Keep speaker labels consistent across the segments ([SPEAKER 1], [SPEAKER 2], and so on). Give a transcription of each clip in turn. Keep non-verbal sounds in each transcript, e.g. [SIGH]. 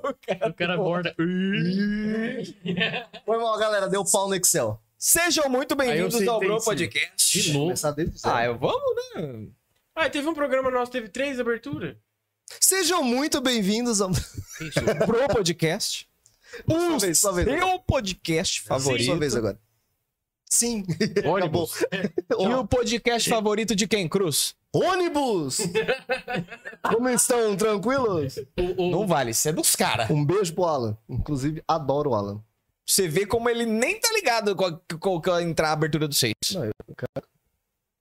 [SPEAKER 1] cara,
[SPEAKER 2] O cara borda.
[SPEAKER 3] Foi mal, galera. Deu pau no Excel.
[SPEAKER 1] Sejam muito
[SPEAKER 2] Aí
[SPEAKER 1] bem-vindos
[SPEAKER 2] eu
[SPEAKER 1] ao Bro
[SPEAKER 2] sentencio.
[SPEAKER 1] Podcast.
[SPEAKER 2] De novo.
[SPEAKER 3] Começar desde zero.
[SPEAKER 1] Ah, eu vamos, né?
[SPEAKER 2] Ah, teve um programa nosso, teve três
[SPEAKER 3] [LAUGHS]
[SPEAKER 2] aberturas.
[SPEAKER 3] Sejam muito bem-vindos ao
[SPEAKER 2] Isso.
[SPEAKER 1] Bro Podcast.
[SPEAKER 3] Sua vez, sua vez.
[SPEAKER 1] Meu podcast favorito.
[SPEAKER 3] Sua vez agora. Sim.
[SPEAKER 2] Ônibus.
[SPEAKER 1] E o podcast favorito de quem, Cruz?
[SPEAKER 3] Ônibus! Como estão? Tranquilos?
[SPEAKER 2] O, o-
[SPEAKER 1] Não vale, isso é dos caras.
[SPEAKER 3] Um beijo pro Alan. Inclusive, adoro o Alan.
[SPEAKER 1] Você vê como ele nem tá ligado com a, com com a entrar a abertura do 6.
[SPEAKER 3] Não,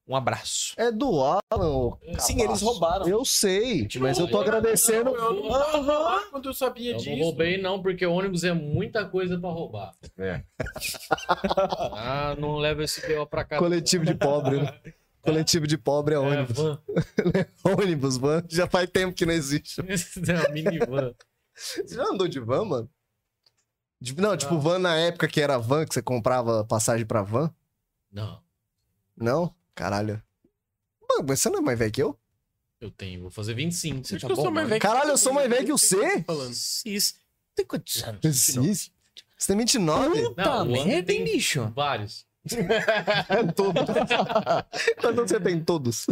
[SPEAKER 1] Um abraço.
[SPEAKER 3] É do Alan, ô.
[SPEAKER 1] Sim, eles roubaram.
[SPEAKER 3] Eu sei, mas eu tô agradecendo.
[SPEAKER 4] Não, eu não tava lá quando eu sabia
[SPEAKER 2] Eu não
[SPEAKER 4] disso.
[SPEAKER 2] roubei, não, porque ônibus é muita coisa pra roubar.
[SPEAKER 3] É.
[SPEAKER 2] [LAUGHS] Ah, não leva esse BO pra cá.
[SPEAKER 3] Coletivo de pobre, né? Coletivo de pobre é
[SPEAKER 2] não. É,
[SPEAKER 3] ônibus.
[SPEAKER 2] van. [LAUGHS]
[SPEAKER 3] Ônibus, van. Já faz tempo que não existe.
[SPEAKER 2] Não, É minivan.
[SPEAKER 3] Você já andou de van, mano? De- não, tipo,
[SPEAKER 2] Não.
[SPEAKER 3] van na época que era van, que você comprava passagem pra van?
[SPEAKER 2] Não,
[SPEAKER 3] Não? Caralho. Mano, mas você não é mais velho que eu?
[SPEAKER 2] eu tenho. Vou fazer 25. Você
[SPEAKER 4] Acho
[SPEAKER 2] tá
[SPEAKER 4] que eu sou
[SPEAKER 2] bom,
[SPEAKER 4] mais
[SPEAKER 2] mano?
[SPEAKER 4] velho que
[SPEAKER 3] Caralho,
[SPEAKER 4] todo
[SPEAKER 3] eu sou
[SPEAKER 4] mundo,
[SPEAKER 3] mais velho
[SPEAKER 4] não
[SPEAKER 3] que o
[SPEAKER 4] sei
[SPEAKER 3] C?
[SPEAKER 4] que eu tô tá falando.
[SPEAKER 1] Isso. Tem quantos anos?
[SPEAKER 3] Isso. Você tem 29?
[SPEAKER 1] Puta
[SPEAKER 2] Não, o ano
[SPEAKER 1] merda, hein,
[SPEAKER 2] tem-
[SPEAKER 1] bicho?
[SPEAKER 2] Vários.
[SPEAKER 3] É [LAUGHS] todos. Quando você tem todos?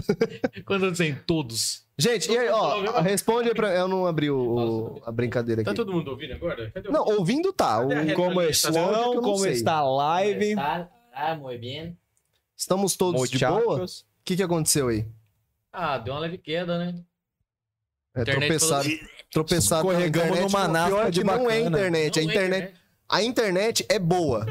[SPEAKER 2] Quando eu tenho todos.
[SPEAKER 3] Gente, e aí, ó, responde aí pra. Eu não abri o, o- a brincadeira
[SPEAKER 4] Tá
[SPEAKER 3] aqui.
[SPEAKER 4] todo mundo ouvindo agora? Cadê o-
[SPEAKER 3] Não, ouvindo tá. O,
[SPEAKER 4] Cadê a reta?
[SPEAKER 1] Como
[SPEAKER 4] Tá
[SPEAKER 3] longe que eu
[SPEAKER 1] estão?
[SPEAKER 3] não
[SPEAKER 1] Como
[SPEAKER 3] sei.
[SPEAKER 1] está a live?
[SPEAKER 2] Ah, muito bem.
[SPEAKER 3] estamos todos de boa? O
[SPEAKER 1] Muchachos.
[SPEAKER 3] que, que aconteceu aí?
[SPEAKER 2] Ah, deu uma leve queda, né?
[SPEAKER 3] É,
[SPEAKER 2] Internet
[SPEAKER 3] tropeçaram. Tropeçaram. na
[SPEAKER 1] Escorregamos
[SPEAKER 3] internet,
[SPEAKER 1] numa
[SPEAKER 3] mas o
[SPEAKER 1] nafta
[SPEAKER 3] pior é
[SPEAKER 1] de
[SPEAKER 3] que Não é
[SPEAKER 1] bacana.
[SPEAKER 3] internet, é
[SPEAKER 2] Não é
[SPEAKER 3] internet. A internet é boa,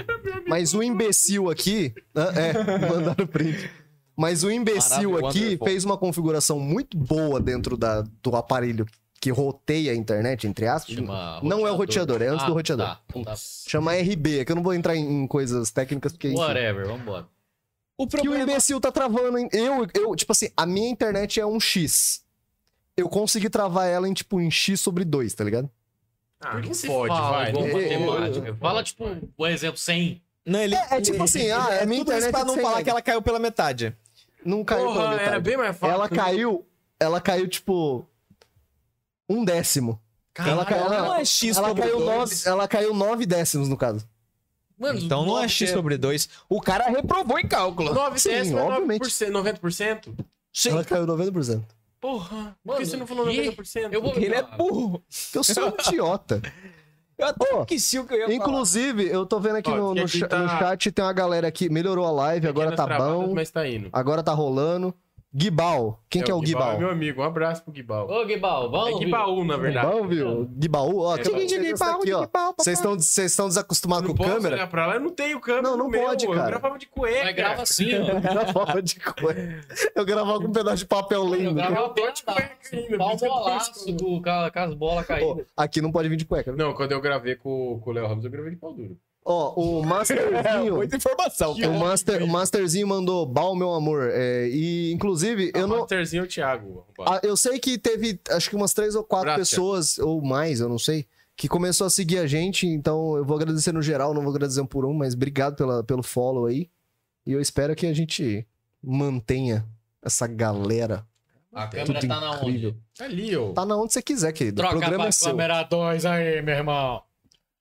[SPEAKER 3] mas o imbecil aqui. Ah, É, [LAUGHS] mandaram print. Mas o imbecil
[SPEAKER 1] Maravilha,
[SPEAKER 4] é
[SPEAKER 3] aqui
[SPEAKER 1] wonderful.
[SPEAKER 3] fez uma configuração muito boa dentro da, do aparelho que roteia a internet, entre aspas.
[SPEAKER 2] Chama
[SPEAKER 3] Não é o roteador, é antes do roteador.
[SPEAKER 2] Tá, então tá.
[SPEAKER 3] Chama RB, que eu não vou entrar em, em coisas técnicas, porque. enfim.
[SPEAKER 2] Whatever, vambora.
[SPEAKER 1] O
[SPEAKER 3] Que o
[SPEAKER 1] problema
[SPEAKER 3] imbecil tá travando, hein? Eu, eu, tipo assim, a minha internet é um X. Eu consegui travar ela em, tipo, em X sobre 2, tá ligado?
[SPEAKER 4] Ah,
[SPEAKER 2] Por que
[SPEAKER 4] não
[SPEAKER 2] você
[SPEAKER 4] pode,
[SPEAKER 2] fala
[SPEAKER 4] vai.
[SPEAKER 2] igual
[SPEAKER 3] Eu- eu-
[SPEAKER 2] matemática?
[SPEAKER 4] eu-
[SPEAKER 2] fala, tipo, o exemplo 100.
[SPEAKER 1] Não, ele...
[SPEAKER 3] É, é tipo assim, ah, é
[SPEAKER 1] é
[SPEAKER 3] minha
[SPEAKER 1] tudo isso
[SPEAKER 3] internet
[SPEAKER 1] pra
[SPEAKER 3] é
[SPEAKER 1] não
[SPEAKER 3] sem
[SPEAKER 1] falar
[SPEAKER 3] nada.
[SPEAKER 1] que ela caiu pela metade.
[SPEAKER 3] Não caiu pela
[SPEAKER 4] Porra,
[SPEAKER 3] metade.
[SPEAKER 4] era bem mais fácil.
[SPEAKER 3] Ela caiu, ela caiu, tipo, um décimo. ela caiu,
[SPEAKER 1] Ela não
[SPEAKER 3] ela,
[SPEAKER 1] é X
[SPEAKER 3] ela
[SPEAKER 1] sobre
[SPEAKER 3] caiu
[SPEAKER 1] 2.
[SPEAKER 3] nove, ela caiu nove décimos, no caso.
[SPEAKER 2] Mano,
[SPEAKER 1] Então não é
[SPEAKER 2] nove
[SPEAKER 1] X
[SPEAKER 2] é-
[SPEAKER 1] sobre 2. O cara reprovou em cálculo.
[SPEAKER 4] 9
[SPEAKER 3] Sim,
[SPEAKER 4] décimos,
[SPEAKER 3] obviamente.
[SPEAKER 4] 9%, 90%?
[SPEAKER 1] Sim.
[SPEAKER 3] Ela caiu 90%.
[SPEAKER 4] Porra, por
[SPEAKER 2] Mano,
[SPEAKER 4] que você não falou
[SPEAKER 2] que-
[SPEAKER 4] 90%?
[SPEAKER 2] Eu vou...
[SPEAKER 1] Ele é burro.
[SPEAKER 3] Porque eu sou um
[SPEAKER 4] [LAUGHS]
[SPEAKER 3] idiota.
[SPEAKER 1] Eu até
[SPEAKER 3] Ô,
[SPEAKER 1] esqueci o que eu ia falar.
[SPEAKER 3] Inclusive, eu tô vendo aqui
[SPEAKER 4] Ó,
[SPEAKER 3] no,
[SPEAKER 4] que
[SPEAKER 3] no
[SPEAKER 4] aqui
[SPEAKER 3] cha-
[SPEAKER 4] tá-
[SPEAKER 3] no chat, tem uma galera aqui, melhorou a live, agora tá
[SPEAKER 4] Pequenas travadas,
[SPEAKER 3] bom,
[SPEAKER 4] Mas tá indo.
[SPEAKER 3] agora tá rolando. Guibal, quem que é o Guibal?
[SPEAKER 4] É meu amigo, um abraço pro Guibal.
[SPEAKER 2] Ô, Guibal,
[SPEAKER 4] É
[SPEAKER 2] vamos...
[SPEAKER 4] Guibaú, na verdade.
[SPEAKER 3] Guibal, viu? Guibaú, ó,
[SPEAKER 4] É,
[SPEAKER 3] tem
[SPEAKER 4] Guibal.
[SPEAKER 3] gente dessa aqui, ó. Vocês estão vocês estão
[SPEAKER 4] Eu
[SPEAKER 3] desacostumados
[SPEAKER 4] Não
[SPEAKER 3] com
[SPEAKER 4] posso
[SPEAKER 3] câmera? [LAUGHS]
[SPEAKER 4] olhar pra lá, eu não tenho câmera
[SPEAKER 3] Não, não
[SPEAKER 4] no meu,
[SPEAKER 3] pode, cara.
[SPEAKER 4] Eu gravava de cueca.
[SPEAKER 2] Mas grava assim,
[SPEAKER 4] É,
[SPEAKER 2] ó.
[SPEAKER 3] gravava de coisa. Eu gravava com um pedaço de papel
[SPEAKER 2] Eu
[SPEAKER 3] lindo.
[SPEAKER 2] gravo o
[SPEAKER 4] Eu tô de cueca ainda, por
[SPEAKER 2] Dá um
[SPEAKER 4] isso que eu tô
[SPEAKER 2] bolaço com, com as bolas
[SPEAKER 3] Ó,
[SPEAKER 2] caindo.
[SPEAKER 3] aqui não pode vir de cueca. né?
[SPEAKER 4] Não, quando eu gravei com, com o Léo Ramos, eu gravei de pau duro.
[SPEAKER 3] Ó,
[SPEAKER 4] [LAUGHS]
[SPEAKER 3] o
[SPEAKER 4] É,
[SPEAKER 3] Masterzinho.
[SPEAKER 1] informação.
[SPEAKER 3] o, Master, o Masterzinho mandou Bal, meu amor. É, e,
[SPEAKER 2] Ah,
[SPEAKER 3] inclusive, eu
[SPEAKER 4] o
[SPEAKER 3] não. Ah,
[SPEAKER 4] Masterzinho é o Thiago. arrombado.
[SPEAKER 3] a- eu sei que teve acho que umas três ou quatro
[SPEAKER 4] Graças.
[SPEAKER 3] pessoas, ou mais, eu não sei, que começou a seguir a gente. Então, eu vou agradecer no geral, não vou agradecer um por um, mas obrigado pela, pelo follow aí. E eu espero que a gente mantenha essa galera.
[SPEAKER 2] A
[SPEAKER 3] Tudo
[SPEAKER 2] câmera tá na
[SPEAKER 3] incrível.
[SPEAKER 2] onde?
[SPEAKER 4] Tá ali, ó.
[SPEAKER 3] Tá na onde você quiser, querido. o
[SPEAKER 2] Troca
[SPEAKER 3] programa
[SPEAKER 2] pra
[SPEAKER 3] é seu.
[SPEAKER 2] câmera 2 aí, meu irmão.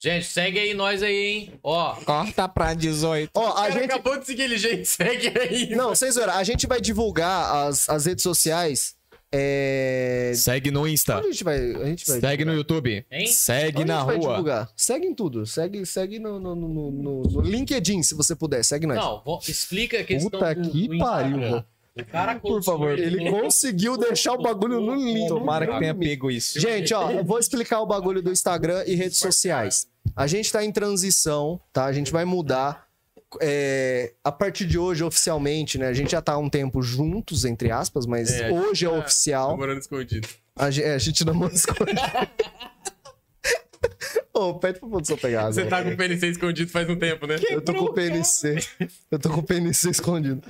[SPEAKER 2] Gente, segue aí nós aí, hein? Ó,
[SPEAKER 1] Corta pra 18.
[SPEAKER 3] Ó, a
[SPEAKER 4] Cara,
[SPEAKER 3] gente.
[SPEAKER 4] acabou de seguir ele, gente. Segue aí.
[SPEAKER 3] Não, sem zoeira. A gente vai divulgar as, as redes sociais. É...
[SPEAKER 1] Segue no Insta.
[SPEAKER 3] Onde a gente vai? A gente vai
[SPEAKER 1] Segue no YouTube.
[SPEAKER 2] Hein?
[SPEAKER 1] Segue
[SPEAKER 3] Onde a
[SPEAKER 1] na
[SPEAKER 3] gente vai
[SPEAKER 1] rua.
[SPEAKER 3] divulgar? Segue em tudo. Segue, segue no, no, no- no- no LinkedIn, se você puder. Segue nós.
[SPEAKER 2] não, vou- explica a questão
[SPEAKER 3] Puta
[SPEAKER 2] do,
[SPEAKER 3] que
[SPEAKER 2] do
[SPEAKER 3] pariu,
[SPEAKER 2] Instagram.
[SPEAKER 3] mano.
[SPEAKER 2] O cara
[SPEAKER 1] Por favor.
[SPEAKER 2] construiu-
[SPEAKER 3] Ele conseguiu deixar o bagulho no link.
[SPEAKER 1] Tomara que tenha pego isso.
[SPEAKER 3] Gente, ó, eu vou explicar o bagulho do Instagram e redes sociais. A gente tá em transição, tá? A gente vai mudar. é, a partir de hoje, oficialmente, né? A gente já tá há um tempo juntos, entre aspas, mas
[SPEAKER 4] É, a gente
[SPEAKER 3] hoje é
[SPEAKER 4] tá
[SPEAKER 3] oficial.
[SPEAKER 4] Tô morando escondido.
[SPEAKER 2] Tá
[SPEAKER 3] A gente, é, a gente namora escondido. [LAUGHS] Ô, pede pra produção pegar água.
[SPEAKER 4] Você tá com o PNC escondido faz um
[SPEAKER 3] [LAUGHS]
[SPEAKER 4] tempo, né?
[SPEAKER 3] Eu tô com o PNC. Eu tô com o PNC escondido.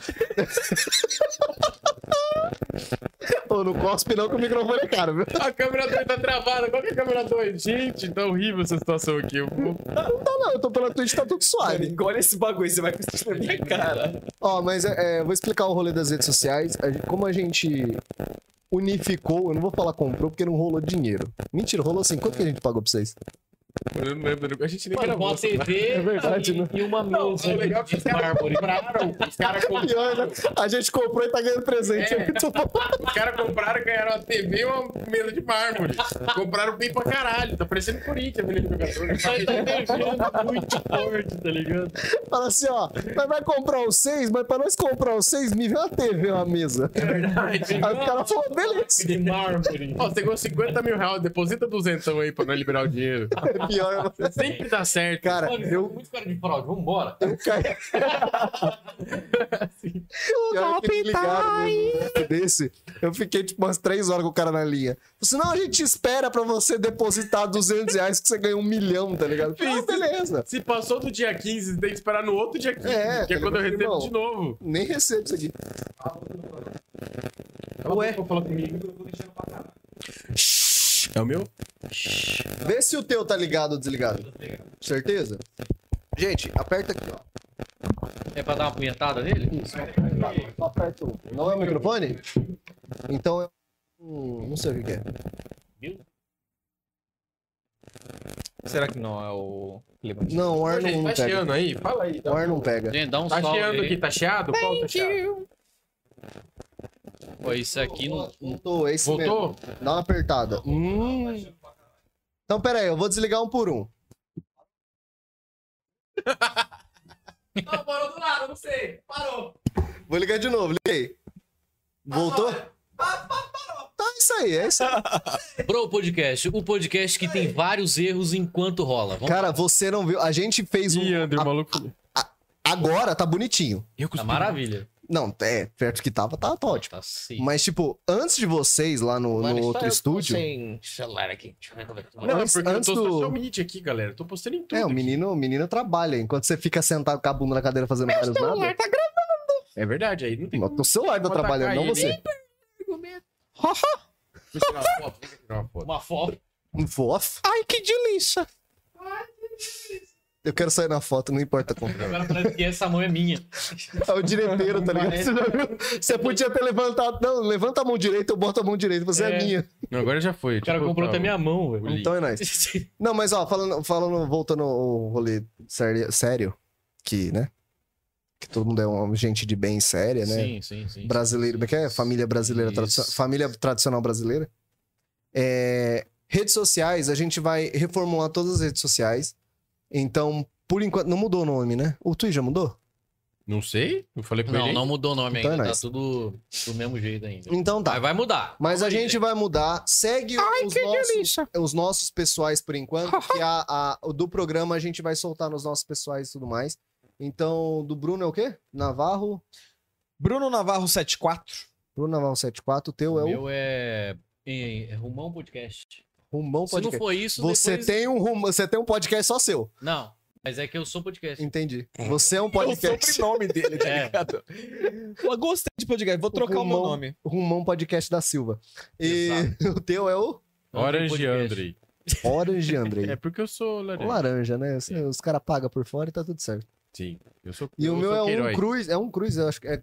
[SPEAKER 3] Ô, não cospe não que o microfone é caro, viu?
[SPEAKER 4] A câmera 2 tá travada. Qual que é a câmera 2? Gente, tá horrível essa situação aqui. Eu vou-
[SPEAKER 3] Tá não, eu tô pela Twitch, tá tudo suave.
[SPEAKER 1] Olha esse bagulho, você vai custar na
[SPEAKER 2] [LAUGHS]
[SPEAKER 1] minha cara.
[SPEAKER 3] Ó, mas é, é, vou explicar o rolê das redes sociais. A gente- Como a gente unificou. Eu não vou falar comprou porque não rolou dinheiro. Mentira, rolou assim. Quanto que a gente pagou pra vocês?
[SPEAKER 4] Eu não lembro. né? A gente nem
[SPEAKER 2] Mano,
[SPEAKER 4] gravou
[SPEAKER 2] uma
[SPEAKER 4] essa
[SPEAKER 2] TV
[SPEAKER 4] É verdade,
[SPEAKER 2] e,
[SPEAKER 4] né?
[SPEAKER 2] e uma
[SPEAKER 4] Não,
[SPEAKER 2] mesa
[SPEAKER 4] o legal é que
[SPEAKER 2] de mármore.
[SPEAKER 4] Os caras com-
[SPEAKER 3] Pior, né? A gente comprou e tá ganhando presente.
[SPEAKER 4] É.
[SPEAKER 3] Muito bom.
[SPEAKER 4] os caras compraram, ganharam uma TV e uma mesa de mármore. Compraram bem pra caralho. Tá parecendo Corinthians, menino jogador.
[SPEAKER 2] Isso aí tá energia muito forte, tá [LAUGHS] ligado?
[SPEAKER 3] Fala assim, ó. Nós vai comprar os seis, mas pra nós comprar os seis, me vê uma TV, e uma mesa.
[SPEAKER 4] É verdade.
[SPEAKER 3] Aí o cara falou, beleza.
[SPEAKER 2] De mármore.
[SPEAKER 4] Ó, você ganhou 50 mil reais, deposita 200 aí pra não liberar o dinheiro.
[SPEAKER 3] É pior. né?
[SPEAKER 4] Sempre dá certo.
[SPEAKER 3] Cara,
[SPEAKER 2] Mano,
[SPEAKER 3] eu
[SPEAKER 2] é muito cara de fraude, vambora.
[SPEAKER 3] Eu caí. Pior é que eles ligaram mesmo, né, desse. Eu fiquei tipo umas três horas com o cara na linha. Senão a gente espera pra você depositar 200 reais que você ganhou um milhão, tá ligado? Ah, beleza.
[SPEAKER 4] Se passou do dia 15, tem que esperar no outro dia 15,
[SPEAKER 3] É,
[SPEAKER 4] que é
[SPEAKER 3] tá
[SPEAKER 4] quando eu
[SPEAKER 3] ligado,
[SPEAKER 4] recebo
[SPEAKER 3] irmão?
[SPEAKER 4] de novo.
[SPEAKER 3] Nem recebo isso aqui.
[SPEAKER 4] Ué? É o meu?
[SPEAKER 3] Vê se o teu tá ligado ou desligado. Certeza? Gente, aperta aqui, ó.
[SPEAKER 2] É pra dar uma punhetada nele?
[SPEAKER 3] Tá, Só aperta o- Não é o microfone? Então é. Hum, não sei o que que é.
[SPEAKER 1] Será que não é o clima?
[SPEAKER 3] Não, o ar não,
[SPEAKER 4] Gente,
[SPEAKER 3] não
[SPEAKER 4] tá
[SPEAKER 3] pega.
[SPEAKER 4] chiando aí? Fala aí.
[SPEAKER 3] O ar não pega.
[SPEAKER 2] Gente, dá um
[SPEAKER 4] Tá
[SPEAKER 2] salve
[SPEAKER 4] chiando
[SPEAKER 2] aí.
[SPEAKER 4] aqui, tá chiado? Qual tá chiado?
[SPEAKER 2] Pô, isso aqui não...
[SPEAKER 3] Voltou, é isso mesmo.
[SPEAKER 4] Voltou?
[SPEAKER 3] Dá uma apertada. Hum. Então, pera aí, eu vou desligar um por um.
[SPEAKER 4] [LAUGHS] Não, parou do nada, não sei. Parou.
[SPEAKER 3] Vou ligar de novo, liguei. Voltou?
[SPEAKER 4] é.
[SPEAKER 3] Tá, isso aí, é isso aí.
[SPEAKER 2] Pro podcast, o podcast que tem vários erros enquanto rola. Vamos
[SPEAKER 3] Cara, você não viu. A gente fez um.
[SPEAKER 4] Ih, André, o maluco.
[SPEAKER 3] Agora tá bonitinho.
[SPEAKER 2] Tá maravilha.
[SPEAKER 3] Não, é, perto que tava, tá, tá ótimo.
[SPEAKER 2] Tá sim.
[SPEAKER 3] Mas, tipo, antes de vocês lá no, no outro
[SPEAKER 4] tá
[SPEAKER 3] estúdio.
[SPEAKER 1] Sem...
[SPEAKER 2] celular aqui. Deixa eu ver como é que tá.
[SPEAKER 4] Não, é
[SPEAKER 3] Antes-
[SPEAKER 4] porque eu
[SPEAKER 3] antes
[SPEAKER 4] tô
[SPEAKER 3] do-
[SPEAKER 4] social media aqui, galera. Eu tô postando em tudo.
[SPEAKER 3] É, o
[SPEAKER 4] aqui.
[SPEAKER 3] menino, o menino trabalha. Enquanto você fica sentado com a bunda na cadeira fazendo vários nada.
[SPEAKER 4] É verdade, aí não tem
[SPEAKER 3] O celular tá
[SPEAKER 4] Vou atacar
[SPEAKER 3] trabalhando, não
[SPEAKER 4] ele.
[SPEAKER 3] você.
[SPEAKER 4] Vou tirar uma foto, vou tirar uma foto.
[SPEAKER 2] Uma foto.
[SPEAKER 3] Um fofo.
[SPEAKER 1] Ai, que delícia!
[SPEAKER 3] Eu quero sair na foto, não importa como.
[SPEAKER 2] Agora parece que essa mão é minha. é
[SPEAKER 3] É o direiteiro,
[SPEAKER 2] [LAUGHS]
[SPEAKER 3] tá ligado? Você, já viu? Você podia ter levantado. Não, levanta a mão direita, eu boto a mão direita, você é,
[SPEAKER 2] É.
[SPEAKER 3] minha.
[SPEAKER 4] Não, agora já foi. tipo, tá
[SPEAKER 2] O cara comprou até minha mão, velho.
[SPEAKER 3] Então é nóis. Não, mas ó, falando, falando voltando ao rolê sério, sério, que, né? Que todo mundo é uma gente de bem séria, né?
[SPEAKER 2] Sim, sim, sim.
[SPEAKER 3] Brasileiro, como é que é? Família brasileira, tradicio-
[SPEAKER 2] Isso.
[SPEAKER 3] família tradicional brasileira. É, redes sociais, a gente vai reformular todas as redes sociais. Então, por enquanto, não mudou o nome, né? O Twitter já mudou?
[SPEAKER 4] Não sei, eu falei com ele.
[SPEAKER 2] Não,
[SPEAKER 4] hein?
[SPEAKER 2] não mudou o nome
[SPEAKER 3] Então é
[SPEAKER 2] ainda.
[SPEAKER 3] nóis.
[SPEAKER 2] Tá tudo do mesmo jeito ainda.
[SPEAKER 3] Então tá.
[SPEAKER 2] Mas vai mudar.
[SPEAKER 3] Mas a
[SPEAKER 2] Vamos
[SPEAKER 3] gente
[SPEAKER 2] dizer.
[SPEAKER 3] vai mudar. Segue os, nossos, os nossos pessoais por enquanto, que a, a- o do programa a gente vai soltar nos nossos pessoais e tudo mais. Então, do Bruno é o quê? Navarro.
[SPEAKER 1] Bruno Navarro 74.
[SPEAKER 3] Bruno Navarro 74, o teu
[SPEAKER 2] O
[SPEAKER 3] é o
[SPEAKER 2] meu é... em- é Rumão Podcast.
[SPEAKER 3] Rumão
[SPEAKER 2] Se não
[SPEAKER 3] Podcast.
[SPEAKER 2] for isso,
[SPEAKER 3] Você
[SPEAKER 2] depois...
[SPEAKER 3] tem um rumo, você tem um podcast só seu.
[SPEAKER 2] Não, mas é que eu sou podcast.
[SPEAKER 3] Entendi. Você é um podcast.
[SPEAKER 1] sobrenome dele,
[SPEAKER 2] [LAUGHS] tá
[SPEAKER 1] ligado? Eu gostei de podcast, vou trocar o, meu
[SPEAKER 3] Rumão.
[SPEAKER 1] nome.
[SPEAKER 3] Rumão Podcast da Silva. E [LAUGHS] o teu é o
[SPEAKER 4] Orange
[SPEAKER 2] Podcast.
[SPEAKER 4] Andrei.
[SPEAKER 3] Orange
[SPEAKER 4] [LAUGHS] É
[SPEAKER 3] Andrei.
[SPEAKER 4] porque eu sou laranja.
[SPEAKER 3] Laranja, né? Os, os caras pagam por fora e tá tudo certo.
[SPEAKER 4] Sim, eu sou
[SPEAKER 3] E
[SPEAKER 4] eu
[SPEAKER 3] o meu
[SPEAKER 4] sou
[SPEAKER 3] é um
[SPEAKER 4] Queiroz.
[SPEAKER 3] cruz. É um cruz, eu acho que é.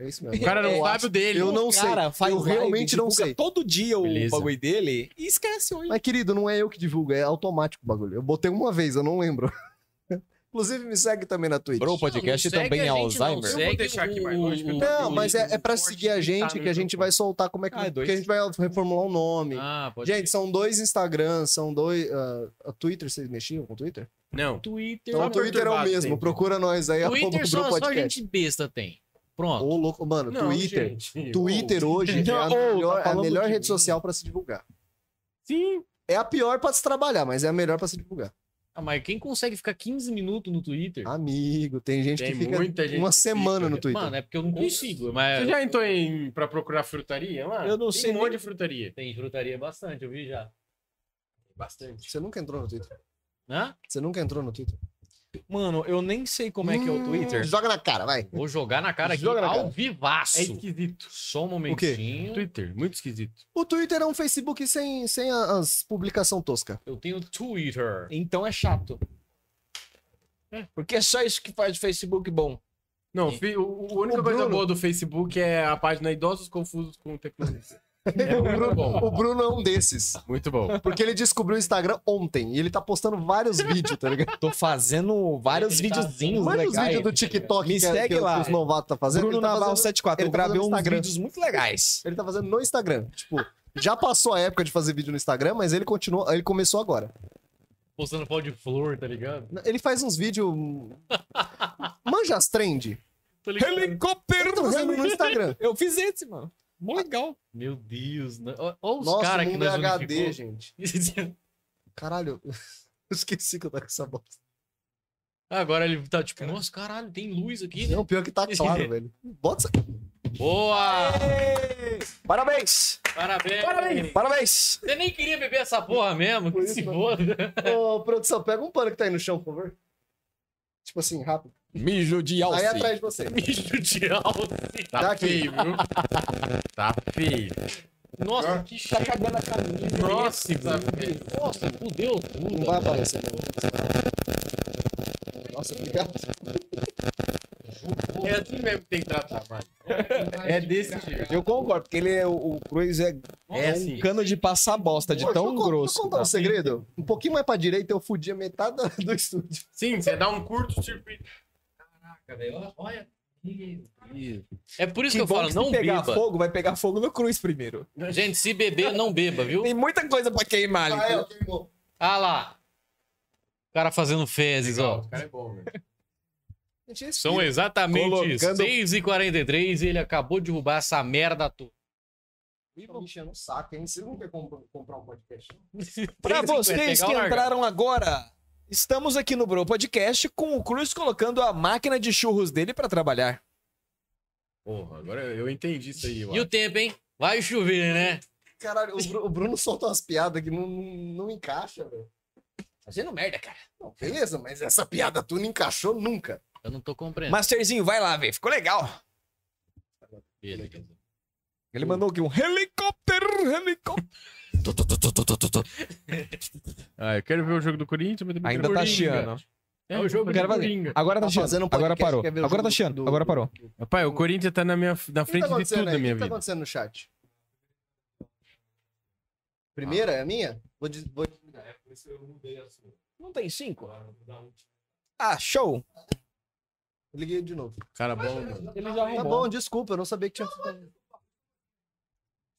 [SPEAKER 3] É isso mesmo.
[SPEAKER 4] O cara não
[SPEAKER 1] Eu
[SPEAKER 4] sabe
[SPEAKER 1] acho-
[SPEAKER 4] o dele.
[SPEAKER 3] Eu não
[SPEAKER 1] O
[SPEAKER 3] sei.
[SPEAKER 1] cara faz
[SPEAKER 3] eu
[SPEAKER 1] live,
[SPEAKER 3] realmente não
[SPEAKER 1] divulga
[SPEAKER 3] sei.
[SPEAKER 1] todo dia
[SPEAKER 4] Beleza.
[SPEAKER 1] o bagulho dele e esquece hoje.
[SPEAKER 3] Mas, querido, não é eu que divulgo, é automático o bagulho. Eu botei uma vez, eu não lembro. [LAUGHS] Inclusive, me segue também na Twitch.
[SPEAKER 1] Bro, podcast
[SPEAKER 2] Não, não
[SPEAKER 1] também é
[SPEAKER 2] segue a gente, não,
[SPEAKER 1] Alzheimer.
[SPEAKER 2] segue
[SPEAKER 4] Eu vou deixar aqui mais
[SPEAKER 2] o-
[SPEAKER 4] longe, que eu tô-
[SPEAKER 3] não, mas é, é pra
[SPEAKER 4] Forte
[SPEAKER 3] seguir a
[SPEAKER 4] que tá
[SPEAKER 3] gente
[SPEAKER 4] no
[SPEAKER 3] que a gente vai soltar como é que,
[SPEAKER 1] Ah, é dois.
[SPEAKER 3] que a gente vai reformular o nome.
[SPEAKER 2] Ah, pode
[SPEAKER 3] gente, são dois Instagram, são dois. ah, ah, Twitter, vocês mexiam com o Twitter?
[SPEAKER 4] Não.
[SPEAKER 2] Twitter.
[SPEAKER 3] Então, o Twitter é o
[SPEAKER 4] perturbado
[SPEAKER 3] mesmo,
[SPEAKER 4] sempre.
[SPEAKER 3] procura nós aí, arroba
[SPEAKER 2] Twitter
[SPEAKER 3] o
[SPEAKER 2] só,
[SPEAKER 3] Bruno
[SPEAKER 2] só
[SPEAKER 3] Podcast.
[SPEAKER 2] gente besta tem. Pronto.
[SPEAKER 3] Ô, louco, mano,
[SPEAKER 4] Não,
[SPEAKER 3] Twitter.
[SPEAKER 4] gente.
[SPEAKER 3] [LAUGHS] Twitter hoje é a
[SPEAKER 4] Não, tá
[SPEAKER 3] melhor, é a
[SPEAKER 4] falando
[SPEAKER 3] melhor
[SPEAKER 4] de
[SPEAKER 3] rede
[SPEAKER 4] mim.
[SPEAKER 3] social pra se divulgar.
[SPEAKER 4] Sim.
[SPEAKER 3] É a pior pra se trabalhar, mas é a melhor pra se divulgar.
[SPEAKER 2] Ah, mas quem consegue ficar 15 minutos no Twitter?
[SPEAKER 3] Amigo, tem gente
[SPEAKER 4] Tem
[SPEAKER 3] que fica
[SPEAKER 4] muita gente
[SPEAKER 3] uma
[SPEAKER 4] que
[SPEAKER 3] semana
[SPEAKER 4] fica.
[SPEAKER 3] no Twitter.
[SPEAKER 2] Mano, é porque eu não consigo,
[SPEAKER 4] Você
[SPEAKER 2] mas
[SPEAKER 4] já entrou em pra procurar frutaria lá?
[SPEAKER 1] Eu não
[SPEAKER 4] Tem
[SPEAKER 1] sei
[SPEAKER 4] um
[SPEAKER 1] nem-
[SPEAKER 4] monte de frutaria.
[SPEAKER 2] tem frutaria bastante, eu vi já.
[SPEAKER 4] Bastante.
[SPEAKER 3] Você nunca entrou no Twitter?
[SPEAKER 2] Hã?
[SPEAKER 3] [LAUGHS] Você nunca entrou no Twitter?
[SPEAKER 1] Mano, eu nem sei como é que é
[SPEAKER 3] Hum.
[SPEAKER 1] o Twitter.
[SPEAKER 3] Joga na cara, vai.
[SPEAKER 2] Vou jogar na cara aqui
[SPEAKER 3] Joga na
[SPEAKER 2] ao
[SPEAKER 3] cara.
[SPEAKER 4] É
[SPEAKER 2] vivaço.
[SPEAKER 4] esquisito.
[SPEAKER 2] Só um momentinho.
[SPEAKER 4] Twitter, muito esquisito.
[SPEAKER 3] O Twitter é um Facebook sem, sem a- as publicação tosca.
[SPEAKER 2] Eu tenho Twitter.
[SPEAKER 1] Então é chato. Porque é só isso que faz o Facebook bom.
[SPEAKER 4] Não, fi- o, o- a única
[SPEAKER 3] O
[SPEAKER 4] coisa
[SPEAKER 3] Bruno-
[SPEAKER 4] boa do Facebook é a página Idosos Confusos com Tecnologia.
[SPEAKER 3] o, Bruno, o Bruno é um desses.
[SPEAKER 4] Muito bom.
[SPEAKER 3] Porque ele descobriu o Instagram ontem e ele tá postando vários vídeos, tá ligado?
[SPEAKER 1] Tô fazendo [LAUGHS] vários
[SPEAKER 2] Ele tá
[SPEAKER 1] videozinhos
[SPEAKER 3] Vários
[SPEAKER 1] legais.
[SPEAKER 3] vídeos do TikTok
[SPEAKER 1] Me
[SPEAKER 3] que, é-
[SPEAKER 1] segue
[SPEAKER 3] que é-
[SPEAKER 1] lá.
[SPEAKER 3] que os novatos tá fazendo.
[SPEAKER 1] Bruno
[SPEAKER 3] ele, tá
[SPEAKER 1] Navarro
[SPEAKER 3] fazendo
[SPEAKER 1] 74.
[SPEAKER 3] ele
[SPEAKER 1] Eu
[SPEAKER 3] tá fazendo
[SPEAKER 1] gravei uns
[SPEAKER 3] Instagram.
[SPEAKER 1] vídeos muito legais.
[SPEAKER 3] ele tá fazendo no Instagram. Tipo, já passou a época de fazer vídeo no Instagram, mas ele continua. Ele começou agora.
[SPEAKER 2] Postando pau de flor, tá ligado?
[SPEAKER 3] Ele faz uns vídeos. hum, Manja as trend.
[SPEAKER 2] Tô ligado.
[SPEAKER 3] Ele tá
[SPEAKER 1] Helicóptero!
[SPEAKER 3] fazendo no Instagram.
[SPEAKER 1] Eu fiz esse, mano. Mó legal.
[SPEAKER 2] Meu Deus. né? Ó- ó os
[SPEAKER 3] Nossa, o
[SPEAKER 2] caras que
[SPEAKER 3] mundo é
[SPEAKER 2] nós
[SPEAKER 3] HD,
[SPEAKER 2] unificou.
[SPEAKER 3] gente. Caralho, [LAUGHS] eu esqueci que eu tava com essa bosta.
[SPEAKER 2] [LAUGHS] Agora ele tá tipo, nossa, caralho, tem luz aqui, né?
[SPEAKER 3] Não, pior que tá
[SPEAKER 2] [LAUGHS]
[SPEAKER 3] claro, velho. Bota isso aqui.
[SPEAKER 2] Boa!
[SPEAKER 1] Parabéns!
[SPEAKER 2] Parabéns.
[SPEAKER 1] Parabéns!
[SPEAKER 2] Você nem queria beber essa porra mesmo,
[SPEAKER 3] Por
[SPEAKER 2] que
[SPEAKER 3] isso,
[SPEAKER 2] se
[SPEAKER 3] né?
[SPEAKER 2] foda. [LAUGHS]
[SPEAKER 3] Ô, produção, pega um pano que tá aí no chão, por favor. Tipo assim, rápido.
[SPEAKER 1] Mijo de
[SPEAKER 3] Aí
[SPEAKER 1] alce.
[SPEAKER 3] atrás de você.
[SPEAKER 2] Bicho de alce.
[SPEAKER 4] Tá
[SPEAKER 3] Tá aqui.
[SPEAKER 4] feio, viu? Tá feio.
[SPEAKER 2] Nossa,
[SPEAKER 3] Ah.
[SPEAKER 2] que chato.
[SPEAKER 1] a camisa.
[SPEAKER 4] Nossa,
[SPEAKER 2] Nossa,
[SPEAKER 4] tá feio.
[SPEAKER 2] Nossa, fudeu tudo.
[SPEAKER 3] Não vai aparecer. né? Nossa, obrigado.
[SPEAKER 4] É assim mesmo que tem que tratar, mano.
[SPEAKER 1] É desse jeito. Eu concordo, porque ele é o, o Cruz é, é um
[SPEAKER 2] sim.
[SPEAKER 1] cano de passar bosta, de
[SPEAKER 3] Pô,
[SPEAKER 1] tão
[SPEAKER 3] deixa eu con- Deixa eu
[SPEAKER 1] grosso. tá?
[SPEAKER 3] contar um segredo. Um pouquinho mais pra direita eu fudi a metade da- do estúdio.
[SPEAKER 4] Sim, você dá um curto circuito.
[SPEAKER 2] Caraca, velho, ó- Olha. É por isso que, eu
[SPEAKER 1] bom
[SPEAKER 2] falo,
[SPEAKER 1] que se
[SPEAKER 2] não
[SPEAKER 1] pegar
[SPEAKER 2] beba.
[SPEAKER 1] fogo, vai pegar fogo no Cruz primeiro.
[SPEAKER 2] Gente, se beber, não beba, [LAUGHS] viu?
[SPEAKER 1] Tem muita coisa pra queimar ali.
[SPEAKER 3] Ah, é, queimou.
[SPEAKER 2] Ah lá. O cara fazendo fezes,
[SPEAKER 4] Legal,
[SPEAKER 2] ó.
[SPEAKER 4] O cara é bom, velho.
[SPEAKER 3] Gente, respira.
[SPEAKER 2] São exatamente
[SPEAKER 1] Colocando-
[SPEAKER 2] 6h43 e ele acabou de derrubar essa merda toda.
[SPEAKER 3] Tão me enchendo o saco, hein? Você não quer comp- comprar um podcast?
[SPEAKER 1] Pra
[SPEAKER 2] 3,50,
[SPEAKER 1] vocês que
[SPEAKER 2] legal, larga.
[SPEAKER 1] entraram agora, estamos aqui no Bro Podcast com o Cruz colocando a máquina de churros dele pra trabalhar.
[SPEAKER 4] Porra, agora eu entendi isso aí, eu
[SPEAKER 2] E o tempo, hein? Vai chover, né?
[SPEAKER 3] Caralho, o, Bru- o Bruno soltou umas piadas que não, não, não encaixa, velho.
[SPEAKER 2] Fazendo merda, cara.
[SPEAKER 3] Não, beleza, mas essa piada tu não encaixou nunca.
[SPEAKER 2] Eu não tô compreendendo.
[SPEAKER 1] Masterzinho, vai lá, velho. Ficou legal.
[SPEAKER 2] Beleza.
[SPEAKER 1] Ele
[SPEAKER 2] Hum.
[SPEAKER 1] mandou aqui um helicóptero,
[SPEAKER 2] [LAUGHS]
[SPEAKER 1] helicóptero. Tu, tu, tu, tu, tu, tu, tu, tu.
[SPEAKER 4] Ah, eu quero ver o jogo do Corinthians, mas também
[SPEAKER 1] Ainda
[SPEAKER 4] quero
[SPEAKER 1] tá
[SPEAKER 4] Coringa.
[SPEAKER 1] chiando.
[SPEAKER 4] É o jogo
[SPEAKER 1] Quero
[SPEAKER 4] do
[SPEAKER 1] fazer.
[SPEAKER 4] Coringa.
[SPEAKER 1] Agora tá
[SPEAKER 3] Tá fazendo um
[SPEAKER 1] chiando.
[SPEAKER 3] podcast,
[SPEAKER 1] Agora parou.
[SPEAKER 3] quer ver o
[SPEAKER 1] Agora tá
[SPEAKER 3] jogo
[SPEAKER 1] chiando.
[SPEAKER 3] do-
[SPEAKER 1] Agora parou.
[SPEAKER 4] Rapaz, o Corinthians tá na, minha, na
[SPEAKER 3] O que tá
[SPEAKER 4] frente de
[SPEAKER 3] acontecendo
[SPEAKER 4] tudo
[SPEAKER 3] aí?
[SPEAKER 4] da minha
[SPEAKER 3] O que tá
[SPEAKER 4] vida.
[SPEAKER 3] acontecendo no chat? Primeira é a minha? Vou, des- vou-
[SPEAKER 1] Não tem cinco? Ah, show.
[SPEAKER 3] Liguei de novo.
[SPEAKER 4] Cara bom, mano.
[SPEAKER 1] Ele já
[SPEAKER 3] Tá
[SPEAKER 1] arrombou.
[SPEAKER 3] bom, desculpa, eu não sabia que tinha ficado.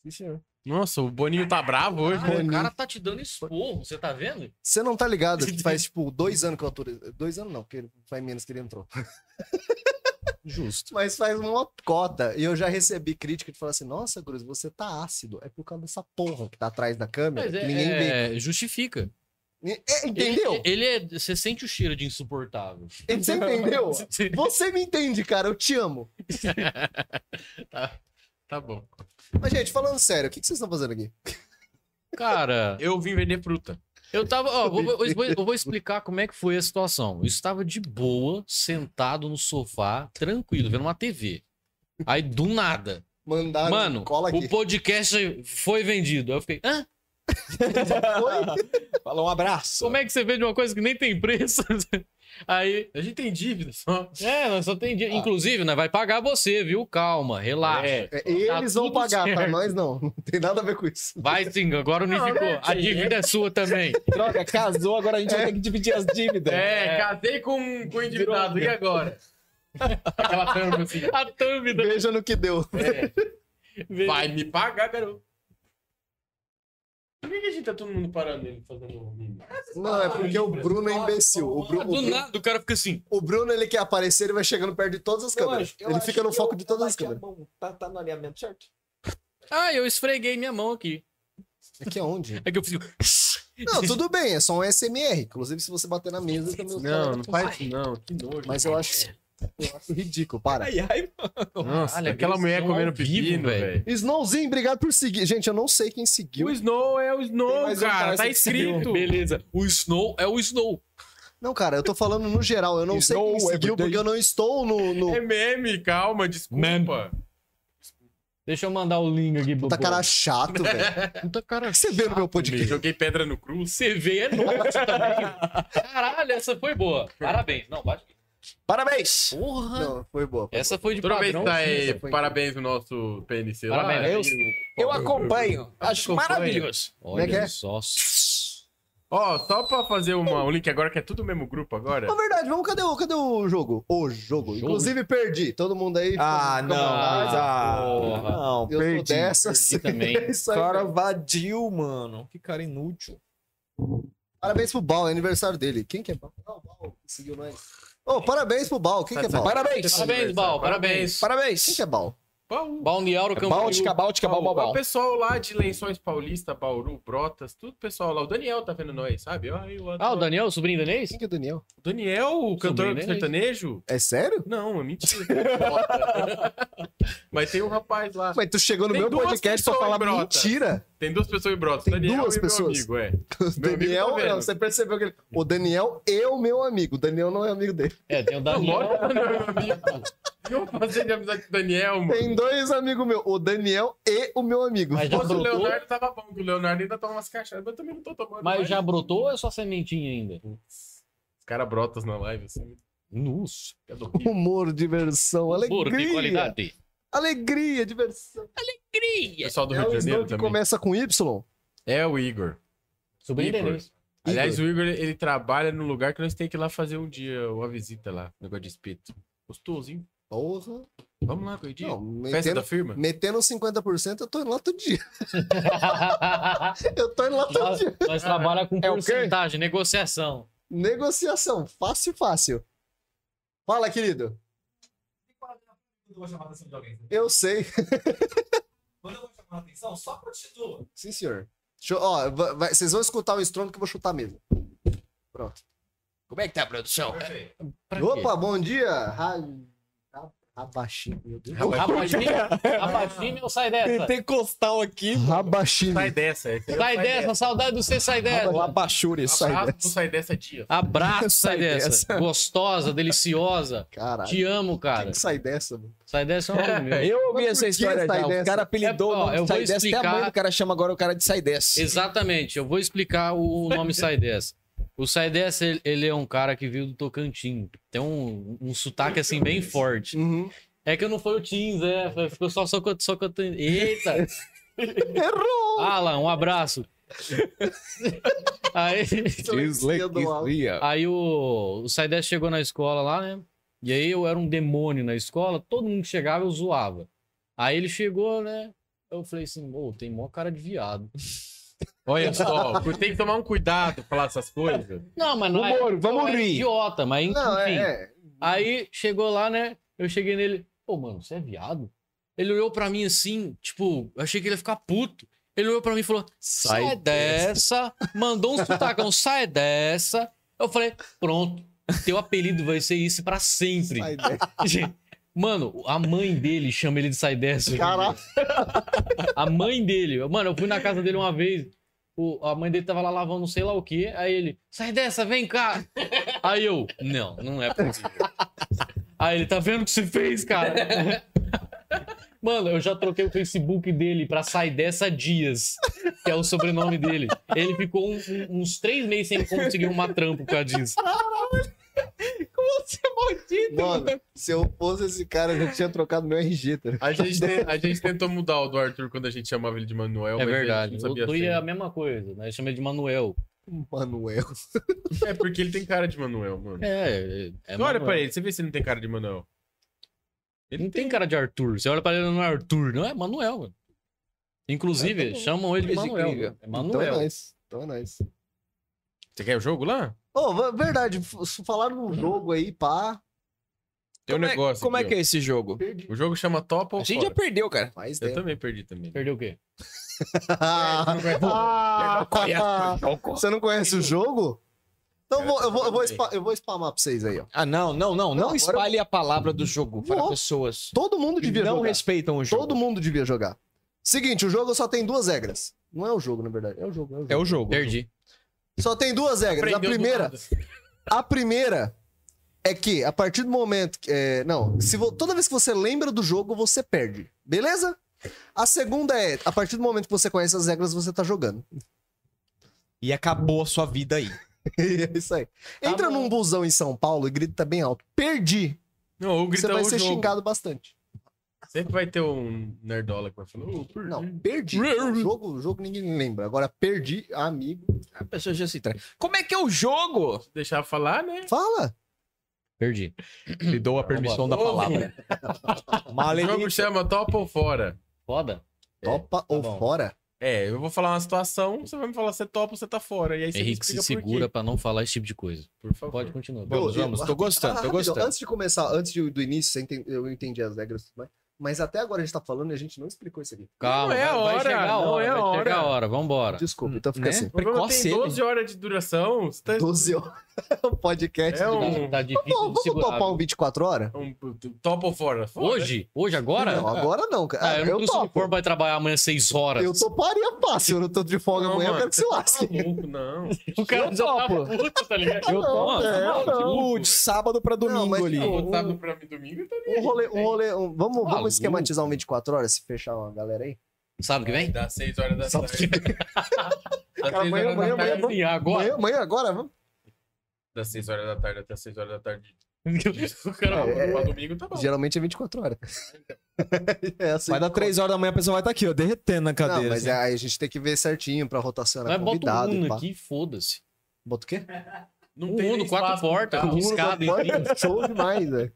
[SPEAKER 1] Sim, senhor.
[SPEAKER 4] Nossa, o Boninho tá bravo hoje.
[SPEAKER 2] Cara,
[SPEAKER 4] né?
[SPEAKER 2] o cara tá te dando esporro, você tá vendo?
[SPEAKER 3] Você não tá ligado que
[SPEAKER 4] [LAUGHS]
[SPEAKER 3] faz, tipo, dois anos que eu autorizei. Dois anos não, porque faz menos que ele
[SPEAKER 4] [LAUGHS]
[SPEAKER 3] entrou.
[SPEAKER 1] Justo.
[SPEAKER 3] Mas faz uma cota. E eu já recebi crítica de falar assim: nossa, Cruz, você tá ácido. É por causa dessa porra que tá atrás da câmera,
[SPEAKER 2] Mas
[SPEAKER 3] que
[SPEAKER 2] é,
[SPEAKER 3] ninguém vê.
[SPEAKER 2] é, justifica.
[SPEAKER 3] É, entendeu?
[SPEAKER 2] Ele, ele é, você sente o cheiro de insuportável.
[SPEAKER 3] Você
[SPEAKER 2] [LAUGHS]
[SPEAKER 3] entendeu? Você me entende, cara. Eu te amo.
[SPEAKER 4] Tá bom.
[SPEAKER 3] Mas, gente, falando sério, o que que vocês estão fazendo aqui?
[SPEAKER 2] Cara,
[SPEAKER 4] Eu vim vender fruta.
[SPEAKER 2] eu tava. Ó, vou, vou- vou- eu vou explicar como é que foi a situação. Eu estava de boa, sentado no sofá, tranquilo, vendo uma TV. Aí, do nada,
[SPEAKER 3] Mandaram
[SPEAKER 2] Mano,
[SPEAKER 3] Ah, cola aqui.
[SPEAKER 2] o podcast foi vendido. Aí eu fiquei, hã?
[SPEAKER 3] Foi?
[SPEAKER 1] Falou um abraço.
[SPEAKER 2] Como é que você vende uma coisa que nem tem preço? [LAUGHS] Aí,
[SPEAKER 4] A gente tem dívida só.
[SPEAKER 2] é, nós só tem dinheiro. Inclusive, nós vai pagar você, viu? Calma, relaxa.
[SPEAKER 4] É.
[SPEAKER 3] É, Eles vão
[SPEAKER 2] tudo
[SPEAKER 3] pagar, tá?
[SPEAKER 2] certo.
[SPEAKER 3] Nós não. [LAUGHS] Não tem nada a ver com isso.
[SPEAKER 2] Vai, Zinga, agora unificou.
[SPEAKER 4] né,
[SPEAKER 2] A
[SPEAKER 4] gente?
[SPEAKER 2] dívida é sua também.
[SPEAKER 1] Droga, casou, agora a gente vai ter que dividir as dívidas.
[SPEAKER 4] É, um casei com, com o endividado. E agora? Aquela tampa assim.
[SPEAKER 2] A thumb da...
[SPEAKER 3] Veja no que deu.
[SPEAKER 4] Vai me pagar, garoto. Por que, que a gente tá todo mundo parando ele fazendo um meme?
[SPEAKER 3] Não, é porque o Bruno é imbecil. O, Bru- o
[SPEAKER 2] Do
[SPEAKER 3] Bru-
[SPEAKER 2] nada, o cara fica assim.
[SPEAKER 3] o Bruno, ele quer aparecer, ele vai chegando perto de todas as câmeras. Ele fica no foco de todas
[SPEAKER 2] é
[SPEAKER 3] as câmeras.
[SPEAKER 1] Tá, tá no alinhamento certo?
[SPEAKER 2] Ah, eu esfreguei minha mão aqui.
[SPEAKER 3] Aqui aonde?
[SPEAKER 2] É que eu fiz...
[SPEAKER 3] Não,
[SPEAKER 2] [LAUGHS]
[SPEAKER 3] tudo bem, é só um SMR. Inclusive, se você bater na mesa, também o cara-
[SPEAKER 4] Não, não faz isso não. Que nojo.
[SPEAKER 3] Mas eu acho, eu acho ridículo, para.
[SPEAKER 1] Ai, ai,
[SPEAKER 4] Nossa,
[SPEAKER 2] Caralho,
[SPEAKER 4] aquela mulher
[SPEAKER 2] agressão
[SPEAKER 4] comendo
[SPEAKER 2] ao vivo,
[SPEAKER 4] pepino,
[SPEAKER 2] velho.
[SPEAKER 4] velho.
[SPEAKER 3] Snowzinho, obrigado por seguir. Gente, eu não sei quem seguiu.
[SPEAKER 4] O Snow é o
[SPEAKER 1] Tem
[SPEAKER 4] Snow,
[SPEAKER 1] mais um
[SPEAKER 4] cara.
[SPEAKER 1] parça
[SPEAKER 4] Tá
[SPEAKER 1] que seguiu.
[SPEAKER 4] escrito.
[SPEAKER 2] Beleza, o Snow é o Snow.
[SPEAKER 3] Não, cara, eu tô falando no geral. Eu não sei quem
[SPEAKER 1] Snow é
[SPEAKER 3] seguiu,
[SPEAKER 1] verdade.
[SPEAKER 3] porque eu não estou no. no...
[SPEAKER 4] É meme, calma, desculpa.
[SPEAKER 2] Deixa eu mandar o link aqui.
[SPEAKER 3] Puta
[SPEAKER 2] Bobo.
[SPEAKER 3] cara chato, velho.
[SPEAKER 2] Puta cara.
[SPEAKER 3] O que você vê no meu
[SPEAKER 4] Eu
[SPEAKER 3] podcast?
[SPEAKER 4] joguei pedra no cruz.
[SPEAKER 2] CV é nosso também. Caralho, essa foi boa. Parabéns. Não, bate aqui.
[SPEAKER 1] Parabéns!
[SPEAKER 2] Porra!
[SPEAKER 3] Não, foi boa. foi
[SPEAKER 2] Essa foi de
[SPEAKER 4] Toda vez
[SPEAKER 2] padrão.
[SPEAKER 4] que tá aí,
[SPEAKER 3] essa foi-
[SPEAKER 4] parabéns no nosso PNC lá.
[SPEAKER 2] Parabéns.
[SPEAKER 4] aí o-
[SPEAKER 1] Eu acompanho. Acho maravilhoso.
[SPEAKER 2] Olha
[SPEAKER 3] Como é que é?
[SPEAKER 2] só.
[SPEAKER 4] Ó, só pra fazer uma- um link agora, que é tudo o mesmo grupo agora.
[SPEAKER 3] Na verdade, vamos, cadê o, cadê o jogo? O jogo.
[SPEAKER 2] Jogo?
[SPEAKER 3] Inclusive, perdi. Todo mundo aí.
[SPEAKER 1] Ah, não.
[SPEAKER 2] mas-
[SPEAKER 1] ah,
[SPEAKER 2] porra.
[SPEAKER 1] Não,
[SPEAKER 3] Eu
[SPEAKER 1] perdi.
[SPEAKER 3] sou dessas.
[SPEAKER 2] perdi também.
[SPEAKER 3] É [LAUGHS] isso aí,
[SPEAKER 1] Cara
[SPEAKER 3] velho.
[SPEAKER 1] vadio, mano. né? Que cara inútil.
[SPEAKER 3] Parabéns pro Bal, é aniversário dele. Quem que é Bal? Ah, o Bal seguiu nós. Ô, parabéns pro Bal. Quem que é Bal?
[SPEAKER 1] Parabéns!
[SPEAKER 2] Parabéns, Bal, parabéns.
[SPEAKER 3] Quem
[SPEAKER 1] Parabéns!
[SPEAKER 3] que é Bal?
[SPEAKER 4] Baú.
[SPEAKER 2] Balneário Camboriú.
[SPEAKER 1] Báltica, Báltica,
[SPEAKER 3] é
[SPEAKER 1] Bal, Bal,
[SPEAKER 4] O
[SPEAKER 1] Bal.
[SPEAKER 4] pessoal lá de Lençóis Paulista, Bauru, Brotas, tudo pessoal lá. O Daniel tá vendo nós, sabe? Ai, eu
[SPEAKER 2] Ah, o
[SPEAKER 4] adoro.
[SPEAKER 2] Daniel, o sobrinho do Inês?
[SPEAKER 3] Quem que é Daniel?
[SPEAKER 4] o Daniel, o cantor
[SPEAKER 2] Sobrinho, né?
[SPEAKER 4] sertanejo?
[SPEAKER 3] É sério? [LAUGHS]
[SPEAKER 4] Não, é mentira. Mas tem um rapaz lá.
[SPEAKER 3] Mas tu chegou no
[SPEAKER 4] Tem
[SPEAKER 3] meu
[SPEAKER 4] duas
[SPEAKER 3] podcast pra
[SPEAKER 4] pessoas,
[SPEAKER 3] falar
[SPEAKER 4] Brota.
[SPEAKER 3] mentira.
[SPEAKER 4] Tem duas pessoas em Brotas.
[SPEAKER 3] Tem
[SPEAKER 4] Daniel
[SPEAKER 3] duas
[SPEAKER 4] e
[SPEAKER 3] pessoas.
[SPEAKER 4] meu amigo, é.
[SPEAKER 3] [LAUGHS] O
[SPEAKER 4] Meu amigo
[SPEAKER 3] Daniel,
[SPEAKER 4] tá vendo.
[SPEAKER 3] não, você percebeu que ele... O Daniel e o meu amigo. O Daniel não é amigo dele.
[SPEAKER 2] É, [LAUGHS] tem o
[SPEAKER 4] Não,
[SPEAKER 2] Daniel.
[SPEAKER 4] lógico que não é meu
[SPEAKER 2] [LAUGHS]
[SPEAKER 4] amigo. Eu fazer de amizade com o Daniel, mano.
[SPEAKER 3] Tem dois amigos meus. O Daniel e o meu amigo.
[SPEAKER 2] Mas
[SPEAKER 4] Se
[SPEAKER 2] já
[SPEAKER 4] fosse o
[SPEAKER 2] brotou?
[SPEAKER 4] Leonardo tava bom, que o Leonardo ainda toma umas cachaças, mas eu também não tô tomando.
[SPEAKER 2] Mas
[SPEAKER 4] mais.
[SPEAKER 2] já brotou ou é só sementinha ainda?
[SPEAKER 4] Os caras brotas na live, assim.
[SPEAKER 2] Nossa.
[SPEAKER 4] É do
[SPEAKER 3] [LAUGHS]
[SPEAKER 4] Rio.
[SPEAKER 3] Humor, diversão,
[SPEAKER 2] Ouro de
[SPEAKER 3] alegria.
[SPEAKER 2] qualidade.
[SPEAKER 3] Alegria, diversão.
[SPEAKER 4] O pessoal do
[SPEAKER 3] É
[SPEAKER 4] Rio
[SPEAKER 3] o
[SPEAKER 4] de Janeiro
[SPEAKER 3] Snow que
[SPEAKER 4] também.
[SPEAKER 3] começa com Y?
[SPEAKER 4] É o Igor.
[SPEAKER 2] Sobrinho do [LAUGHS]
[SPEAKER 4] Igor.
[SPEAKER 2] Inês.
[SPEAKER 4] Aliás, o Igor, ele trabalha num lugar que nós temos que ir lá fazer um dia, uma visita lá, negócio de espeto. Gostoso, hein?
[SPEAKER 3] Porra.
[SPEAKER 4] Vamos lá, Coidinho.
[SPEAKER 3] Não,
[SPEAKER 4] Festa
[SPEAKER 3] metendo,
[SPEAKER 4] da firma?
[SPEAKER 3] metendo 50%, eu tô indo lá todo dia. [LAUGHS] Eu tô indo lá todo
[SPEAKER 2] Nós,
[SPEAKER 3] dia.
[SPEAKER 2] nós trabalha com
[SPEAKER 1] É o quê?
[SPEAKER 2] porcentagem, negociação.
[SPEAKER 3] Negociação, fácil, fácil. Fala, querido.
[SPEAKER 5] quando eu vou chamar a atenção de alguém. né?
[SPEAKER 3] Eu sei. [LAUGHS]
[SPEAKER 5] Quando eu vou chamar a atenção, só continua.
[SPEAKER 3] Sim, senhor. Deixa eu- ó, va- vai- vocês vão escutar o estrondo que eu vou chutar mesmo.
[SPEAKER 1] Como é que tá a produção?
[SPEAKER 2] Pra quê?
[SPEAKER 3] Opa, bom dia. Ra... Ra- Rabachim, meu Deus.
[SPEAKER 4] É [LAUGHS]
[SPEAKER 2] Rapazinho, rapazinho, eu sai dessa.
[SPEAKER 1] Tentei encostar aqui.
[SPEAKER 3] Rabachim.
[SPEAKER 4] Sai dessa. é.
[SPEAKER 2] Sai dessa, saudade do você, sai
[SPEAKER 1] O
[SPEAKER 2] dessa.
[SPEAKER 1] Abachure, sai
[SPEAKER 4] Abraço
[SPEAKER 1] dessa.
[SPEAKER 4] pro sai dessa dia.
[SPEAKER 2] Abraço, sai
[SPEAKER 1] Sai
[SPEAKER 2] dessa.
[SPEAKER 1] dessa.
[SPEAKER 2] Gostosa, deliciosa.
[SPEAKER 3] Caralho.
[SPEAKER 2] Te amo, cara.
[SPEAKER 3] Quem sai dessa, mano?
[SPEAKER 2] Sai dessa é
[SPEAKER 1] [LAUGHS]
[SPEAKER 2] um amigo meu.
[SPEAKER 1] Eu ouvi
[SPEAKER 3] Mas
[SPEAKER 1] essa
[SPEAKER 3] por que
[SPEAKER 1] história
[SPEAKER 3] sai
[SPEAKER 1] já.
[SPEAKER 3] dessa?
[SPEAKER 1] O cara apelidou
[SPEAKER 2] É,
[SPEAKER 1] o
[SPEAKER 2] ó,
[SPEAKER 1] nome
[SPEAKER 2] eu
[SPEAKER 1] de
[SPEAKER 2] vou
[SPEAKER 1] sai dessa. Até a mãe
[SPEAKER 2] explicar-
[SPEAKER 1] do cara chama agora o cara de sai dessa.
[SPEAKER 2] Exatamente, eu vou explicar o nome Sai dessa. O Sai dessa, ele- ele é um cara que veio do Tocantins. Tem um, um sotaque assim bem forte.
[SPEAKER 3] Uhum.
[SPEAKER 2] É que eu não foi o Teams, é. foi- Ficou só só cantando. Só, cantando. Eita!
[SPEAKER 3] [LAUGHS]
[SPEAKER 2] Errou! Alan, um abraço. aí aí o, o Saidés chegou na escola lá, né? E aí eu era um demônio na escola, todo mundo que chegava eu zoava. Aí ele chegou, né? Eu falei assim, ô, tem mó cara de viado.
[SPEAKER 4] Olha só, [LAUGHS] tem que tomar um cuidado pra falar essas coisas.
[SPEAKER 2] Não, mas não é.
[SPEAKER 3] Humor,
[SPEAKER 2] eu
[SPEAKER 3] vamos
[SPEAKER 2] era
[SPEAKER 3] rir.
[SPEAKER 2] idiota, mas enfim.
[SPEAKER 3] Não, é, é.
[SPEAKER 2] Aí chegou lá, né? Eu cheguei nele, pô, mano, você é viado? Ele olhou pra mim assim, tipo, eu achei que ele ia ficar puto. Ele olhou pra mim e falou: sai,
[SPEAKER 1] Sai
[SPEAKER 2] dessa. Mandou um sotacão, sai dessa. Eu falei: pronto, teu apelido vai ser isso pra sempre.
[SPEAKER 3] Sai dessa.
[SPEAKER 2] Mano, a mãe dele chama ele de sai dessa.
[SPEAKER 3] Caralho.
[SPEAKER 2] A mãe dele. Mano, eu fui na casa dele uma vez. o- a mãe dele tava lá lavando sei lá o que. Aí ele, sai dessa, vem cá. Aí eu, não, não é possível. Aí ele, tá vendo o que você fez, cara? Mano, eu já troquei o Facebook dele pra Sai Dessa Dias, que é o sobrenome dele. Ele ficou um- um- uns três meses sem conseguir arrumar trampo por causa disso.
[SPEAKER 3] Mano, se eu fosse esse cara, eu já tinha trocado meu RG, tá ligado?
[SPEAKER 4] A gente, ten- a gente tentou mudar o do Arthur quando a gente chamava ele de Manuel,
[SPEAKER 2] É
[SPEAKER 4] mas
[SPEAKER 2] verdade.
[SPEAKER 4] a gente não
[SPEAKER 2] O
[SPEAKER 4] sabia
[SPEAKER 2] Tui é a
[SPEAKER 4] assim.
[SPEAKER 2] mesma coisa, né? Eu chamei de Manuel.
[SPEAKER 3] Manuel.
[SPEAKER 4] É porque ele tem cara de Manuel, mano.
[SPEAKER 2] É, é, é
[SPEAKER 4] Tu olha
[SPEAKER 2] Manuel.
[SPEAKER 4] pra ele, você vê se ele não tem cara de Manuel.
[SPEAKER 2] Ele não tem cara de Arthur. Você olha pra ele, não é Arthur, não é Manuel. mano. Inclusive,
[SPEAKER 4] tá
[SPEAKER 2] chamam ele de
[SPEAKER 1] Coisa
[SPEAKER 2] Manuel.
[SPEAKER 1] incrível.
[SPEAKER 2] mano. É
[SPEAKER 3] Então é
[SPEAKER 2] Manuel.
[SPEAKER 3] nóis. Então é nóis.
[SPEAKER 4] Você quer o jogo lá?
[SPEAKER 3] Ô, va- verdade, f- falaram um jogo aí, pá.
[SPEAKER 4] Tem um
[SPEAKER 1] Como é-
[SPEAKER 4] negócio.
[SPEAKER 1] Como é
[SPEAKER 4] aqui,
[SPEAKER 1] que é esse jogo?
[SPEAKER 4] ó. um O jogo chama Top
[SPEAKER 1] A
[SPEAKER 4] ou
[SPEAKER 1] gente já
[SPEAKER 4] Fora.
[SPEAKER 1] perdeu, cara.
[SPEAKER 3] Faz
[SPEAKER 4] Eu
[SPEAKER 3] tempo.
[SPEAKER 4] também perdi também.
[SPEAKER 2] Perdeu o quê?
[SPEAKER 3] [LAUGHS] Ah,
[SPEAKER 1] Ah,
[SPEAKER 3] você não conhece o jogo? Então eu vou, eu, vou, eu, vou
[SPEAKER 4] Perdeu.
[SPEAKER 3] spa- eu vou spamar pra vocês aí, ó.
[SPEAKER 1] Ah, não, não, não. Não
[SPEAKER 3] Agora-
[SPEAKER 1] espalhe a palavra do jogo para
[SPEAKER 3] Nossa.
[SPEAKER 1] pessoas
[SPEAKER 3] Todo mundo
[SPEAKER 1] que
[SPEAKER 3] devia
[SPEAKER 1] não
[SPEAKER 3] jogar.
[SPEAKER 1] respeitam o jogo.
[SPEAKER 3] Todo mundo devia jogar. Seguinte, o jogo só tem duas regras. Não é o jogo, na verdade. É o jogo, é o jogo.
[SPEAKER 1] É o jogo.
[SPEAKER 2] Perdi.
[SPEAKER 3] Só tem duas regras. A
[SPEAKER 4] Prendeu do
[SPEAKER 3] primeira,
[SPEAKER 4] nada.
[SPEAKER 3] a primeira é que a partir do momento. que- é, não, se vo- toda vez que você lembra do jogo, você perde. Beleza? A segunda é, a [LAUGHS] partir do momento que você conhece as regras, você tá jogando.
[SPEAKER 1] E acabou a sua vida aí.
[SPEAKER 3] é isso aí.
[SPEAKER 2] Tá
[SPEAKER 3] Entra
[SPEAKER 2] bom.
[SPEAKER 3] num busão em São Paulo e grita bem alto. Perdi.
[SPEAKER 4] Não, ou
[SPEAKER 3] Você
[SPEAKER 4] grita
[SPEAKER 3] vai
[SPEAKER 4] o
[SPEAKER 3] ser
[SPEAKER 4] jogo.
[SPEAKER 3] xingado bastante.
[SPEAKER 4] Sempre vai ter um nerdola que vai falar. "Ô, perdi."
[SPEAKER 3] Não, perdi. O jogo, o jogo ninguém lembra. Agora, perdi, amigo.
[SPEAKER 1] A pessoa já se traz. Como é que é o jogo?
[SPEAKER 4] Deixar falar, né?
[SPEAKER 3] Fala.
[SPEAKER 2] Perdi.
[SPEAKER 4] Lhe dou a
[SPEAKER 2] permissão
[SPEAKER 4] da
[SPEAKER 2] palavra.
[SPEAKER 4] O jogo
[SPEAKER 1] Maledito.
[SPEAKER 4] chama Topa ou Fora.
[SPEAKER 2] Foda.
[SPEAKER 4] tá
[SPEAKER 3] Topa ou
[SPEAKER 2] bom.
[SPEAKER 3] fora.
[SPEAKER 4] É, eu vou falar uma situação, você vai me falar se é topa ou você tá fora. E aí você me
[SPEAKER 2] Henrique se
[SPEAKER 4] explica por quê,
[SPEAKER 2] segura pra não falar esse tipo de coisa.
[SPEAKER 4] Por favor.
[SPEAKER 2] Pode continuar.
[SPEAKER 1] Vamos,
[SPEAKER 3] Eu- eu-
[SPEAKER 1] vamos. Tô gostando, tô
[SPEAKER 3] rapidão,
[SPEAKER 1] gostando.
[SPEAKER 3] Antes de começar, antes de- do início, você enten- eu entendi as regras. Mas, mas até agora a gente tá falando e a gente não explicou isso aqui.
[SPEAKER 2] Calma,
[SPEAKER 4] Não é
[SPEAKER 2] vai- vai,
[SPEAKER 4] hora,
[SPEAKER 2] chegar a
[SPEAKER 4] não
[SPEAKER 2] hora,
[SPEAKER 4] é
[SPEAKER 2] vai
[SPEAKER 4] hora.
[SPEAKER 2] chegar a hora, vambora. Tá,
[SPEAKER 3] Desculpa, então fica
[SPEAKER 1] Né?
[SPEAKER 3] assim.
[SPEAKER 4] O problema é que
[SPEAKER 1] Precoce
[SPEAKER 4] tem
[SPEAKER 1] ele.
[SPEAKER 4] 12 horas de duração, você tá...
[SPEAKER 3] 12 horas. [LAUGHS] um podcast.
[SPEAKER 4] É
[SPEAKER 3] de-
[SPEAKER 4] um-
[SPEAKER 2] Tá difícil
[SPEAKER 3] Bom,
[SPEAKER 2] de
[SPEAKER 3] vamos
[SPEAKER 2] segurar.
[SPEAKER 3] topar um 24 horas?
[SPEAKER 4] Um, topa ou fora? Fora. Tá
[SPEAKER 2] Hoje? Hoje, agora?
[SPEAKER 3] Não, agora não, cara.
[SPEAKER 2] Ah, eu
[SPEAKER 3] eu,
[SPEAKER 2] não sei se o
[SPEAKER 3] topo.
[SPEAKER 2] corpo vai trabalhar amanhã às 6 horas.
[SPEAKER 3] Eu toparia fácil. Eu não tô de folga
[SPEAKER 4] Não,
[SPEAKER 3] amanhã, eu
[SPEAKER 4] mano,
[SPEAKER 3] quero que
[SPEAKER 4] você
[SPEAKER 3] se
[SPEAKER 4] tá
[SPEAKER 3] lasque. [LAUGHS]
[SPEAKER 4] maluco, não.
[SPEAKER 2] O cara
[SPEAKER 1] Eu
[SPEAKER 2] já tá
[SPEAKER 1] topo.
[SPEAKER 2] puto, tá ligado?
[SPEAKER 1] Eu topo.
[SPEAKER 3] É,
[SPEAKER 1] Tipo, de sábado pra domingo
[SPEAKER 3] mas,
[SPEAKER 1] ali.
[SPEAKER 3] pô,
[SPEAKER 4] Não, sábado pra mim domingo, tá
[SPEAKER 3] Um rolê, um rolê. um- vamos,
[SPEAKER 2] Maluco.
[SPEAKER 3] vamos esquematizar um 24 horas, se fechar uma galera aí?
[SPEAKER 2] Sabe que vem?
[SPEAKER 4] Dá 6 horas da
[SPEAKER 3] Sábado
[SPEAKER 4] tarde. [LAUGHS] Dá
[SPEAKER 3] Cara,
[SPEAKER 4] 6
[SPEAKER 3] amanhã,
[SPEAKER 4] horas da
[SPEAKER 3] amanhã,
[SPEAKER 4] tarde.
[SPEAKER 3] amanhã,
[SPEAKER 2] Sim, agora.
[SPEAKER 3] Amanhã, amanhã agora? Vamos.
[SPEAKER 4] Das 6 horas da tarde até 6 horas da tarde.
[SPEAKER 2] O cara
[SPEAKER 4] Pra,
[SPEAKER 3] É.
[SPEAKER 4] pra domingo tá bom.
[SPEAKER 3] Geralmente é 24 horas. [LAUGHS] é assim.
[SPEAKER 1] Vai dar três horas da manhã, a pessoa vai estar aqui, ó, derretendo na
[SPEAKER 3] Não,
[SPEAKER 1] cadeira.
[SPEAKER 3] mas
[SPEAKER 1] assim.
[SPEAKER 3] aí a gente tem que ver certinho pra rotacionar
[SPEAKER 2] [LAUGHS] vai bota
[SPEAKER 3] convidado.
[SPEAKER 2] um
[SPEAKER 3] e
[SPEAKER 2] Uno
[SPEAKER 3] pá.
[SPEAKER 2] aqui, foda-se.
[SPEAKER 3] Bota o quê?
[SPEAKER 4] Não
[SPEAKER 2] Um Uno,
[SPEAKER 4] nem
[SPEAKER 2] quatro
[SPEAKER 4] espaço
[SPEAKER 2] portas,
[SPEAKER 1] tá?
[SPEAKER 4] pra
[SPEAKER 2] com
[SPEAKER 4] mudar.
[SPEAKER 3] Uno
[SPEAKER 2] piscada
[SPEAKER 3] da
[SPEAKER 2] em
[SPEAKER 3] porta, Show demais, velho.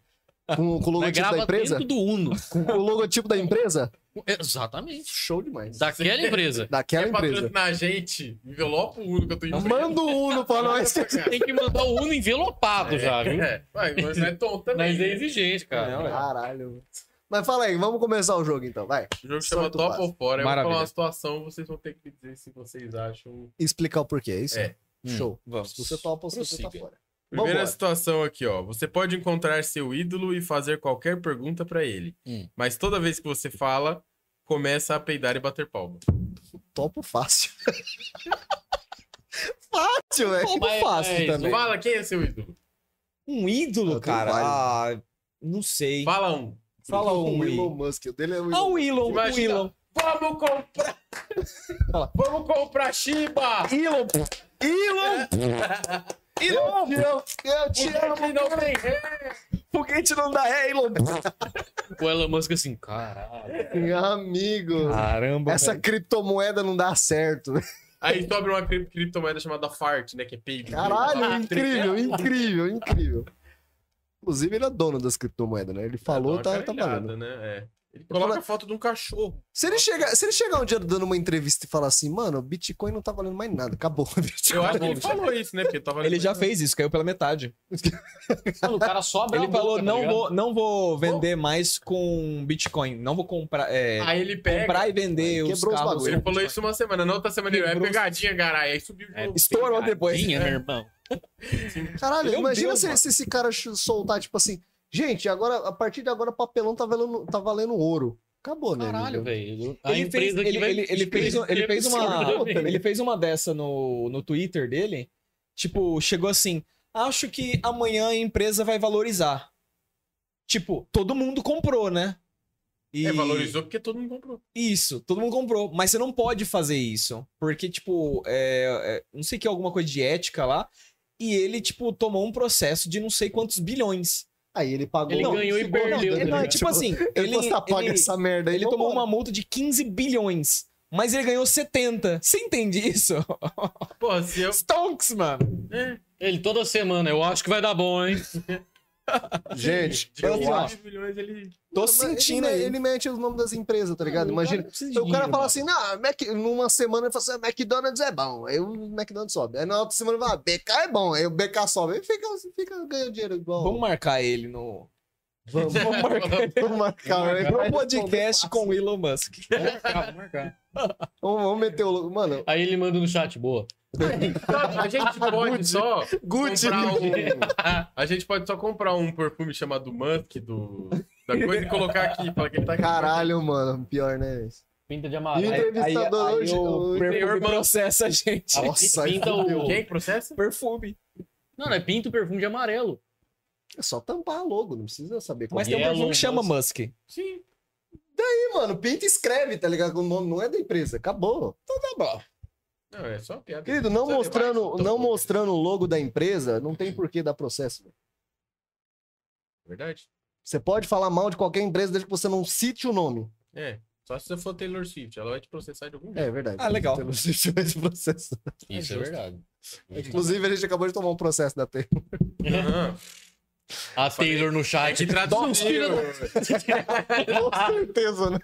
[SPEAKER 3] Com, com o
[SPEAKER 2] Mas
[SPEAKER 3] logotipo da
[SPEAKER 2] grava
[SPEAKER 3] empresa?
[SPEAKER 2] dentro do Uno.
[SPEAKER 3] Com o logotipo da empresa?
[SPEAKER 2] Exatamente.
[SPEAKER 3] Show demais.
[SPEAKER 2] Daquela empresa.
[SPEAKER 3] Daquela
[SPEAKER 4] Quer
[SPEAKER 3] empresa.
[SPEAKER 4] patrocinar a gente? Envelopa o Uno que eu tô indo.
[SPEAKER 3] Manda o Uno pra nós.
[SPEAKER 4] Pra cá.
[SPEAKER 2] Tem que mandar o Uno envelopado é já, viu?
[SPEAKER 4] É, vai, mas
[SPEAKER 2] [LAUGHS]
[SPEAKER 4] não é tonto também.
[SPEAKER 2] Mas é exigente, cara.
[SPEAKER 1] é.
[SPEAKER 3] Caralho. velho. Mas fala aí, vamos começar o jogo então, vai.
[SPEAKER 4] O jogo
[SPEAKER 3] Só
[SPEAKER 4] chama
[SPEAKER 3] tu
[SPEAKER 4] Top
[SPEAKER 3] passa.
[SPEAKER 4] ou Fora. Eu
[SPEAKER 1] Maravilha.
[SPEAKER 4] vou falar uma situação, vocês vão ter que dizer se vocês acham.
[SPEAKER 3] Explicar o porquê, é isso?
[SPEAKER 4] É.
[SPEAKER 3] Show.
[SPEAKER 1] Vamos.
[SPEAKER 3] Se você topa, você tá
[SPEAKER 2] Hum. Prossiga.
[SPEAKER 3] fora.
[SPEAKER 4] Primeira
[SPEAKER 3] Vambora.
[SPEAKER 4] situação aqui, ó. Você pode encontrar seu ídolo e fazer qualquer pergunta pra ele.
[SPEAKER 2] Hum.
[SPEAKER 4] Mas toda vez que você fala, começa a peidar e bater palma.
[SPEAKER 3] Topo fácil. [LAUGHS] fácil, velho.
[SPEAKER 2] Mas-
[SPEAKER 3] Topo fácil
[SPEAKER 2] mas isso
[SPEAKER 3] também.
[SPEAKER 4] Fala quem é seu ídolo.
[SPEAKER 1] Um
[SPEAKER 3] Eu
[SPEAKER 1] ídolo,
[SPEAKER 3] tenho
[SPEAKER 1] cara.
[SPEAKER 3] vários.
[SPEAKER 1] Ah, não sei.
[SPEAKER 4] Fala um.
[SPEAKER 1] Fala um.
[SPEAKER 3] O
[SPEAKER 1] aí.
[SPEAKER 3] Elon Musk, o dele é o Elon
[SPEAKER 1] Ah, o Elon, o
[SPEAKER 4] Imagina.
[SPEAKER 1] Elon.
[SPEAKER 4] Vamos comprar!
[SPEAKER 3] Fala.
[SPEAKER 4] Vamos comprar Shiba!
[SPEAKER 3] Elon! Elon! Elon! Eu te amo! Eu te amo!
[SPEAKER 4] Porque não tem ré.
[SPEAKER 1] Foguete não dá ré, Elon.
[SPEAKER 2] O Elon Musk assim, caralho.
[SPEAKER 3] Meu Amigo!
[SPEAKER 1] Caramba.
[SPEAKER 3] Essa criptomoeda não dá certo.
[SPEAKER 4] Aí tu abre uma cri- criptomoeda chamada Fart, né? Que é peido.
[SPEAKER 3] [LAUGHS] Caralho,
[SPEAKER 4] Ah,
[SPEAKER 3] incrível, incrível, incrível. Inclusive, ele é dono das criptomoedas, né? Ele falou,
[SPEAKER 4] dá
[SPEAKER 3] tá,
[SPEAKER 4] uma
[SPEAKER 3] tá
[SPEAKER 4] caralhada,
[SPEAKER 3] valendo.
[SPEAKER 4] Né? É. Ele coloca a foto de um cachorro.
[SPEAKER 3] Se ele, chega, se ele chegar um dia dando uma entrevista e falar assim, mano, Bitcoin não tá valendo mais nada, acabou. [LAUGHS] Bitcoin.
[SPEAKER 4] [LAUGHS] Eu acho que ele falou isso, né? Porque tava
[SPEAKER 1] Ele já fez isso, caiu pela metade.
[SPEAKER 2] Mano, o cara só abre
[SPEAKER 1] Ele
[SPEAKER 2] a
[SPEAKER 1] falou:
[SPEAKER 2] boca, tá
[SPEAKER 1] não,
[SPEAKER 2] ligado?
[SPEAKER 1] vou, não vou vender mais com Bitcoin. Não vou comprar. é,
[SPEAKER 4] Aí ele pega.
[SPEAKER 1] comprar e vender
[SPEAKER 3] Aí
[SPEAKER 1] os
[SPEAKER 3] quebrou os
[SPEAKER 1] carros.
[SPEAKER 3] bagulho.
[SPEAKER 4] Ele falou isso uma semana, na outra semana ele é
[SPEAKER 1] Quebrou-
[SPEAKER 4] pegadinha, caralho. Aí subiu de
[SPEAKER 2] É,
[SPEAKER 4] novo.
[SPEAKER 1] Estourou depois.
[SPEAKER 2] Pegadinha, meu
[SPEAKER 1] [LAUGHS]
[SPEAKER 2] irmão.
[SPEAKER 3] Caralho,
[SPEAKER 1] Meu
[SPEAKER 3] imagina
[SPEAKER 1] Deus,
[SPEAKER 3] se,
[SPEAKER 1] mano.
[SPEAKER 3] se esse cara ch- soltar, tipo assim, gente, agora, a partir de agora, papelão tá valendo, tá valendo ouro. Acabou, né?
[SPEAKER 2] Caralho,
[SPEAKER 3] amigo?
[SPEAKER 2] velho. A
[SPEAKER 1] Ele fez,
[SPEAKER 2] empresa que
[SPEAKER 1] ele,
[SPEAKER 2] vai-
[SPEAKER 1] ele, ele fez, um- ele fez uma,
[SPEAKER 2] [LAUGHS] absurdamente.
[SPEAKER 1] ele fez uma dessa no, no Twitter dele. Tipo, chegou assim: acho que amanhã a empresa vai valorizar. Tipo, todo mundo comprou, né? E
[SPEAKER 4] É, valorizou porque todo mundo comprou.
[SPEAKER 1] Isso, todo mundo comprou. Mas você não pode fazer isso. Porque, tipo, é, é, não sei que é alguma coisa de ética lá. E ele, tipo, tomou um processo de não sei quantos bilhões.
[SPEAKER 3] Aí ele pagou.
[SPEAKER 2] Ele
[SPEAKER 3] Não,
[SPEAKER 2] ganhou e
[SPEAKER 3] segurou, não,
[SPEAKER 2] perdeu,
[SPEAKER 3] ele-
[SPEAKER 2] tá
[SPEAKER 1] Não, é
[SPEAKER 2] ligado?
[SPEAKER 1] tipo assim,
[SPEAKER 3] ele,
[SPEAKER 1] ele,
[SPEAKER 3] ele tá, paga
[SPEAKER 1] ele,
[SPEAKER 3] essa merda aí.
[SPEAKER 1] ele tomou
[SPEAKER 3] vambora.
[SPEAKER 1] uma multa de 15 bilhões, mas ele ganhou 70. Você entende
[SPEAKER 3] [LAUGHS]
[SPEAKER 1] isso?
[SPEAKER 4] Porra, se eu.
[SPEAKER 1] Stonks, mano.
[SPEAKER 2] Ele toda semana, eu acho que vai dar bom, hein?
[SPEAKER 3] Gente,
[SPEAKER 4] de
[SPEAKER 3] eu
[SPEAKER 1] assim,
[SPEAKER 3] acho.
[SPEAKER 1] ó,
[SPEAKER 4] 15 milhões ele.
[SPEAKER 1] Tô
[SPEAKER 3] Mas ele
[SPEAKER 1] sentindo
[SPEAKER 3] me-
[SPEAKER 1] aí.
[SPEAKER 3] Ele mete os nomes das empresas, tá ligado?
[SPEAKER 2] Não, o cara
[SPEAKER 3] Imagina.
[SPEAKER 2] não precisa de
[SPEAKER 3] O cara
[SPEAKER 2] dinheiro,
[SPEAKER 3] fala
[SPEAKER 2] mano.
[SPEAKER 3] assim, não, Mac... numa semana ele fala assim, "Ah, McDonald's é bom. Aí o McDonald's sobe. Aí na outra semana ele fala, BK é bom. Aí o BK sobe. Aí fica, fica ganhando dinheiro igual. [LAUGHS]
[SPEAKER 1] Vamos marcar ele no,
[SPEAKER 3] vamos,
[SPEAKER 1] vamos marcar
[SPEAKER 3] vamos marcar.
[SPEAKER 1] no
[SPEAKER 3] velho. Vai
[SPEAKER 1] podcast
[SPEAKER 3] responder
[SPEAKER 1] com o Elon Musk.
[SPEAKER 3] fácil. Vamos, vamos meter o. logo. Mano,
[SPEAKER 2] Aí ele manda no chat, boa.
[SPEAKER 3] [LAUGHS]
[SPEAKER 4] A gente pode só.
[SPEAKER 3] Gucci.
[SPEAKER 4] comprar um- [LAUGHS] A gente pode só comprar um perfume chamado Musk do. Da coisa e colocar aqui. Falar que ele tá aqui.
[SPEAKER 3] Caralho, mano. Pior, né? isso?
[SPEAKER 2] Pinta de
[SPEAKER 3] E o
[SPEAKER 2] amarelo.
[SPEAKER 3] entrevistador
[SPEAKER 1] aí, aí
[SPEAKER 3] hoje.
[SPEAKER 1] o
[SPEAKER 3] hoje-
[SPEAKER 1] perfume
[SPEAKER 4] Senhor Musk.
[SPEAKER 1] processa a gente.
[SPEAKER 2] Ah,
[SPEAKER 3] Nossa, aí
[SPEAKER 2] pinta
[SPEAKER 3] fudeu.
[SPEAKER 2] o-
[SPEAKER 4] Quem que processa?
[SPEAKER 1] Perfume.
[SPEAKER 2] Não, não é pinta o perfume de amarelo.
[SPEAKER 3] É só tampar logo, não precisa saber qual
[SPEAKER 1] Mas
[SPEAKER 3] é.
[SPEAKER 1] tem um
[SPEAKER 2] Elon
[SPEAKER 1] perfume que chama Musk.
[SPEAKER 4] Sim.
[SPEAKER 3] Ih, mano, pinta e escreve, tá ligado? O nome não é da empresa. Acabou.
[SPEAKER 1] Tá bom.
[SPEAKER 4] Não, é só Tá piada.
[SPEAKER 3] Querido, não
[SPEAKER 4] Você
[SPEAKER 3] mostrando,
[SPEAKER 4] vai-
[SPEAKER 3] não mostrando o logo da empresa, não tem por que dar processo.
[SPEAKER 4] É Verdade?
[SPEAKER 3] Você pode falar mal de qualquer empresa desde que você não cite o nome.
[SPEAKER 4] É. Só se você for Taylor Swift, ela vai te processar de algum jeito.
[SPEAKER 3] É verdade.
[SPEAKER 1] Ah, legal.
[SPEAKER 3] Você não citou esse processo.
[SPEAKER 2] Isso é verdade.
[SPEAKER 3] Inclusive, a gente acabou de tomar um processo da
[SPEAKER 4] [LAUGHS]
[SPEAKER 3] T. É.
[SPEAKER 4] Aham.
[SPEAKER 2] A Taylor no
[SPEAKER 4] A
[SPEAKER 2] chat.
[SPEAKER 4] gente traduziu.
[SPEAKER 3] Com certeza, né?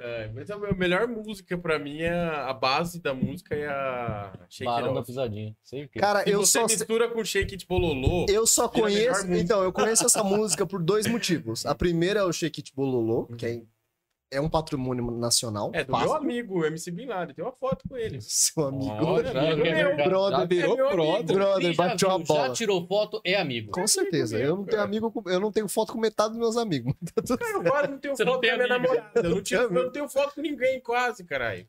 [SPEAKER 4] É, mas a me- melhor música pra mim é a a base da música é a Shake It
[SPEAKER 2] Barão da
[SPEAKER 4] Off.
[SPEAKER 2] pisadinha. Sei o quê.
[SPEAKER 3] Cara,
[SPEAKER 4] Se
[SPEAKER 3] eu
[SPEAKER 4] você
[SPEAKER 3] só,
[SPEAKER 4] mistura com Shake It Bololô,
[SPEAKER 3] eu só
[SPEAKER 4] Vira melhor
[SPEAKER 3] conheço.
[SPEAKER 4] música.
[SPEAKER 3] Então, eu conheço essa música por dois motivos. A primeira é o Shake It Bololô, que é, é um patrimônio nacional.
[SPEAKER 4] é do
[SPEAKER 3] Passa.
[SPEAKER 4] meu amigo, MC Bin Laden. Tem uma foto com ele.
[SPEAKER 3] Seu amigo.
[SPEAKER 2] Ó, já- já-
[SPEAKER 4] Meu
[SPEAKER 2] já-
[SPEAKER 3] brother,
[SPEAKER 2] já-
[SPEAKER 1] Virou
[SPEAKER 4] meu amigo.
[SPEAKER 1] brother.
[SPEAKER 3] Brother,
[SPEAKER 2] Quem já
[SPEAKER 3] bateu a
[SPEAKER 2] viu, Já
[SPEAKER 3] bola.
[SPEAKER 2] tirou foto, é amigo.
[SPEAKER 3] Com certeza. Eu não tenho amigo, com- eu não tenho foto com metade dos meus [LAUGHS] amigos.
[SPEAKER 4] Cara, eu quase não tenho
[SPEAKER 2] Você
[SPEAKER 4] foto
[SPEAKER 2] não tem
[SPEAKER 4] com a minha
[SPEAKER 2] amigo.
[SPEAKER 4] namorada. Eu
[SPEAKER 3] [LAUGHS]
[SPEAKER 4] não,
[SPEAKER 3] Você
[SPEAKER 4] tiro-
[SPEAKER 3] não tem
[SPEAKER 4] eu não tenho foto com ninguém, quase, caralho.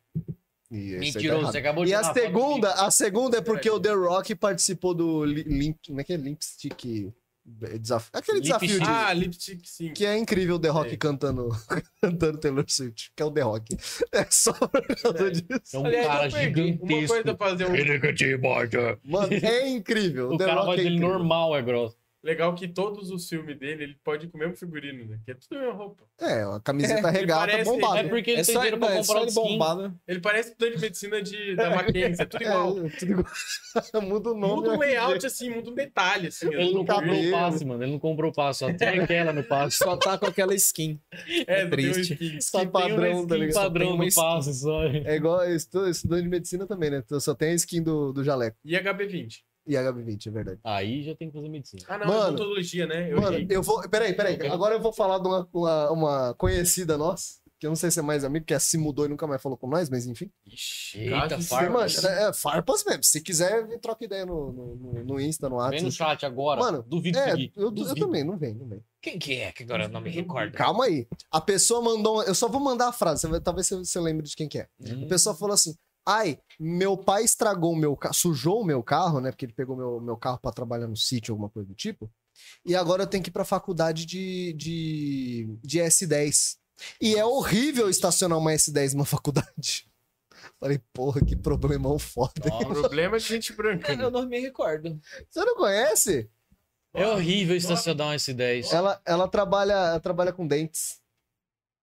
[SPEAKER 3] E esse aí tá
[SPEAKER 2] Mentiroso,
[SPEAKER 3] errado.
[SPEAKER 2] você acabou de
[SPEAKER 3] E a
[SPEAKER 2] tirar uma foto
[SPEAKER 3] segunda, a segunda é porque
[SPEAKER 4] Peraí.
[SPEAKER 3] o The Rock participou do li- Limp, como é que é? Limpstick desafio, aquele desafio
[SPEAKER 2] Lipstick.
[SPEAKER 3] de,
[SPEAKER 4] Ah, Lipstick sim.
[SPEAKER 3] que é incrível o The Rock
[SPEAKER 4] Sei.
[SPEAKER 3] cantando [LAUGHS] cantando Taylor Swift, que é o The Rock. É só [LAUGHS] por causa disso.
[SPEAKER 2] É um
[SPEAKER 4] Aliás, eu
[SPEAKER 2] cara
[SPEAKER 4] perdi. Uma coisa é
[SPEAKER 2] gigantesco.
[SPEAKER 4] fazer um
[SPEAKER 3] Mano, é incrível.
[SPEAKER 2] O
[SPEAKER 3] The
[SPEAKER 2] cara
[SPEAKER 3] Rock
[SPEAKER 2] vai
[SPEAKER 3] é
[SPEAKER 2] dele
[SPEAKER 3] incrível.
[SPEAKER 2] normal, é grosso.
[SPEAKER 4] Legal que todos os filmes dele, ele pode ir com o mesmo figurino, né? Que é tudo a mesma roupa.
[SPEAKER 3] É, a camiseta
[SPEAKER 4] ele
[SPEAKER 3] regata
[SPEAKER 4] parece-
[SPEAKER 3] bombada.
[SPEAKER 2] É porque ele
[SPEAKER 1] É
[SPEAKER 2] tem
[SPEAKER 1] só,
[SPEAKER 2] dinheiro
[SPEAKER 1] não,
[SPEAKER 2] pra
[SPEAKER 1] é
[SPEAKER 2] comprar
[SPEAKER 1] só
[SPEAKER 2] um
[SPEAKER 1] ele
[SPEAKER 2] skin.
[SPEAKER 1] bombar, né?
[SPEAKER 4] Ele parece estudante de medicina
[SPEAKER 3] [LAUGHS]
[SPEAKER 4] de, da Mackenzie, é tudo igual.
[SPEAKER 3] É, [LAUGHS] tudo igual. [LAUGHS] muda o nome.
[SPEAKER 4] Muda
[SPEAKER 3] né?
[SPEAKER 4] um layout assim, muda um detalhe assim.
[SPEAKER 2] Ele não
[SPEAKER 4] Eu nunca vi.
[SPEAKER 2] comprou o
[SPEAKER 3] cabelo.
[SPEAKER 2] passe, mano. Ele não comprou o passe. Só tem aquela no passe.
[SPEAKER 1] Só tá com aquela skin.
[SPEAKER 4] É,
[SPEAKER 1] [LAUGHS] É
[SPEAKER 4] triste.
[SPEAKER 1] triste.
[SPEAKER 2] Só tem
[SPEAKER 3] padrão,
[SPEAKER 2] uma
[SPEAKER 3] tá
[SPEAKER 2] skin
[SPEAKER 3] ligado?
[SPEAKER 1] Só
[SPEAKER 2] padrão
[SPEAKER 1] tem uma
[SPEAKER 2] no
[SPEAKER 1] skin.
[SPEAKER 2] passe, só.
[SPEAKER 3] É igual estu- estudante de medicina também, né? Só tem a skin do, do jaleco
[SPEAKER 4] E HB20.
[SPEAKER 3] e HB20, é verdade.
[SPEAKER 2] Aí já tem que fazer medicina.
[SPEAKER 4] Ah, não,
[SPEAKER 3] Mano.
[SPEAKER 4] é odontologia, né? Eu
[SPEAKER 3] Mano,
[SPEAKER 4] errei.
[SPEAKER 3] eu vou. Peraí, peraí. Agora eu vou falar de uma, uma, uma conhecida nossa, que eu não sei se é mais amigo, que se mudou e nunca mais falou com nós, mas enfim.
[SPEAKER 4] Ixi,
[SPEAKER 2] Eita,
[SPEAKER 4] caso-
[SPEAKER 2] Farpas.
[SPEAKER 3] Mano, é, é, farpas mesmo. Se quiser, me troca ideia no, no, no- no Insta, no
[SPEAKER 2] Vem no
[SPEAKER 3] WhatsApp.
[SPEAKER 2] chat agora.
[SPEAKER 3] Mano,
[SPEAKER 2] duvido
[SPEAKER 3] É,
[SPEAKER 2] seguir.
[SPEAKER 3] eu, eu
[SPEAKER 2] Duvido.
[SPEAKER 3] também, não vem, não vem.
[SPEAKER 2] Quem que é que agora eu não me recordo?
[SPEAKER 3] Calma aí. A pessoa mandou. uma- Eu só vou mandar a frase, você vai- talvez você, você lembre de quem que é.
[SPEAKER 2] Hum.
[SPEAKER 3] A pessoa falou assim: ai, meu pai estragou o meu carro, sujou o meu carro, né? Porque ele pegou meu, meu carro pra trabalhar no sítio, alguma coisa do tipo. E agora eu tenho que ir pra faculdade de, de, de S10. E é horrível estacionar uma S10 numa [LAUGHS] faculdade. Falei, porra, que problemão foda.
[SPEAKER 4] O problema é de gente branca.
[SPEAKER 3] [LAUGHS]
[SPEAKER 4] né?
[SPEAKER 1] Eu não me recordo.
[SPEAKER 3] Você não conhece?
[SPEAKER 2] É horrível estacionar um S10.
[SPEAKER 3] Ela, ela trabalha ela trabalha com dentes.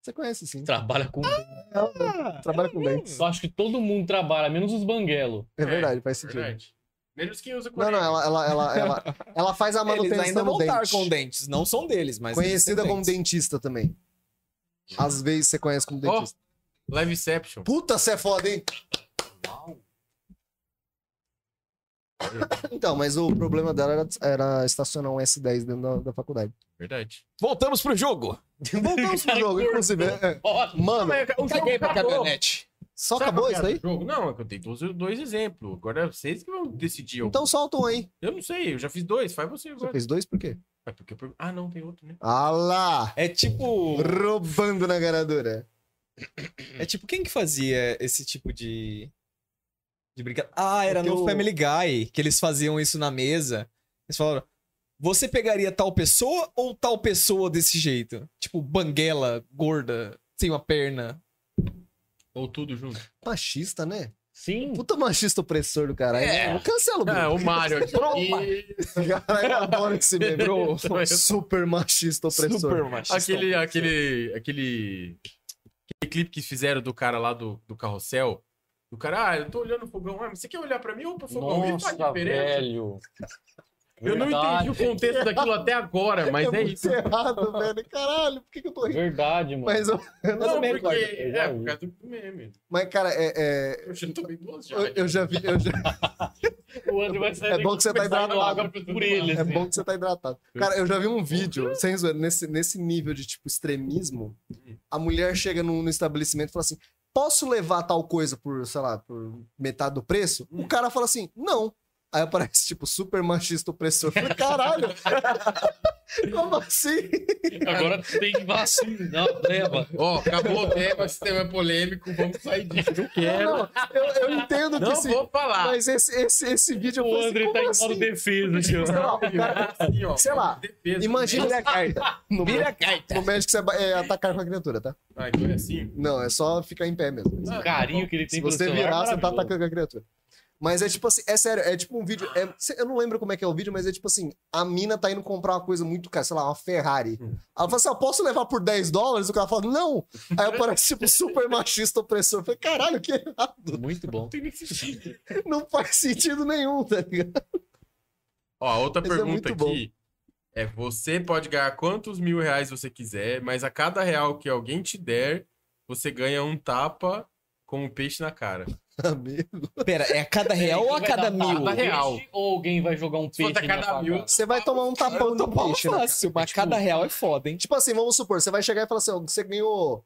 [SPEAKER 3] Você conhece sim.
[SPEAKER 2] Trabalha com.
[SPEAKER 3] Ela,
[SPEAKER 1] Ah,
[SPEAKER 3] trabalha com dentes.
[SPEAKER 2] Eu acho que todo mundo trabalha, menos os banguelo.
[SPEAKER 3] É verdade, faz sentido.
[SPEAKER 4] Verdade. Menos quem usa
[SPEAKER 3] Não,
[SPEAKER 4] coreia.
[SPEAKER 3] não, ela, ela, ela, ela, ela faz a
[SPEAKER 1] Eles
[SPEAKER 3] manutenção
[SPEAKER 1] ainda
[SPEAKER 3] do
[SPEAKER 1] vão
[SPEAKER 3] dente.
[SPEAKER 1] estar com dentes. Não são deles, mas. é eles têm
[SPEAKER 3] Conhecida como
[SPEAKER 1] dentes.
[SPEAKER 3] dentista também. Às vezes você conhece como
[SPEAKER 4] Ó,
[SPEAKER 3] dentista.
[SPEAKER 4] Liveception.
[SPEAKER 3] Puta, você é foda, hein? Então, mas o problema dela era, era estacionar um S10 dentro da, da faculdade.
[SPEAKER 4] Verdade.
[SPEAKER 1] Voltamos pro jogo.
[SPEAKER 3] Voltamos pro jogo, inclusive. é, é.
[SPEAKER 2] Olha,
[SPEAKER 3] Mano,
[SPEAKER 4] o
[SPEAKER 1] Caguei pra caminhonete.
[SPEAKER 3] só
[SPEAKER 4] Sabe
[SPEAKER 3] né? acabou
[SPEAKER 4] qual que
[SPEAKER 3] isso
[SPEAKER 4] é
[SPEAKER 3] daí?
[SPEAKER 4] do Jogo? Não, é que eu dei dois, dois exemplos. Agora vocês que vão decidir. Eu,
[SPEAKER 3] Então solta um aí.
[SPEAKER 4] eu não sei, eu já fiz dois. Faz você
[SPEAKER 3] Você
[SPEAKER 4] agora.
[SPEAKER 3] fez dois por quê?
[SPEAKER 4] Ah, porque eu pergun- ah, não, tem outro, né?
[SPEAKER 3] Ah lá!
[SPEAKER 1] É tipo.
[SPEAKER 3] Roubando na garadura. Hum.
[SPEAKER 1] É tipo, quem que fazia esse tipo de. De brincadeira? Ah, era
[SPEAKER 3] Porque
[SPEAKER 1] no
[SPEAKER 3] o-
[SPEAKER 1] Family Guy, que eles faziam isso na mesa. Eles falaram. Você pegaria tal pessoa ou tal pessoa desse jeito? Tipo, banguela, gorda, sem uma perna.
[SPEAKER 4] Ou tudo junto.
[SPEAKER 3] Machista, né?
[SPEAKER 2] sim.
[SPEAKER 3] Puta machista opressor do caralho.
[SPEAKER 2] É.
[SPEAKER 3] Eu cancelo, Bruno.
[SPEAKER 4] Ah, o
[SPEAKER 3] [LAUGHS]
[SPEAKER 4] Mario aqui. E
[SPEAKER 3] Caralho, eu adoro esse meme.
[SPEAKER 1] Bro,
[SPEAKER 3] Super machista opressor.
[SPEAKER 1] super machista.
[SPEAKER 4] aquele, aquele, aquele, aquele clipe que fizeram do cara lá do, do carrossel. O cara, ah, eu tô olhando o fogão. Ah, mas você quer olhar pra mim ou pro fogão? E faz
[SPEAKER 2] Nossa,
[SPEAKER 4] diferença?
[SPEAKER 2] velho.
[SPEAKER 4] Eu não entendi o contexto daquilo
[SPEAKER 3] [LAUGHS]
[SPEAKER 4] até agora, mas é,
[SPEAKER 3] muito
[SPEAKER 4] isso.
[SPEAKER 3] errado, velho. Caralho, por que, que eu tô rindo?
[SPEAKER 2] Verdade, mano.
[SPEAKER 3] Mas, eu- eu não
[SPEAKER 4] Não,
[SPEAKER 3] me
[SPEAKER 4] porque
[SPEAKER 3] recordo.
[SPEAKER 4] é por causa do meme.
[SPEAKER 3] Mas, cara, é, é-
[SPEAKER 4] Eu já tomei duas já.
[SPEAKER 3] eu, eu já vi. eu já-
[SPEAKER 2] O André vai sair
[SPEAKER 3] É bom que você tá
[SPEAKER 2] saindo água
[SPEAKER 3] hidratado.
[SPEAKER 2] por ele.
[SPEAKER 3] É
[SPEAKER 2] assim.
[SPEAKER 3] bom que você tá
[SPEAKER 4] [LAUGHS]
[SPEAKER 3] hidratado. Cara, eu já vi um vídeo, sem zoeira, nesse, nesse nível de tipo extremismo. A mulher chega no, no estabelecimento e fala assim: posso levar tal coisa por, sei lá, por metade do preço? O cara fala assim: não. Aí aparece, tipo, super machista opressor. Eu falei, Caralho! [LAUGHS] Como assim?
[SPEAKER 2] Agora tem vacina. Não, né, leva.
[SPEAKER 4] Ó, acabou o tema, esse tema é polêmico, vamos sair disso. Não quero.
[SPEAKER 3] Não, eu, eu entendo que
[SPEAKER 4] Não
[SPEAKER 3] sim.
[SPEAKER 4] vou falar.
[SPEAKER 3] Mas esse, esse, esse vídeo eu
[SPEAKER 2] O
[SPEAKER 3] falei assim,
[SPEAKER 2] André tá
[SPEAKER 3] como
[SPEAKER 2] em modo
[SPEAKER 3] assim?
[SPEAKER 2] defesa aqui,
[SPEAKER 3] [LAUGHS]
[SPEAKER 2] ó.
[SPEAKER 3] Sei lá, o cara-
[SPEAKER 4] Assim, ó,
[SPEAKER 3] sei lá,
[SPEAKER 4] defesa.
[SPEAKER 3] Imagina a carta. No,
[SPEAKER 4] Vira a carta.
[SPEAKER 3] no médico você é atacar com a criatura, tá?
[SPEAKER 4] Ah, então é assim. Ah,
[SPEAKER 3] Não, é só ficar em pé mesmo.
[SPEAKER 2] O carinho que ele tem
[SPEAKER 3] Se
[SPEAKER 2] pelo
[SPEAKER 3] você
[SPEAKER 2] celular,
[SPEAKER 3] virar, você tá
[SPEAKER 2] é maravilhoso.
[SPEAKER 3] atacando a criatura. Mas é tipo assim, é sério, é tipo um vídeo. é- cê- eu não lembro como é que é o vídeo, mas é tipo assim: a mina tá indo comprar uma coisa muito cara, sei lá, uma Ferrari. Ela fala assim: ah, posso levar por 10 dólares? O cara fala, não. Aí aparece tipo super machista opressor. Eu falei, caralho, que errado.
[SPEAKER 2] Muito bom.
[SPEAKER 4] tem nem
[SPEAKER 3] É
[SPEAKER 4] que assistir.
[SPEAKER 3] Não faz sentido nenhum, tá ligado?
[SPEAKER 4] Ó, a outra
[SPEAKER 3] Mas é
[SPEAKER 4] pergunta
[SPEAKER 3] muito bom.
[SPEAKER 4] aqui é: você pode ganhar quantos mil reais você quiser, mas a cada real que alguém te der, você ganha um tapa com um peixe na cara.
[SPEAKER 3] Amigo.
[SPEAKER 1] Pera, é a cada real ou a
[SPEAKER 2] Vai
[SPEAKER 1] cada
[SPEAKER 2] dar
[SPEAKER 1] mil?
[SPEAKER 2] tapa,
[SPEAKER 4] Real.
[SPEAKER 2] peixe, Ou alguém vai jogar um
[SPEAKER 4] Se
[SPEAKER 2] peixe
[SPEAKER 4] fosse a
[SPEAKER 2] na
[SPEAKER 4] cada
[SPEAKER 2] sua
[SPEAKER 4] mil,
[SPEAKER 2] cara?
[SPEAKER 3] Você vai tomar um tapão
[SPEAKER 1] Eu tô
[SPEAKER 3] no
[SPEAKER 1] bom
[SPEAKER 3] peixe, né, cara?
[SPEAKER 1] fácil, mas
[SPEAKER 2] Tipo-
[SPEAKER 1] cada real é foda,
[SPEAKER 3] [LAUGHS]
[SPEAKER 1] hein?
[SPEAKER 3] Tipo assim, vamos supor, você vai chegar e falar assim: ó, você ganhou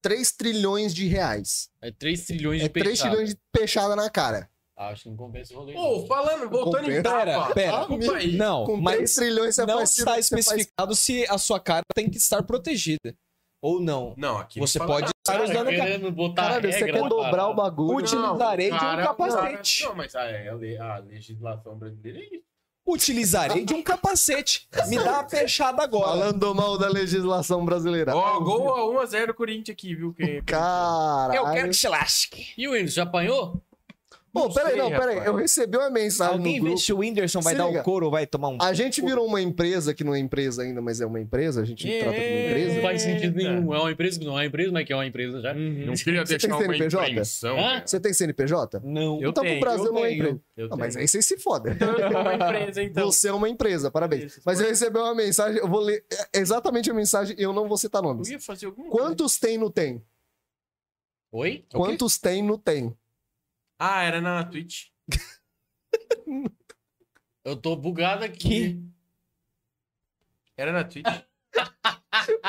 [SPEAKER 3] 3 trilhões de reais.
[SPEAKER 2] É 3 trilhões
[SPEAKER 3] É
[SPEAKER 2] de peixe.
[SPEAKER 3] 3 trilhões de peixada na cara.
[SPEAKER 2] Acho que não compensa o rolê.
[SPEAKER 4] Ô,
[SPEAKER 2] não.
[SPEAKER 4] falando, voltando
[SPEAKER 3] Compensa.
[SPEAKER 4] em tapa. Ah,
[SPEAKER 1] Pera, pera.
[SPEAKER 4] Desculpa aí.
[SPEAKER 1] Não,
[SPEAKER 3] Com 3
[SPEAKER 1] mas
[SPEAKER 3] trilhões você
[SPEAKER 1] não
[SPEAKER 3] faz tiro-
[SPEAKER 1] está
[SPEAKER 3] você faz
[SPEAKER 1] especificado se a sua cara tem que estar protegida. Ou não.
[SPEAKER 4] Não, aqui
[SPEAKER 1] Você
[SPEAKER 4] não fala
[SPEAKER 1] pode estar
[SPEAKER 2] Cara,
[SPEAKER 1] usando a cara.
[SPEAKER 2] querendo botar
[SPEAKER 3] Caralho, você
[SPEAKER 2] regra
[SPEAKER 3] quer
[SPEAKER 2] na
[SPEAKER 3] dobrar
[SPEAKER 2] parada.
[SPEAKER 3] o bagulho?
[SPEAKER 1] Último- utilizarei de um
[SPEAKER 4] cara-
[SPEAKER 1] capacete.
[SPEAKER 4] Não, mas a, a le- a legislação brasileira é isso.
[SPEAKER 1] Utilizarei de um capacete. Me dá a fechada agora.
[SPEAKER 3] Falando mal da legislação brasileira.
[SPEAKER 4] Ó, gol a 1x0 Corinthians aqui, viu? [LAUGHS] Que...
[SPEAKER 3] Caralho.
[SPEAKER 1] te lasque.
[SPEAKER 2] E o Whindersson, já apanhou?
[SPEAKER 3] Pô, peraí, não,
[SPEAKER 4] sei,
[SPEAKER 3] peraí.
[SPEAKER 4] rapaz.
[SPEAKER 3] Eu recebi uma mensagem
[SPEAKER 1] Alguém
[SPEAKER 3] no
[SPEAKER 1] vê
[SPEAKER 3] grupo.
[SPEAKER 1] se o Whindersson vai
[SPEAKER 3] Se
[SPEAKER 1] dar
[SPEAKER 3] liga.
[SPEAKER 1] um couro ou vai tomar um.
[SPEAKER 3] A gente virou uma empresa, que não é empresa ainda, mas é uma empresa, a gente
[SPEAKER 4] É.
[SPEAKER 3] trata como
[SPEAKER 2] Não
[SPEAKER 3] empresa.
[SPEAKER 2] faz sentido
[SPEAKER 4] Eita.
[SPEAKER 2] nenhum. É uma empresa que não é uma empresa, mas que é uma empresa já.
[SPEAKER 4] Não queria
[SPEAKER 3] Você
[SPEAKER 4] deixar
[SPEAKER 3] tem
[SPEAKER 4] uma né?
[SPEAKER 3] CNPJ?
[SPEAKER 4] impressão.
[SPEAKER 2] Hã?
[SPEAKER 3] Você tem CNPJ?
[SPEAKER 1] Não.
[SPEAKER 4] Eu
[SPEAKER 3] então
[SPEAKER 4] tenho,
[SPEAKER 3] pro Brasil
[SPEAKER 1] eu
[SPEAKER 3] não é
[SPEAKER 1] tenho.
[SPEAKER 3] empresa.
[SPEAKER 4] Eu
[SPEAKER 3] Não,
[SPEAKER 4] tenho.
[SPEAKER 3] mas aí vocês se fodem.
[SPEAKER 4] Então eu tenho uma empresa, então.
[SPEAKER 3] Você é uma empresa, parabéns.
[SPEAKER 4] Isso,
[SPEAKER 3] Mas eu
[SPEAKER 4] foi.
[SPEAKER 3] recebi uma mensagem, eu vou ler exatamente a mensagem, eu não vou citar
[SPEAKER 4] Eu
[SPEAKER 3] nomes.
[SPEAKER 4] ia fazer alguma coisa.
[SPEAKER 3] Quantos tem no tem?
[SPEAKER 2] Oi? É o quê?
[SPEAKER 3] Quantos tem no tem?
[SPEAKER 4] Ah, era na Twitch.
[SPEAKER 2] Eu tô bugado aqui.
[SPEAKER 1] Que?
[SPEAKER 4] Era na Twitch. Ah,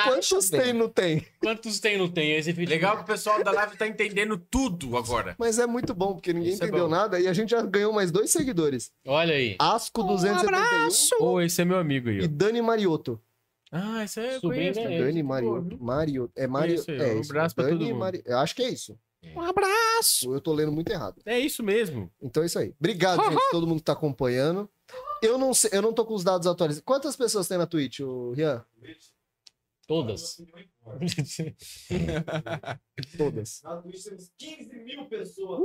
[SPEAKER 3] Quantos
[SPEAKER 1] bem.
[SPEAKER 3] tem no tem?
[SPEAKER 2] Quantos tem não tem? Esse vídeo.
[SPEAKER 4] Legal que o pessoal da live tá entendendo tudo agora.
[SPEAKER 3] Mas é muito bom, porque ninguém
[SPEAKER 4] Isso é
[SPEAKER 3] entendeu
[SPEAKER 4] bom.
[SPEAKER 3] nada e a gente já ganhou mais dois seguidores.
[SPEAKER 2] Olha aí.
[SPEAKER 3] Asco271
[SPEAKER 4] Ô, esse é meu amigo aí.
[SPEAKER 3] e Dani Mariotto.
[SPEAKER 4] Ah, isso é
[SPEAKER 2] Sobrinho
[SPEAKER 4] conheço.
[SPEAKER 2] dele. É,
[SPEAKER 3] Dani
[SPEAKER 2] gente
[SPEAKER 3] Mariotto. Mariotto. É Mariotto.
[SPEAKER 4] Isso aí,
[SPEAKER 3] É
[SPEAKER 4] um
[SPEAKER 3] isso.
[SPEAKER 4] abraço pra todo mundo.
[SPEAKER 3] Mari- Eu acho que é isso.
[SPEAKER 1] Um abraço.
[SPEAKER 3] Eu tô lendo muito errado.
[SPEAKER 4] É isso mesmo.
[SPEAKER 3] Então é isso aí. Obrigado,
[SPEAKER 4] [LAUGHS]
[SPEAKER 3] gente, todo mundo que tá acompanhando. Eu não sei, eu não tô com os dados atualizados. Quantas pessoas tem na Twitch, o Rian?
[SPEAKER 2] Todas.
[SPEAKER 3] Todas.
[SPEAKER 5] Na Twitch temos 15 mil pessoas.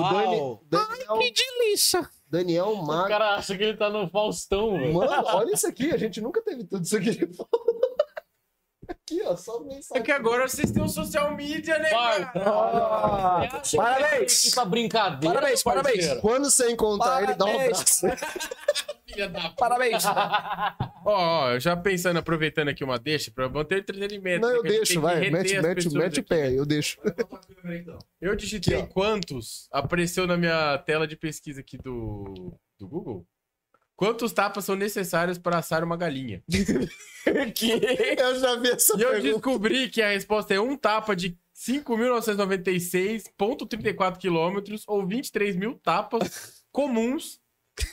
[SPEAKER 3] O Dani-
[SPEAKER 1] Uau.
[SPEAKER 3] Daniel,
[SPEAKER 1] delícia.
[SPEAKER 3] Daniel
[SPEAKER 2] O
[SPEAKER 3] Magno.
[SPEAKER 2] cara acha que ele tá no Faustão, velho.
[SPEAKER 3] Mano, olha isso aqui. A gente nunca teve tudo isso aqui. [LAUGHS] aqui, ó, só
[SPEAKER 4] É
[SPEAKER 3] mensagem.
[SPEAKER 4] que agora vocês têm um social media, né,
[SPEAKER 2] Parça.
[SPEAKER 4] cara?
[SPEAKER 2] Você acha que
[SPEAKER 1] Parabéns.
[SPEAKER 2] Essa brincadeira.
[SPEAKER 1] Parabéns, parabéns.
[SPEAKER 2] parceiro?
[SPEAKER 3] Quando você encontrar ele, dá um
[SPEAKER 1] Parabéns.
[SPEAKER 3] abraço.
[SPEAKER 4] Filha da p-
[SPEAKER 1] Parabéns.
[SPEAKER 4] Ó, ó, eu já pensando, aproveitando aqui uma deixa, pra manter o entretenimento.
[SPEAKER 3] Não,
[SPEAKER 4] né,
[SPEAKER 3] eu
[SPEAKER 4] que a gente tem
[SPEAKER 3] deixo,
[SPEAKER 4] que
[SPEAKER 3] vai.
[SPEAKER 4] reter
[SPEAKER 3] Mete,
[SPEAKER 4] as
[SPEAKER 3] mete,
[SPEAKER 4] pessoas
[SPEAKER 3] mete o
[SPEAKER 4] aqui.
[SPEAKER 3] pé, eu deixo.
[SPEAKER 5] Vai botar a câmera então.
[SPEAKER 4] Eu digitei
[SPEAKER 3] Aqui, ó.
[SPEAKER 4] quantos apareceu na minha tela de pesquisa aqui do, do Google. Quantos tapas são necessários para assar
[SPEAKER 3] [LAUGHS]
[SPEAKER 4] uma galinha? [LAUGHS]
[SPEAKER 3] Eu já vi essa
[SPEAKER 4] E eu
[SPEAKER 3] pergunta.
[SPEAKER 4] descobri que a resposta é um tapa de 5.996,34 quilômetros ou 23 mil tapas [LAUGHS] comuns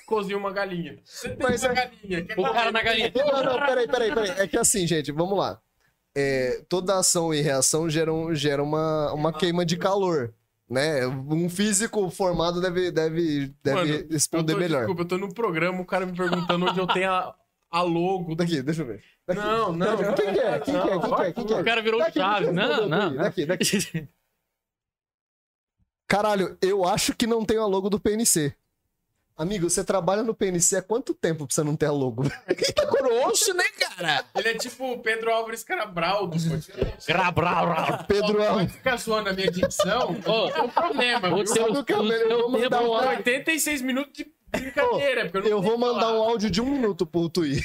[SPEAKER 4] cozinha uma galinha. Você tem
[SPEAKER 3] Mas
[SPEAKER 4] uma
[SPEAKER 3] é-
[SPEAKER 4] galinha. Quer
[SPEAKER 2] Vou
[SPEAKER 4] comer?
[SPEAKER 2] cara na galinha.
[SPEAKER 3] Não, não, peraí, peraí, peraí. É que assim, gente, vamos lá. É, toda ação e reação geram, gera uma, uma queima de calor, né? Um físico formado deve, deve, deve
[SPEAKER 4] Mano, Eu
[SPEAKER 3] responder
[SPEAKER 4] tô,
[SPEAKER 3] melhor.
[SPEAKER 4] desculpa, eu tô num programa, o cara me perguntando onde eu tenho a, a logo.
[SPEAKER 3] Daqui, deixa eu ver.
[SPEAKER 4] Não, não.
[SPEAKER 3] Quem que é? Quem que é? Quem que é? Quem que
[SPEAKER 2] O
[SPEAKER 3] é?
[SPEAKER 2] cara virou
[SPEAKER 3] Daqui,
[SPEAKER 2] chave.
[SPEAKER 3] deixa
[SPEAKER 2] Não,
[SPEAKER 3] eu responder,
[SPEAKER 2] não. é não.
[SPEAKER 3] Daqui, daqui. Caralho, eu acho que não tenho a logo do PNC. Amigo, você trabalha no PNC há quanto tempo pra você não ter a logo? [LAUGHS] tá
[SPEAKER 1] Grosso, né, cara?
[SPEAKER 4] Ele é tipo o Pedro Álvares Cabral do podcast.
[SPEAKER 2] Gra, bra, bra.
[SPEAKER 3] Pedro
[SPEAKER 4] Vai
[SPEAKER 3] Alves.
[SPEAKER 4] ficar zoando a minha dicção,
[SPEAKER 2] Ô,
[SPEAKER 4] é um problema, viu?
[SPEAKER 2] O seu,
[SPEAKER 3] Sabe o que é o melhor? Eu vou
[SPEAKER 2] seu
[SPEAKER 3] mandar
[SPEAKER 2] tempo-
[SPEAKER 3] um áudio.
[SPEAKER 4] 86 minutos de brincadeira. porque
[SPEAKER 3] Eu vou mandar um
[SPEAKER 4] um
[SPEAKER 3] áudio de um minuto pro Tui.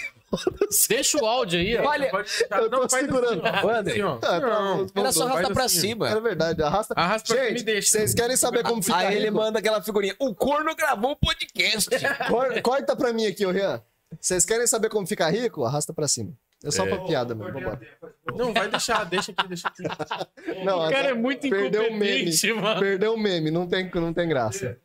[SPEAKER 2] Deixa o áudio aí, ó.
[SPEAKER 1] Olha,
[SPEAKER 3] eu tô segurando.
[SPEAKER 4] Assim, ó.
[SPEAKER 3] Ah, tá,
[SPEAKER 4] Não,
[SPEAKER 3] tá,
[SPEAKER 1] era
[SPEAKER 4] não,
[SPEAKER 1] só
[SPEAKER 4] faz
[SPEAKER 1] arrastar pra
[SPEAKER 4] assim.
[SPEAKER 1] cima.
[SPEAKER 3] É verdade, arrasta.
[SPEAKER 4] Arrasta pra cima e
[SPEAKER 3] Gente,
[SPEAKER 4] deixa.
[SPEAKER 3] vocês querem saber como fica
[SPEAKER 1] Aí ele
[SPEAKER 3] rico?
[SPEAKER 1] manda aquela figurinha. O corno gravou um [LAUGHS] podcast.
[SPEAKER 3] Cor- Corta pra mim aqui, ô Rian. Vocês querem saber como ficar rico? Arrasta pra cima. É só
[SPEAKER 4] É.
[SPEAKER 3] pra piada, mano.
[SPEAKER 5] Cortei a
[SPEAKER 3] Vambora.
[SPEAKER 5] tempo, faz de novo.
[SPEAKER 4] Não, vai deixar, deixa aqui, deixa aqui.
[SPEAKER 3] Não, tá
[SPEAKER 2] o cara é muito
[SPEAKER 3] perdeu o meme.
[SPEAKER 2] incompetente, mano.
[SPEAKER 3] Perdeu o meme, não tem, não tem graça.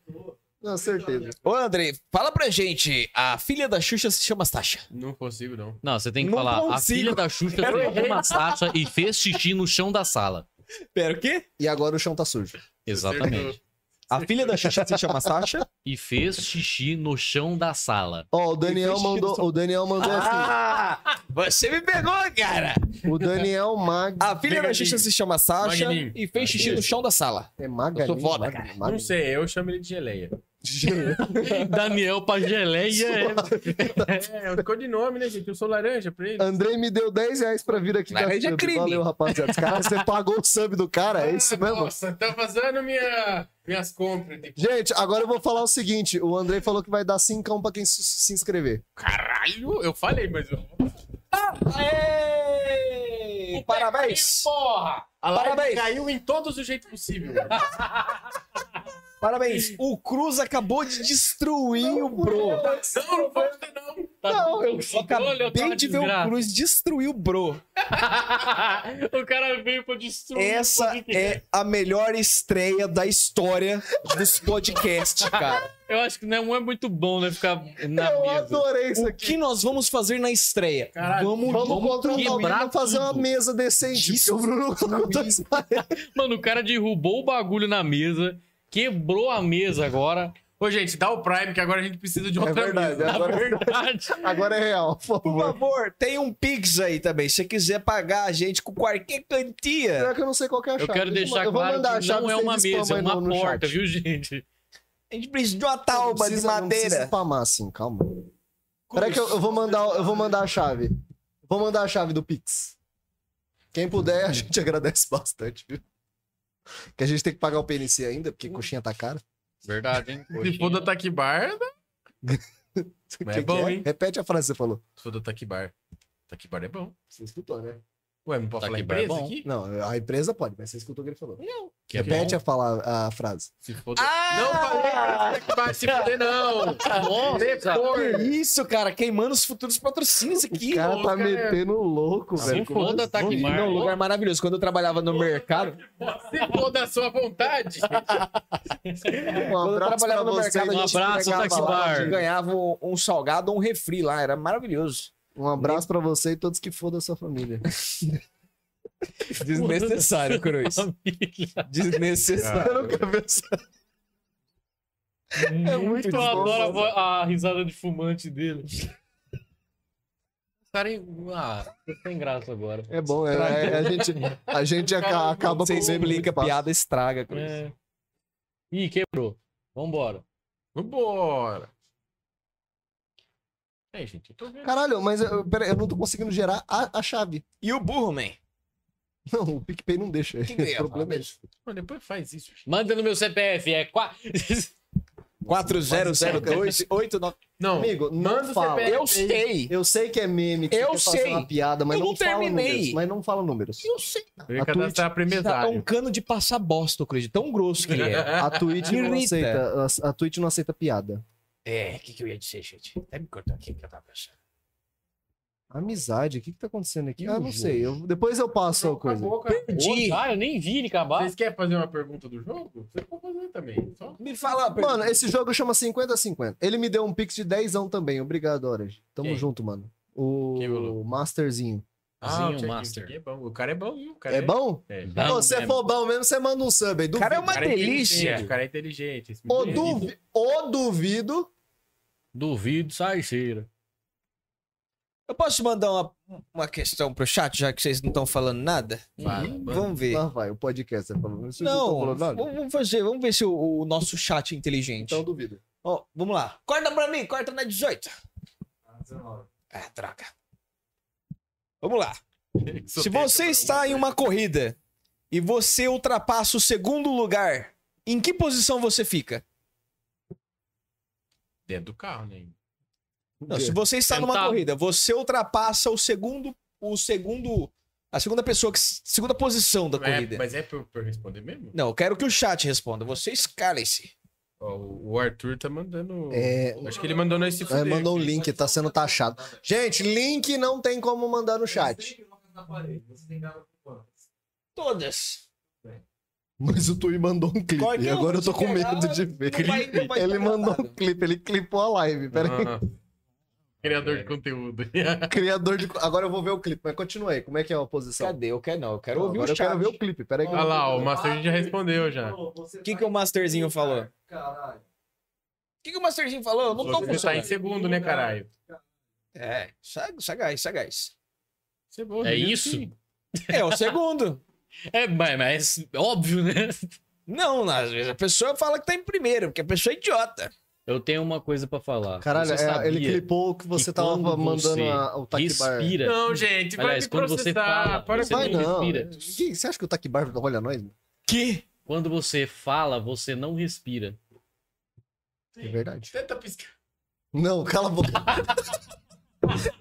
[SPEAKER 3] Não, certeza.
[SPEAKER 1] Ô, Andrei, fala pra gente. A filha da Xuxa se chama Sasha.
[SPEAKER 4] Não consigo, não.
[SPEAKER 2] Não, você tem que
[SPEAKER 1] Não
[SPEAKER 2] falar. A
[SPEAKER 1] consigo.
[SPEAKER 2] filha da Xuxa pegou uma taça e fez xixi no chão da sala.
[SPEAKER 1] Pera, o quê?
[SPEAKER 3] E agora o chão tá sujo.
[SPEAKER 2] Exatamente.
[SPEAKER 1] A filha da Xuxa se chama Sasha?
[SPEAKER 2] E fez xixi no chão da sala.
[SPEAKER 3] Ó, o Daniel
[SPEAKER 1] fez xixi no
[SPEAKER 3] mandou,
[SPEAKER 1] chão.
[SPEAKER 3] o Daniel mandou assim.
[SPEAKER 1] Ah! Você me pegou, cara!
[SPEAKER 3] O Daniel Mag...
[SPEAKER 1] A Ah, filha da
[SPEAKER 4] Magadinho.
[SPEAKER 1] Xuxa se chama Sasha
[SPEAKER 4] Magadinho.
[SPEAKER 1] e fez xixi no chão da sala.
[SPEAKER 3] É Magali.
[SPEAKER 1] Eu sou foda,
[SPEAKER 3] Magali,
[SPEAKER 4] Não
[SPEAKER 3] Magali.
[SPEAKER 4] sei, eu chamo ele de geleia.
[SPEAKER 2] Daniel pra geleia. é-
[SPEAKER 4] É, é ficou de nome, né, gente? Eu sou laranja pra ele.
[SPEAKER 3] Andrei me deu 10 reais pra vir aqui.
[SPEAKER 1] Laranja
[SPEAKER 3] dar sub.
[SPEAKER 1] é crime.
[SPEAKER 3] Valeu, rapaziada. Cara, você pagou o sub do cara, é isso mesmo?
[SPEAKER 4] Nossa, tá vazando minha, minhas compras. De...
[SPEAKER 3] Gente, agora eu vou falar o seguinte. O Andrei falou que vai dar 5 pra quem se- se inscrever.
[SPEAKER 4] Caralho, eu falei, mas eu...
[SPEAKER 1] Aê! Parabéns!
[SPEAKER 4] Porra! A live
[SPEAKER 1] Parabéns.
[SPEAKER 4] caiu em todos os jeitos possíveis.
[SPEAKER 1] Parabéns! O Cruz acabou de destruir o Bro.
[SPEAKER 4] não, não pode ter, não.
[SPEAKER 1] Não, eu
[SPEAKER 2] Olha, eu
[SPEAKER 1] acabei
[SPEAKER 4] tá
[SPEAKER 2] tava
[SPEAKER 1] de ver o
[SPEAKER 2] desgraça.
[SPEAKER 1] Cruz destruir o Bro.
[SPEAKER 4] [LAUGHS]
[SPEAKER 2] o cara veio pra destruir. o
[SPEAKER 1] Essa
[SPEAKER 2] podcast.
[SPEAKER 1] é a melhor estreia da história dos podcasts, cara.
[SPEAKER 2] Eu acho que não é muito bom, né? Ficar na
[SPEAKER 3] Eu
[SPEAKER 2] mesa.
[SPEAKER 3] adorei isso
[SPEAKER 1] O
[SPEAKER 3] aqui.
[SPEAKER 1] que nós vamos fazer na estreia?
[SPEAKER 4] Caralho,
[SPEAKER 1] vamos
[SPEAKER 3] Vamos,
[SPEAKER 1] vamos
[SPEAKER 3] contratar alguém
[SPEAKER 2] quebrar
[SPEAKER 3] pra fazer uma
[SPEAKER 2] tudo.
[SPEAKER 3] mesa decente.
[SPEAKER 1] Isso.
[SPEAKER 3] Porque o Bruno tá contou isso pra ele.
[SPEAKER 2] Mano, o cara derrubou o bagulho na mesa, quebrou a mesa agora.
[SPEAKER 4] Ô, gente, dá o Prime, que agora a gente precisa de
[SPEAKER 3] É
[SPEAKER 4] outra
[SPEAKER 3] verdade.
[SPEAKER 4] mesa.
[SPEAKER 3] Agora,
[SPEAKER 2] Verdade.
[SPEAKER 3] agora é real, por
[SPEAKER 1] Por
[SPEAKER 3] favor.
[SPEAKER 1] favor, tem um Pix aí também. Se você quiser pagar a gente com qualquer quantia.
[SPEAKER 3] Pior que eu não sei qual que é a
[SPEAKER 2] Eu
[SPEAKER 3] chave.
[SPEAKER 2] quero
[SPEAKER 3] Deixa
[SPEAKER 2] deixar
[SPEAKER 3] eu vou
[SPEAKER 2] claro
[SPEAKER 3] mandar a
[SPEAKER 2] que
[SPEAKER 3] chave,
[SPEAKER 2] não é
[SPEAKER 3] vocês
[SPEAKER 2] uma
[SPEAKER 3] dizem
[SPEAKER 2] mesa, é
[SPEAKER 3] pra mãe
[SPEAKER 2] uma
[SPEAKER 3] no- no
[SPEAKER 2] porta,
[SPEAKER 3] chat.
[SPEAKER 2] viu, gente?
[SPEAKER 1] A gente precisa de uma
[SPEAKER 3] Não
[SPEAKER 1] talba de
[SPEAKER 3] precisa- Não precisa
[SPEAKER 1] madeira.
[SPEAKER 3] spamar assim, calma. Peraí que eu, eu vou mandar, eu vou mandar a chave. Vou mandar a chave do Pix. Quem puder, a gente [LAUGHS] agradece bastante, viu? Que a gente tem que pagar o PNC ainda, porque coxinha tá cara.
[SPEAKER 2] Verdade, hein?
[SPEAKER 4] Se for do Taki Bar,
[SPEAKER 3] [LAUGHS]
[SPEAKER 4] né? Mas é
[SPEAKER 3] Que que
[SPEAKER 4] bom, hein?
[SPEAKER 3] Repete a frase que você falou.
[SPEAKER 4] se for do Taki Bar. Taki Bar é bom.
[SPEAKER 3] Você escutou, né?
[SPEAKER 4] Ué, não pode
[SPEAKER 2] Taki
[SPEAKER 4] falar
[SPEAKER 2] Bar é
[SPEAKER 4] empresa
[SPEAKER 2] bom.
[SPEAKER 4] aqui?
[SPEAKER 3] Não, a empresa pode, mas você escutou o que ele falou.
[SPEAKER 2] Que é bom.
[SPEAKER 3] Repete a, fala, a frase.
[SPEAKER 4] Se for do...
[SPEAKER 1] Ah!
[SPEAKER 4] Não falei Taki Bar, se fuder, não.
[SPEAKER 2] Nossa,
[SPEAKER 1] Que isso, cara? Queimando os futuros patrocínios aqui.
[SPEAKER 3] o cara tá
[SPEAKER 4] louco, é.
[SPEAKER 3] metendo louco,
[SPEAKER 2] Se
[SPEAKER 3] velho. tá
[SPEAKER 2] for da Taki Bar.
[SPEAKER 1] Não, um lugar maravilhoso. Quando eu trabalhava no mercado,
[SPEAKER 4] Se for da sua vontade.
[SPEAKER 3] Um
[SPEAKER 1] quando eu
[SPEAKER 3] abraço pra
[SPEAKER 1] trabalhava no mercado,
[SPEAKER 3] vocês.
[SPEAKER 1] a
[SPEAKER 2] Um
[SPEAKER 1] gente
[SPEAKER 2] abraço,
[SPEAKER 1] entregava
[SPEAKER 2] Taki
[SPEAKER 1] lá,
[SPEAKER 2] Bar.
[SPEAKER 1] a gente ganhava um- um salgado ou um refri lá. Era
[SPEAKER 3] [LAUGHS]
[SPEAKER 1] maravilhoso.
[SPEAKER 3] Um abraço pra você e todos que for da sua família.
[SPEAKER 1] Desnecessário,
[SPEAKER 2] É
[SPEAKER 1] Cruz. Desnecessário.
[SPEAKER 3] [LAUGHS] Eu nunca vi essa- É muito
[SPEAKER 2] Eu
[SPEAKER 3] bom,
[SPEAKER 2] adoro a
[SPEAKER 3] mano.
[SPEAKER 2] vo- a, risada de fumante dele. O cara. é- Ah, tô sem graça agora.
[SPEAKER 3] É bom, é, é- a gente, a gente aca- acaba
[SPEAKER 1] Você explica, a piada estraga, Cruz.
[SPEAKER 2] É. Ih, quebrou. Vambora.
[SPEAKER 4] Vambora. É, gente, eu tô vendo.
[SPEAKER 3] Caralho, mas eu, pera, eu não tô conseguindo gerar a, a chave. [LAUGHS]
[SPEAKER 1] E o burro, man?
[SPEAKER 3] Não, o PicPay não deixa.
[SPEAKER 1] Que que é,
[SPEAKER 3] o problema é isso.
[SPEAKER 4] Mano, depois faz isso, gente.
[SPEAKER 2] Manda no meu CPF, é qua- [LAUGHS]
[SPEAKER 3] é
[SPEAKER 1] 400289.
[SPEAKER 4] Não.
[SPEAKER 3] Amigo,
[SPEAKER 4] Manda
[SPEAKER 3] não
[SPEAKER 4] o
[SPEAKER 3] fala.
[SPEAKER 4] CPF.
[SPEAKER 1] Eu sei.
[SPEAKER 3] Eu sei que é meme, que
[SPEAKER 1] Eu
[SPEAKER 3] você quer
[SPEAKER 1] sei.
[SPEAKER 3] fazer uma piada, mas
[SPEAKER 1] Eu
[SPEAKER 3] não,
[SPEAKER 1] não
[SPEAKER 3] fala
[SPEAKER 1] terminei.
[SPEAKER 3] números. Mas não fala números.
[SPEAKER 1] Eu sei.
[SPEAKER 4] Eu ia
[SPEAKER 3] A
[SPEAKER 4] cadastrar a
[SPEAKER 1] Tá um
[SPEAKER 4] primesário.
[SPEAKER 1] cano de passar bosta, Cruz. de Tão grosso
[SPEAKER 4] [LAUGHS]
[SPEAKER 1] que
[SPEAKER 3] [LAUGHS]
[SPEAKER 1] ele é.
[SPEAKER 3] A Twitch não
[SPEAKER 1] Irrita.
[SPEAKER 3] aceita, a, a Twitch não aceita piada.
[SPEAKER 1] É, o que, que eu ia dizer, gente? Até me cortou aqui que eu tava pensando.
[SPEAKER 3] Amizade, o que que tá acontecendo aqui?
[SPEAKER 2] E
[SPEAKER 3] Ah,
[SPEAKER 2] o
[SPEAKER 3] não
[SPEAKER 2] jogo?
[SPEAKER 3] sei, eu- depois eu passo a coisa.
[SPEAKER 4] Acabou, cara.
[SPEAKER 1] Perdi.
[SPEAKER 2] Ah, eu nem vi ele acabar.
[SPEAKER 4] Vocês querem fazer uma pergunta do jogo? Vocês podem fazer também. Só
[SPEAKER 1] Me fala,
[SPEAKER 3] Mano, esse jogo chama 50-50. Ele me deu um pix de 10 também. Obrigado, Orage. Tamo
[SPEAKER 4] Quem?
[SPEAKER 3] junto, mano.
[SPEAKER 4] Quem
[SPEAKER 3] O
[SPEAKER 4] falou?
[SPEAKER 3] Masterzinho.
[SPEAKER 4] Ah,
[SPEAKER 2] Zinho
[SPEAKER 4] o
[SPEAKER 2] Master.
[SPEAKER 4] Master. É bom. O cara é bom, viu? O cara
[SPEAKER 3] É bom?
[SPEAKER 4] É.
[SPEAKER 2] Bom
[SPEAKER 3] Ô, se é
[SPEAKER 2] mesmo.
[SPEAKER 3] for bom mesmo, você manda um sub aí.
[SPEAKER 1] O
[SPEAKER 3] Duvido.
[SPEAKER 1] cara é uma
[SPEAKER 4] O cara é
[SPEAKER 1] delícia.
[SPEAKER 4] inteligente, O cara é inteligente. esse
[SPEAKER 3] Ô,
[SPEAKER 4] menino. é
[SPEAKER 3] duvi- ô, duvido.
[SPEAKER 2] Duvido, sai cheira.
[SPEAKER 1] Eu posso mandar uma, uma questão pro chat, já que vocês não estão falando nada?
[SPEAKER 4] Fala, mano.
[SPEAKER 1] Vamos ver.
[SPEAKER 3] Lá vai, o podcast. é Você falou. Vocês estão
[SPEAKER 1] Não,
[SPEAKER 3] falando nada?
[SPEAKER 1] vamos vamos fazer, vamos ver se o, o nosso chat é inteligente.
[SPEAKER 3] Então duvido.
[SPEAKER 1] Ó, vamos lá. Corta pra mim, corta na 18.
[SPEAKER 5] Ah, 19.
[SPEAKER 1] Ah, troca. Vamos lá. Se
[SPEAKER 4] Soteca
[SPEAKER 1] você
[SPEAKER 4] pra
[SPEAKER 1] está em um uma corrida e você ultrapassa o segundo lugar, em que posição você fica?
[SPEAKER 4] Dentro do carro, né?
[SPEAKER 3] É.
[SPEAKER 1] Não, se você está numa
[SPEAKER 2] Sentado.
[SPEAKER 1] corrida, você ultrapassa o segundo, o segundo, a segunda pessoa que segunda posição da corrida.
[SPEAKER 4] É, mas é pra eu pra eu responder mesmo?
[SPEAKER 1] Não, eu quero que o chat responda. Vocês calem-se.
[SPEAKER 4] Ó, o Arthur tá mandando.
[SPEAKER 3] É,
[SPEAKER 4] Acho que ele mandou nós se
[SPEAKER 3] é,
[SPEAKER 4] fuder.
[SPEAKER 3] mandou um link, tá sendo taxado. Gente, link não tem como mandar no
[SPEAKER 5] Você
[SPEAKER 3] chat.
[SPEAKER 5] tem que colocar na parede, Você tem que dar uma-
[SPEAKER 1] Todas.
[SPEAKER 3] Mas o Tui mandou um clipe.
[SPEAKER 1] Qual é que
[SPEAKER 3] e
[SPEAKER 1] é?
[SPEAKER 3] agora eu
[SPEAKER 1] Se
[SPEAKER 3] tô com
[SPEAKER 1] pegar,
[SPEAKER 3] medo de ver.
[SPEAKER 1] não vai- não vai
[SPEAKER 3] Ele
[SPEAKER 1] estar
[SPEAKER 3] mandou um
[SPEAKER 1] gravado.
[SPEAKER 3] clipe, ele clipou a live. Pera aí.
[SPEAKER 4] Ah, Criador de conteúdo. [LAUGHS]
[SPEAKER 3] Criador de. Agora eu vou ver o clipe, mas continua aí. Como é que é a posição?
[SPEAKER 1] Cadê? Eu quero não, eu quero ouvir o
[SPEAKER 3] Agora eu quero
[SPEAKER 1] Chaves.
[SPEAKER 3] ver o clipe. Pera aí que eu
[SPEAKER 2] Ah,
[SPEAKER 4] Olha
[SPEAKER 3] vou ver.
[SPEAKER 4] lá, ó, o Master já respondeu já.
[SPEAKER 1] O que, que o Masterzinho falou? O
[SPEAKER 5] Caralho.
[SPEAKER 1] que, que o Masterzinho falou? Eu não tô
[SPEAKER 4] Você tá em
[SPEAKER 1] funcionando.
[SPEAKER 4] segundo, né, caralho?
[SPEAKER 1] É, sa- sagaz, sagaz.
[SPEAKER 4] Você boa,
[SPEAKER 2] É
[SPEAKER 4] viu?
[SPEAKER 2] isso?
[SPEAKER 1] É o segundo.
[SPEAKER 2] É, mas, mas é óbvio, né?
[SPEAKER 1] Não, às vezes a pessoa fala que tá em primeiro, porque a pessoa é idiota.
[SPEAKER 2] Eu tenho uma coisa pra falar.
[SPEAKER 3] Caralho,
[SPEAKER 2] Você
[SPEAKER 3] é,
[SPEAKER 2] sabia
[SPEAKER 3] ele clipou o que você
[SPEAKER 2] que
[SPEAKER 3] tava
[SPEAKER 2] quando você
[SPEAKER 3] mandando a- o Takibar.
[SPEAKER 2] Respira.
[SPEAKER 4] Não, gente, vai
[SPEAKER 2] Aliás,
[SPEAKER 4] me
[SPEAKER 2] quando você
[SPEAKER 4] processar,
[SPEAKER 2] fala,
[SPEAKER 4] para
[SPEAKER 2] você
[SPEAKER 4] com
[SPEAKER 3] Vai
[SPEAKER 4] isso.
[SPEAKER 3] não.
[SPEAKER 2] respira.
[SPEAKER 3] Ninguém- Você acha que o Takibar olha nós? mano?
[SPEAKER 1] Que?
[SPEAKER 2] Quando você fala, você não respira.
[SPEAKER 3] É verdade.
[SPEAKER 4] Tenta piscar.
[SPEAKER 3] Não, cala a boca. [LAUGHS]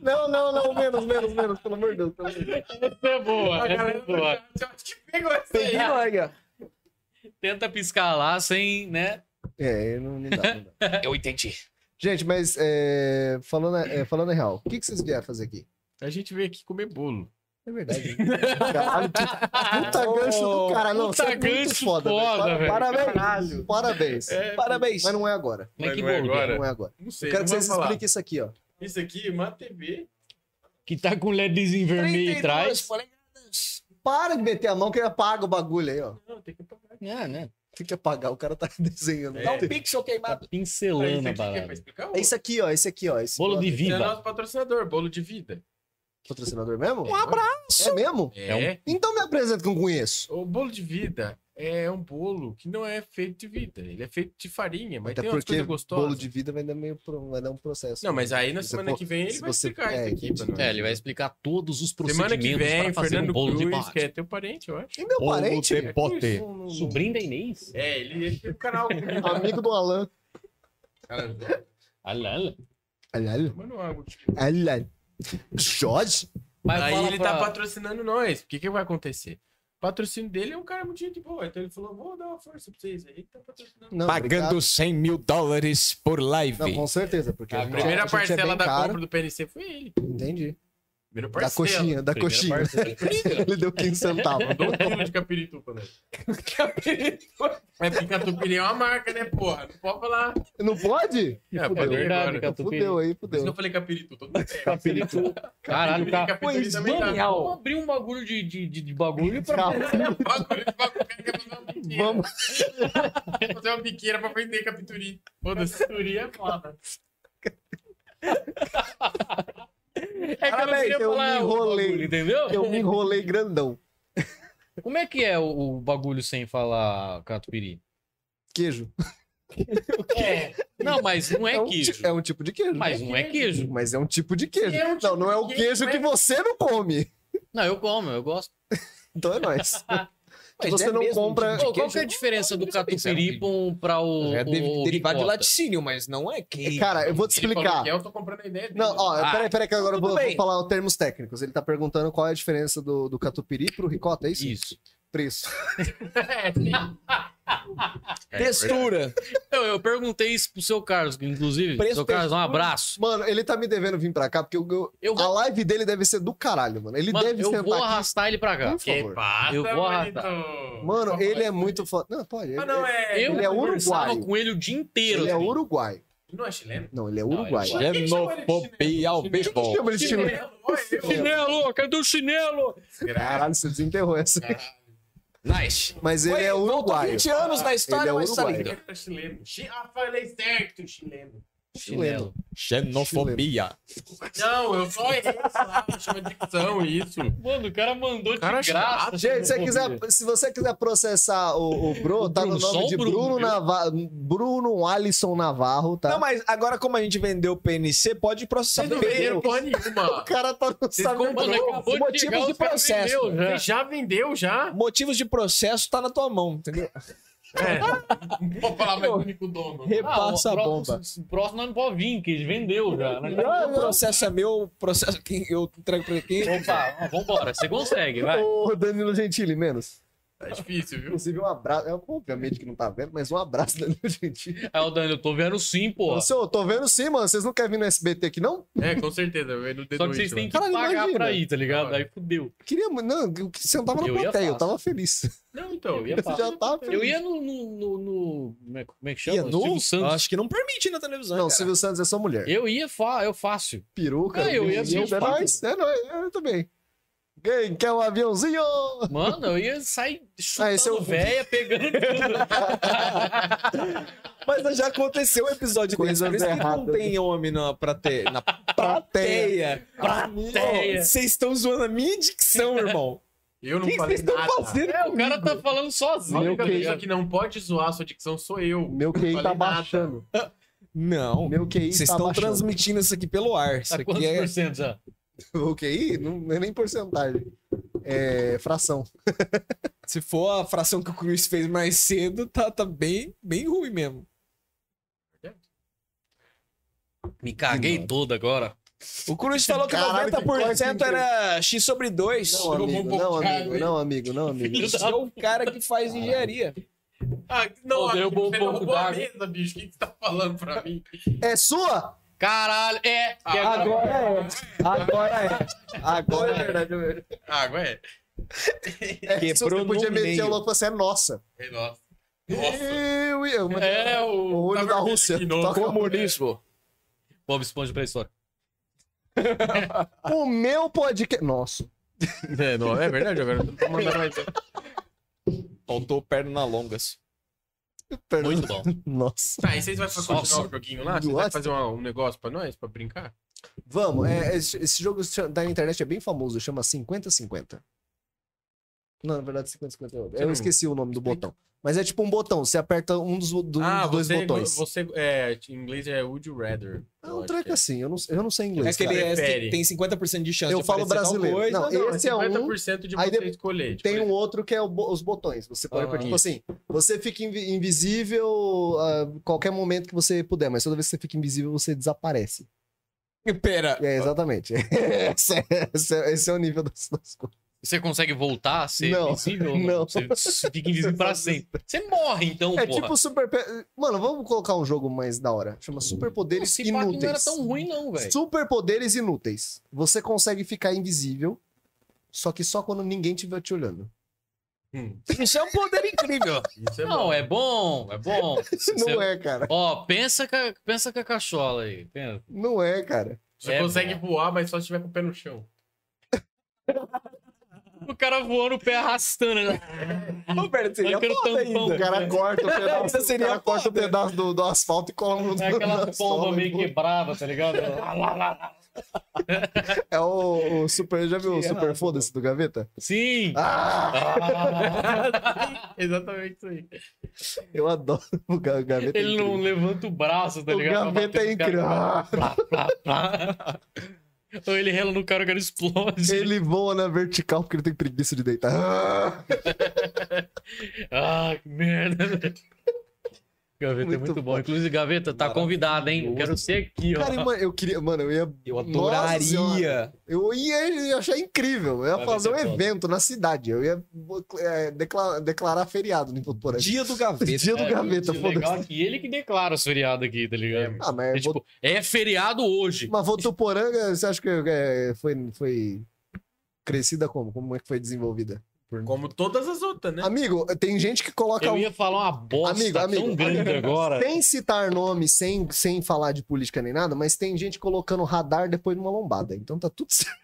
[SPEAKER 3] não, não, não. Menos, menos, menos. Pelo amor de Deus. Pelo amor de Deus.
[SPEAKER 2] Essa é boa,
[SPEAKER 4] A
[SPEAKER 2] essa é
[SPEAKER 4] galera do
[SPEAKER 2] boa.
[SPEAKER 4] chat, eu acho que pegou essa aí.
[SPEAKER 2] Tenta piscar lá sem, né?
[SPEAKER 3] É, não, não dá, não dá.
[SPEAKER 1] Eu entendi.
[SPEAKER 3] Gente, mas é, falando, é, falando é real, o que, que vocês vieram fazer aqui?
[SPEAKER 4] A gente veio aqui comer bolo.
[SPEAKER 3] É verdade. né? Caralho, que puta gancho do cara. Não,
[SPEAKER 2] Puta
[SPEAKER 3] você é muito
[SPEAKER 2] gancho
[SPEAKER 3] foda,
[SPEAKER 2] foda,
[SPEAKER 3] Par-
[SPEAKER 2] velho.
[SPEAKER 3] Parabéns.
[SPEAKER 4] Caralho.
[SPEAKER 3] Parabéns.
[SPEAKER 1] Parabéns.
[SPEAKER 3] Mas não é agora.
[SPEAKER 2] Mas
[SPEAKER 4] Mas
[SPEAKER 2] que
[SPEAKER 4] não é
[SPEAKER 2] bom,
[SPEAKER 4] agora?
[SPEAKER 2] velho.
[SPEAKER 3] Não é agora.
[SPEAKER 4] Não sei,
[SPEAKER 3] Eu quero
[SPEAKER 4] não
[SPEAKER 3] que
[SPEAKER 4] vai
[SPEAKER 3] vocês
[SPEAKER 4] falar.
[SPEAKER 3] expliquem isso aqui, ó.
[SPEAKER 4] Isso aqui, uma TV.
[SPEAKER 2] Que tá com LEDzinho vermelho
[SPEAKER 1] 32
[SPEAKER 2] atrás.
[SPEAKER 1] polegadas.
[SPEAKER 3] Para de meter a mão que ele apaga o bagulho aí, ó.
[SPEAKER 4] Não, tem que apagar.
[SPEAKER 2] É, né?
[SPEAKER 3] Tem que apagar, o cara tá [LAUGHS] desenhando.
[SPEAKER 4] É.
[SPEAKER 1] Dá um pixel
[SPEAKER 2] Tá
[SPEAKER 1] queimado.
[SPEAKER 4] Isso
[SPEAKER 2] pincelando
[SPEAKER 4] aqui
[SPEAKER 2] a
[SPEAKER 4] que é
[SPEAKER 2] parada.
[SPEAKER 4] pra explicar?
[SPEAKER 3] É isso aqui, ó. Esse aqui, ó. Esse
[SPEAKER 2] Bolo de
[SPEAKER 4] Esse é
[SPEAKER 2] viva.
[SPEAKER 4] nosso patrocinador, bolo de vida.
[SPEAKER 3] Patrocinador mesmo? Um abraço. É mesmo?
[SPEAKER 4] É.
[SPEAKER 3] Então me apresenta que eu conheço.
[SPEAKER 2] um
[SPEAKER 4] O bolo de vida é um bolo que não é feito de vida. Ele é feito de farinha, mas
[SPEAKER 3] Até
[SPEAKER 4] tem umas
[SPEAKER 3] porque
[SPEAKER 4] coisas gostosas.
[SPEAKER 3] bolo de vida vai dar, meio, pro- vai dar um processo.
[SPEAKER 4] Não, mas aí na
[SPEAKER 3] Se
[SPEAKER 4] semana
[SPEAKER 3] for-
[SPEAKER 4] que vem ele
[SPEAKER 3] se
[SPEAKER 4] vai
[SPEAKER 3] você-
[SPEAKER 4] explicar
[SPEAKER 3] é,
[SPEAKER 4] isso aqui pra nós.
[SPEAKER 2] É, ele vai explicar todos os
[SPEAKER 4] Semana que
[SPEAKER 2] procedimentos
[SPEAKER 4] vem,
[SPEAKER 2] para fazer
[SPEAKER 4] Fernando
[SPEAKER 2] um bolo de
[SPEAKER 4] Cruz,
[SPEAKER 2] bate.
[SPEAKER 4] que é um teu parente, eu acho.
[SPEAKER 3] E meu
[SPEAKER 2] Bolo
[SPEAKER 3] parente?
[SPEAKER 2] de pote.
[SPEAKER 3] Não, não, não.
[SPEAKER 2] Sobrinho da Inês?
[SPEAKER 4] É, ele, ele tem um
[SPEAKER 3] [LAUGHS]
[SPEAKER 4] canal comigo.
[SPEAKER 3] Amigo do Alan.
[SPEAKER 2] Alala.
[SPEAKER 3] Alal,
[SPEAKER 4] Tomando água.
[SPEAKER 3] alal. Jorge?
[SPEAKER 2] Mas
[SPEAKER 4] Aí
[SPEAKER 2] fala
[SPEAKER 4] ele
[SPEAKER 2] pra-
[SPEAKER 4] tá patrocinando nós. O que, que vai acontecer? O patrocínio dele é um cara muito gente boa. Então ele falou: vou dar uma força pra vocês. Aí ele tá patrocinando.
[SPEAKER 3] Não, obrigado.
[SPEAKER 1] Pagando 100 mil dólares por live.
[SPEAKER 3] Não, com certeza, porque
[SPEAKER 2] A
[SPEAKER 3] gente-
[SPEAKER 4] Primeira
[SPEAKER 3] a gente é
[SPEAKER 4] parcela
[SPEAKER 3] bem
[SPEAKER 4] da
[SPEAKER 3] caro.
[SPEAKER 4] compra do PNC foi ele.
[SPEAKER 3] Entendi.
[SPEAKER 4] Primeira
[SPEAKER 3] Da
[SPEAKER 4] parcela.
[SPEAKER 3] coxinha, da
[SPEAKER 2] Primeira
[SPEAKER 3] coxinha.
[SPEAKER 2] parcela.
[SPEAKER 4] [LAUGHS]
[SPEAKER 3] Ele deu 15 centavos.
[SPEAKER 4] Mandou um quilo de capirituba, né? É porque catupiry é uma marca, né, porra? Não pode falar.
[SPEAKER 3] [LAUGHS] Não pode?
[SPEAKER 4] É,
[SPEAKER 2] É
[SPEAKER 4] pode
[SPEAKER 2] verdade,
[SPEAKER 4] agora.
[SPEAKER 2] Catupiry.
[SPEAKER 3] Fudeu aí,
[SPEAKER 4] Por isso que eu
[SPEAKER 3] fudeu.
[SPEAKER 4] falei capiritu. Todo mundo pega.
[SPEAKER 2] Capiritu. Caralho, cara.
[SPEAKER 4] Capiritu
[SPEAKER 3] Pois
[SPEAKER 4] também tá dá.
[SPEAKER 2] Vamos abrir um bagulho de, de, de, de bagulho pra...
[SPEAKER 3] [LAUGHS] Calma.
[SPEAKER 4] Bagulho de bagulho, cara, quer fazer uma biqueira.
[SPEAKER 3] Vamos.
[SPEAKER 4] fazer uma biqueira pra vender capituri. Foda-se. Capituri é foda.
[SPEAKER 2] É que eu não
[SPEAKER 3] Parabéns,
[SPEAKER 2] queria
[SPEAKER 3] eu
[SPEAKER 2] falar
[SPEAKER 3] me
[SPEAKER 2] o
[SPEAKER 3] enrolei.
[SPEAKER 2] bagulho, entendeu?
[SPEAKER 3] Eu me enrolei grandão.
[SPEAKER 2] Como é que é o, o bagulho sem falar catupiry?
[SPEAKER 3] Queijo.
[SPEAKER 4] É,
[SPEAKER 2] Não, mas não é
[SPEAKER 3] um,
[SPEAKER 2] queijo.
[SPEAKER 3] ti- é um tipo de queijo.
[SPEAKER 2] Mas não é queijo.
[SPEAKER 3] Mas é um tipo de queijo.
[SPEAKER 4] Sim, é um tipo
[SPEAKER 3] não, não é o
[SPEAKER 4] de
[SPEAKER 3] queijo
[SPEAKER 4] queijo,
[SPEAKER 3] que
[SPEAKER 4] mas-
[SPEAKER 3] você não come.
[SPEAKER 4] [LAUGHS]
[SPEAKER 2] Não, eu como, eu gosto.
[SPEAKER 3] Então é nóis.
[SPEAKER 1] Mas
[SPEAKER 3] você
[SPEAKER 1] é
[SPEAKER 3] não
[SPEAKER 1] mesmo
[SPEAKER 3] compra-
[SPEAKER 1] um
[SPEAKER 2] Pô,
[SPEAKER 1] tipo de
[SPEAKER 2] qual
[SPEAKER 1] queijo?
[SPEAKER 2] que é a diferença do
[SPEAKER 1] Eu não sei se é um
[SPEAKER 2] catupiry pra um- pra o,
[SPEAKER 1] É deve-
[SPEAKER 2] o
[SPEAKER 1] derivado de
[SPEAKER 2] ricota?
[SPEAKER 1] laticínio, mas não é queijo.
[SPEAKER 3] Cara, eu vou te
[SPEAKER 4] Ele falou
[SPEAKER 3] explicar.
[SPEAKER 4] que é, eu tô comprando a ideia dele.
[SPEAKER 3] Não, ó,
[SPEAKER 1] Ah,
[SPEAKER 3] peraí, peraí, que agora eu
[SPEAKER 1] tudo
[SPEAKER 3] vou, vou
[SPEAKER 1] bem.
[SPEAKER 3] falar os termos técnicos. Ele tá perguntando qual é a diferença do, do catupiry pro ricota, é isso?
[SPEAKER 2] Isso.
[SPEAKER 3] Preço.
[SPEAKER 4] É, sim.
[SPEAKER 1] É,
[SPEAKER 4] é
[SPEAKER 1] Textura.
[SPEAKER 2] Eu, eu perguntei isso pro seu Carlos, que inclusive.
[SPEAKER 1] Preço,
[SPEAKER 2] seu Carlos, um abraço.
[SPEAKER 3] Mano, ele tá me devendo vir pra cá, porque eu- eu-
[SPEAKER 2] Eu
[SPEAKER 3] a
[SPEAKER 2] vou,
[SPEAKER 3] live dele deve ser do caralho, mano. Ele
[SPEAKER 2] mano,
[SPEAKER 3] deve
[SPEAKER 2] eu vou
[SPEAKER 3] sentar aqui.
[SPEAKER 2] arrastar ele pra cá.
[SPEAKER 3] Por favor.
[SPEAKER 4] Passa,
[SPEAKER 2] Eu vou
[SPEAKER 4] bonito.
[SPEAKER 3] Mano,
[SPEAKER 4] Passa.
[SPEAKER 3] ele é muito foda. Não, pode.
[SPEAKER 4] Ah,
[SPEAKER 3] Ele,
[SPEAKER 4] não, é.
[SPEAKER 2] Eu
[SPEAKER 3] ele é
[SPEAKER 2] conversava
[SPEAKER 3] uruguaio.
[SPEAKER 2] com ele o dia inteiro.
[SPEAKER 3] ele é
[SPEAKER 2] assim.
[SPEAKER 3] uruguai.
[SPEAKER 4] Não é chileno?
[SPEAKER 3] Não, ele é
[SPEAKER 2] ele é
[SPEAKER 3] uruguai.
[SPEAKER 2] uruguai.
[SPEAKER 1] Xenofobia ao vivo.
[SPEAKER 3] [LAUGHS] Chama ele de chinês.
[SPEAKER 4] é Chileno. é
[SPEAKER 2] Chinelo, cadê o chinelo?
[SPEAKER 3] Caralho, você desenterrou essa.
[SPEAKER 1] Nice.
[SPEAKER 3] Mas ele
[SPEAKER 1] Ué,
[SPEAKER 3] é
[SPEAKER 1] voltou
[SPEAKER 3] uruguaio.
[SPEAKER 1] 20 anos na
[SPEAKER 3] Ele
[SPEAKER 1] história,
[SPEAKER 3] é
[SPEAKER 1] mas tá
[SPEAKER 3] uruguaio.
[SPEAKER 1] lindo.
[SPEAKER 4] Chileno. Chileno. Chi- Ah, falei certo, chileno.
[SPEAKER 2] Chinelo.
[SPEAKER 3] Xenofobia.
[SPEAKER 4] Não, eu só errei a palavra, chama dicção isso.
[SPEAKER 2] Mano, o cara mandou de
[SPEAKER 4] Cara
[SPEAKER 2] graça. assim,
[SPEAKER 4] chato.
[SPEAKER 3] Gente, se, você quiser, se você quiser processar o, o Bro,
[SPEAKER 2] O
[SPEAKER 3] tá
[SPEAKER 2] Bruno,
[SPEAKER 3] no
[SPEAKER 2] só
[SPEAKER 3] nome
[SPEAKER 2] o
[SPEAKER 3] de
[SPEAKER 2] Bruno,
[SPEAKER 3] Bruno,
[SPEAKER 2] viu?
[SPEAKER 3] Navarro. Bruno Alisson Navarro, tá?
[SPEAKER 1] Não, mas agora como a gente vendeu o PNC, pode processar
[SPEAKER 4] Vocês não
[SPEAKER 1] PNC.
[SPEAKER 4] venderam porra nenhuma.
[SPEAKER 3] O cara tá no
[SPEAKER 4] Vocês
[SPEAKER 3] sabe-
[SPEAKER 2] Mano,
[SPEAKER 4] comprou.
[SPEAKER 2] é acabou de
[SPEAKER 1] Motivos
[SPEAKER 2] chegar,
[SPEAKER 1] de
[SPEAKER 2] os caras
[SPEAKER 1] processo.
[SPEAKER 2] vendeu
[SPEAKER 4] Você
[SPEAKER 2] já.
[SPEAKER 4] já vendeu, já?
[SPEAKER 1] Motivos de processo tá na tua mão, entendeu?
[SPEAKER 4] É. [LAUGHS] Não vou falar mais do único dono. é
[SPEAKER 1] Repassa
[SPEAKER 2] Ah,
[SPEAKER 1] a
[SPEAKER 2] o
[SPEAKER 1] bomba.
[SPEAKER 2] próximo- O próximo nós não pode vir, que ele vendeu já. né?
[SPEAKER 3] Ah,
[SPEAKER 1] O processo é meu, o processo quem eu entrego pra quem.
[SPEAKER 3] [LAUGHS]
[SPEAKER 2] Opa, vambora, você consegue, vai.
[SPEAKER 3] Ô, Danilo Gentili, menos.
[SPEAKER 4] Tá difícil, viu?
[SPEAKER 3] Inclusive, um abraço. É, obviamente que não tá vendo, mas um abraço, [LAUGHS] Danilo Gentili.
[SPEAKER 2] Aí o Danilo, eu tô vendo sim, pô.
[SPEAKER 3] Ô, senhor, tô vendo sim, mano. Vocês não querem vir no SBT aqui, não?
[SPEAKER 4] É, com certeza. veio no
[SPEAKER 2] Só
[SPEAKER 4] D2,
[SPEAKER 2] que vocês têm
[SPEAKER 4] mano.
[SPEAKER 2] que
[SPEAKER 3] Caralho,
[SPEAKER 2] pagar
[SPEAKER 3] imagina.
[SPEAKER 2] pra ir, tá ligado? Aí fudeu.
[SPEAKER 3] Queria. Não, eu- você não tava na
[SPEAKER 2] Eu ia
[SPEAKER 3] plateia, eu
[SPEAKER 2] fácil.
[SPEAKER 3] tava feliz.
[SPEAKER 4] Não, então.
[SPEAKER 2] Eu ia
[SPEAKER 3] Você
[SPEAKER 2] Fácil.
[SPEAKER 3] [LAUGHS] já tava feliz.
[SPEAKER 2] Eu ia no. no, no- no- como, é, como é que chama?
[SPEAKER 3] Ia nu?
[SPEAKER 2] Silvio Santos.
[SPEAKER 1] Acho que não permite na televisão.
[SPEAKER 3] Não,
[SPEAKER 1] cara.
[SPEAKER 3] Silvio Santos é só mulher.
[SPEAKER 2] Eu ia, fa eu fácil.
[SPEAKER 3] Peruca.
[SPEAKER 2] Ah, eu ia
[SPEAKER 3] aviãozinho,
[SPEAKER 2] ver
[SPEAKER 3] É
[SPEAKER 2] os
[SPEAKER 3] nóis, é nóis, eu também. Quem quer um aviãozinho?
[SPEAKER 2] Mano, eu ia sair
[SPEAKER 3] Ah, esse é
[SPEAKER 2] chutando
[SPEAKER 3] o-
[SPEAKER 2] véia,
[SPEAKER 3] [LAUGHS]
[SPEAKER 2] pegando tudo.
[SPEAKER 1] Mas já aconteceu o episódio desse.
[SPEAKER 3] Coisas
[SPEAKER 1] Por isso que não
[SPEAKER 3] erradas.
[SPEAKER 1] tem homem na, prate... na
[SPEAKER 3] Plateia.
[SPEAKER 1] plateia.
[SPEAKER 2] Plateia.
[SPEAKER 1] Ô, Vocês estão zoando a minha dicção, irmão.
[SPEAKER 4] Eu
[SPEAKER 1] O
[SPEAKER 4] não
[SPEAKER 1] que que
[SPEAKER 4] falei
[SPEAKER 1] vocês estão
[SPEAKER 4] nada.
[SPEAKER 1] fazendo
[SPEAKER 2] é, o
[SPEAKER 1] comigo?
[SPEAKER 2] cara tá falando sozinho.
[SPEAKER 4] A
[SPEAKER 3] Meu
[SPEAKER 4] única
[SPEAKER 2] tá
[SPEAKER 4] pessoa
[SPEAKER 2] ligado?
[SPEAKER 4] que não pode zoar a sua dicção sou eu.
[SPEAKER 3] Meu
[SPEAKER 4] Não
[SPEAKER 3] QI
[SPEAKER 4] falei
[SPEAKER 3] tá
[SPEAKER 4] nada.
[SPEAKER 3] baixando.
[SPEAKER 1] Não.
[SPEAKER 3] Meu QI
[SPEAKER 1] Vocês
[SPEAKER 3] tá
[SPEAKER 1] estão
[SPEAKER 3] baixando.
[SPEAKER 1] transmitindo isso aqui pelo ar. Isso
[SPEAKER 2] Tá
[SPEAKER 1] aqui
[SPEAKER 2] quantos
[SPEAKER 1] é.
[SPEAKER 2] por cento já?
[SPEAKER 3] O QI não é nem porcentagem. É fração.
[SPEAKER 1] Se for a fração que o Cruz fez mais cedo, tá, tá bem, bem ruim mesmo.
[SPEAKER 2] Me caguei todo agora.
[SPEAKER 1] O Cruz falou que
[SPEAKER 3] Caralho, que
[SPEAKER 1] 90%
[SPEAKER 3] corte, hein,
[SPEAKER 1] era X sobre 2.
[SPEAKER 3] Não,
[SPEAKER 4] Jogou um
[SPEAKER 3] amigo,
[SPEAKER 4] pouco
[SPEAKER 3] não,
[SPEAKER 4] de
[SPEAKER 3] amigo,
[SPEAKER 4] água,
[SPEAKER 3] não, amigo, não, amigo.
[SPEAKER 2] Filho
[SPEAKER 1] Isso é o cara que faz engenharia.
[SPEAKER 2] Ó,
[SPEAKER 4] Ah, não, amigo,
[SPEAKER 2] derrubou um
[SPEAKER 4] você
[SPEAKER 2] pouco
[SPEAKER 4] derrubou a
[SPEAKER 2] d'água.
[SPEAKER 4] mesa, bicho. O que que você tá falando pra mim?
[SPEAKER 3] É sua?
[SPEAKER 2] Caralho, é. que
[SPEAKER 4] Ah,
[SPEAKER 2] agora...
[SPEAKER 3] é. Agora é. Agora é verdade.
[SPEAKER 4] Água, é.
[SPEAKER 3] É, se você
[SPEAKER 1] Quebrou
[SPEAKER 3] podia
[SPEAKER 1] no
[SPEAKER 3] meter o
[SPEAKER 1] meio.
[SPEAKER 3] louco, você é nossa.
[SPEAKER 4] É nossa. Nossa.
[SPEAKER 3] Eu, eu,
[SPEAKER 2] É
[SPEAKER 3] o
[SPEAKER 2] o
[SPEAKER 3] olho
[SPEAKER 4] tá
[SPEAKER 3] da
[SPEAKER 4] vermelho
[SPEAKER 3] Rússia.
[SPEAKER 4] aqui, não.
[SPEAKER 3] Toca-
[SPEAKER 1] Comunismo.
[SPEAKER 2] Bob Esponja pra história.
[SPEAKER 3] O meu podcast. Nossa.
[SPEAKER 4] É, não, é verdade, agora eu não tô mandando mais.
[SPEAKER 1] Faltou perna na longas.
[SPEAKER 3] Perdão.
[SPEAKER 2] Muito bom.
[SPEAKER 3] Nossa.
[SPEAKER 4] Tá, e vocês vão continuar
[SPEAKER 2] Nossa.
[SPEAKER 4] o joguinho lá? Vocês vão
[SPEAKER 3] Nossa.
[SPEAKER 4] fazer uma- um negócio pra nós, pra brincar?
[SPEAKER 3] Vamos, é, esse, esse jogo se chama- da internet é bem famoso, chama 50-50. Não, na verdade, 50-50 é outro. Eu
[SPEAKER 4] não-
[SPEAKER 3] esqueci o nome do botão. Mas é tipo um botão, você aperta um dos, do- dos dois
[SPEAKER 4] Ah, você,
[SPEAKER 3] botões.
[SPEAKER 4] você, é, em inglês é Would You Rather.
[SPEAKER 3] É
[SPEAKER 4] eu
[SPEAKER 3] um
[SPEAKER 4] acho
[SPEAKER 3] treco
[SPEAKER 4] que é.
[SPEAKER 3] assim, eu não, eu não sei inglês.
[SPEAKER 1] É que ele
[SPEAKER 3] cara.
[SPEAKER 1] é,
[SPEAKER 4] Prefere.
[SPEAKER 1] tem 50% de chance
[SPEAKER 3] Eu
[SPEAKER 1] de
[SPEAKER 3] falo
[SPEAKER 1] aparecer tal
[SPEAKER 3] brasileiro.
[SPEAKER 1] coisa.
[SPEAKER 3] Não,
[SPEAKER 4] Não,
[SPEAKER 3] esse é um.
[SPEAKER 4] 50% de
[SPEAKER 3] aí
[SPEAKER 4] você
[SPEAKER 3] de-
[SPEAKER 4] escolher. tipo,
[SPEAKER 3] Tem um outro que é o bo- os botões. Você pode
[SPEAKER 1] Aham.
[SPEAKER 2] Ah,
[SPEAKER 3] apertar, tipo assim, você fica invi- invisível a qualquer momento que você puder, mas toda vez que você fica invisível, você desaparece.
[SPEAKER 1] Pera.
[SPEAKER 2] Ah.
[SPEAKER 3] É, exatamente. [LAUGHS] esse, é, esse é- esse é o nível das, das coisas.
[SPEAKER 2] Você consegue voltar a ser
[SPEAKER 3] Não,
[SPEAKER 2] invisível?
[SPEAKER 3] não.
[SPEAKER 2] Você fica invisível pra sempre. Você morre, então,
[SPEAKER 3] É
[SPEAKER 2] porra. Hum.
[SPEAKER 3] tipo super. pe- Mano, vamos colocar um jogo mais da hora. Chama
[SPEAKER 2] Não,
[SPEAKER 3] Superpoderes
[SPEAKER 2] se pá que não era
[SPEAKER 3] Inúteis.
[SPEAKER 2] tão ruim, não, velho.
[SPEAKER 3] Superpoderes inúteis. Você consegue ficar invisível, só que só quando ninguém estiver te olhando.
[SPEAKER 4] hum,
[SPEAKER 1] Isso é um
[SPEAKER 3] [LAUGHS]
[SPEAKER 1] poder incrível.
[SPEAKER 4] isso é bom.
[SPEAKER 2] Não, é bom, é bom. Você-
[SPEAKER 3] Não é, cara.
[SPEAKER 2] Ó, pensa com a, pensa com a cachola aí. pensa.
[SPEAKER 3] Não é, cara.
[SPEAKER 4] Você
[SPEAKER 2] é
[SPEAKER 4] consegue
[SPEAKER 2] bom.
[SPEAKER 4] voar, mas só se tiver com o pé no chão.
[SPEAKER 2] O cara voando, o pé arrastando. né?
[SPEAKER 1] Ô, Pera, seria é
[SPEAKER 2] Arrancando
[SPEAKER 1] foda
[SPEAKER 2] tampão.
[SPEAKER 1] ainda.
[SPEAKER 2] né?
[SPEAKER 3] O cara corta o [LAUGHS] pedaço,
[SPEAKER 1] Isso seria
[SPEAKER 3] o cara corta o
[SPEAKER 1] foda.
[SPEAKER 3] pedaço do, do asfalto e cola [LAUGHS] no né?
[SPEAKER 2] É
[SPEAKER 3] na
[SPEAKER 2] aquela pomba
[SPEAKER 3] sola,
[SPEAKER 2] meio
[SPEAKER 3] pô.
[SPEAKER 2] quebrada, tá ligado? Lá, lá, lá, lá.
[SPEAKER 3] É o, o super. Já viu o
[SPEAKER 1] Que
[SPEAKER 3] super
[SPEAKER 1] errado,
[SPEAKER 3] foda-se do gaveta?
[SPEAKER 2] Sim!
[SPEAKER 3] Ah!
[SPEAKER 2] Ah,
[SPEAKER 4] Exatamente isso aí.
[SPEAKER 3] Eu adoro o ga- o
[SPEAKER 2] [LAUGHS]
[SPEAKER 3] gaveta.
[SPEAKER 2] ele não
[SPEAKER 3] incrível.
[SPEAKER 2] levanta o braço, tá
[SPEAKER 3] O
[SPEAKER 2] ligado? Pra
[SPEAKER 3] gaveta
[SPEAKER 2] bater
[SPEAKER 3] é
[SPEAKER 2] no cara.
[SPEAKER 3] incrível. Ah!
[SPEAKER 2] Plá, plá, plá. Ou ele rela no cara, o cara explode.
[SPEAKER 3] Ele voa na vertical porque ele tem preguiça de deitar. Ah!
[SPEAKER 2] Ah, que merda. Gaveta
[SPEAKER 3] Muito
[SPEAKER 2] é muito bom.
[SPEAKER 3] bom.
[SPEAKER 2] Inclusive, Gaveta, tá convidada, hein? Eu quero ser aqui, ó.
[SPEAKER 3] Cara, e, mano, eu queria. Mano, eu ia.
[SPEAKER 1] Eu
[SPEAKER 3] Nossa senhora.
[SPEAKER 1] adoraria.
[SPEAKER 3] Eu ia, eu ia achar incrível. Eu ia
[SPEAKER 2] Vai
[SPEAKER 3] fazer um
[SPEAKER 2] ver se é foda.
[SPEAKER 3] evento na cidade. Eu ia é, decla- declarar feriado no por aqui.
[SPEAKER 1] Dia do Gaveta.
[SPEAKER 3] [LAUGHS] Dia do
[SPEAKER 2] É,
[SPEAKER 3] gaveta,
[SPEAKER 2] o legal
[SPEAKER 3] foda-se.
[SPEAKER 2] é que ele que declara o feriado aqui, tá ligado?
[SPEAKER 3] Ah, mas,
[SPEAKER 2] É,
[SPEAKER 3] eu vou-
[SPEAKER 2] tipo, é feriado hoje.
[SPEAKER 3] mas Votuporanga, você acha que é, foi, foi crescida como? Como é que foi desenvolvida?
[SPEAKER 4] Como todas as outras, né?
[SPEAKER 3] Amigo, tem gente que coloca.
[SPEAKER 2] Eu
[SPEAKER 3] um-
[SPEAKER 2] ia falar uma bosta
[SPEAKER 3] Amigo,
[SPEAKER 2] tão
[SPEAKER 3] amigo,
[SPEAKER 2] grande agora.
[SPEAKER 3] Sem citar nome, sem, sem falar de política nem nada, mas tem gente colocando radar depois numa lombada. Então tá tudo [LAUGHS] certo.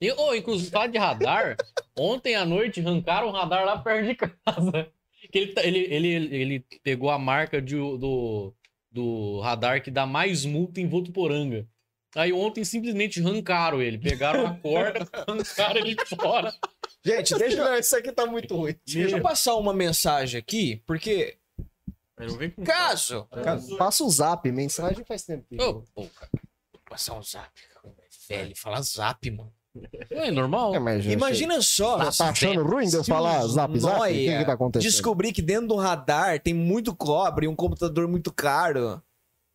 [SPEAKER 2] E, ô, inclusive, falar
[SPEAKER 1] [LAUGHS]
[SPEAKER 2] de radar, ontem à noite arrancaram um radar lá perto de casa. Que ele, tá- ele, ele, ele pegou a marca de o- do, do radar que dá mais multa em Votuporanga. Aí ontem simplesmente arrancaram ele. Pegaram a
[SPEAKER 1] [LAUGHS]
[SPEAKER 2] corda, arrancaram ele fora.
[SPEAKER 1] Gente, deixa,
[SPEAKER 3] Não, isso aqui tá muito ruim.
[SPEAKER 1] deixa eu passar uma mensagem aqui, porque
[SPEAKER 4] Mas não vem com
[SPEAKER 1] caso.
[SPEAKER 3] Cara, passa o zap, mensagem faz tempo. que-
[SPEAKER 2] Ô, pô, cara.
[SPEAKER 1] Passar um zap. cara. Velho, fala zap, mano.
[SPEAKER 2] É
[SPEAKER 3] É,
[SPEAKER 2] normal.
[SPEAKER 3] mas, gente,
[SPEAKER 1] Imagina só.
[SPEAKER 3] Tá, tá achando ruim de eu falar zap zap? O que, que tá acontecendo?
[SPEAKER 1] Descobri que dentro do radar tem muito cobre e um computador muito um caro.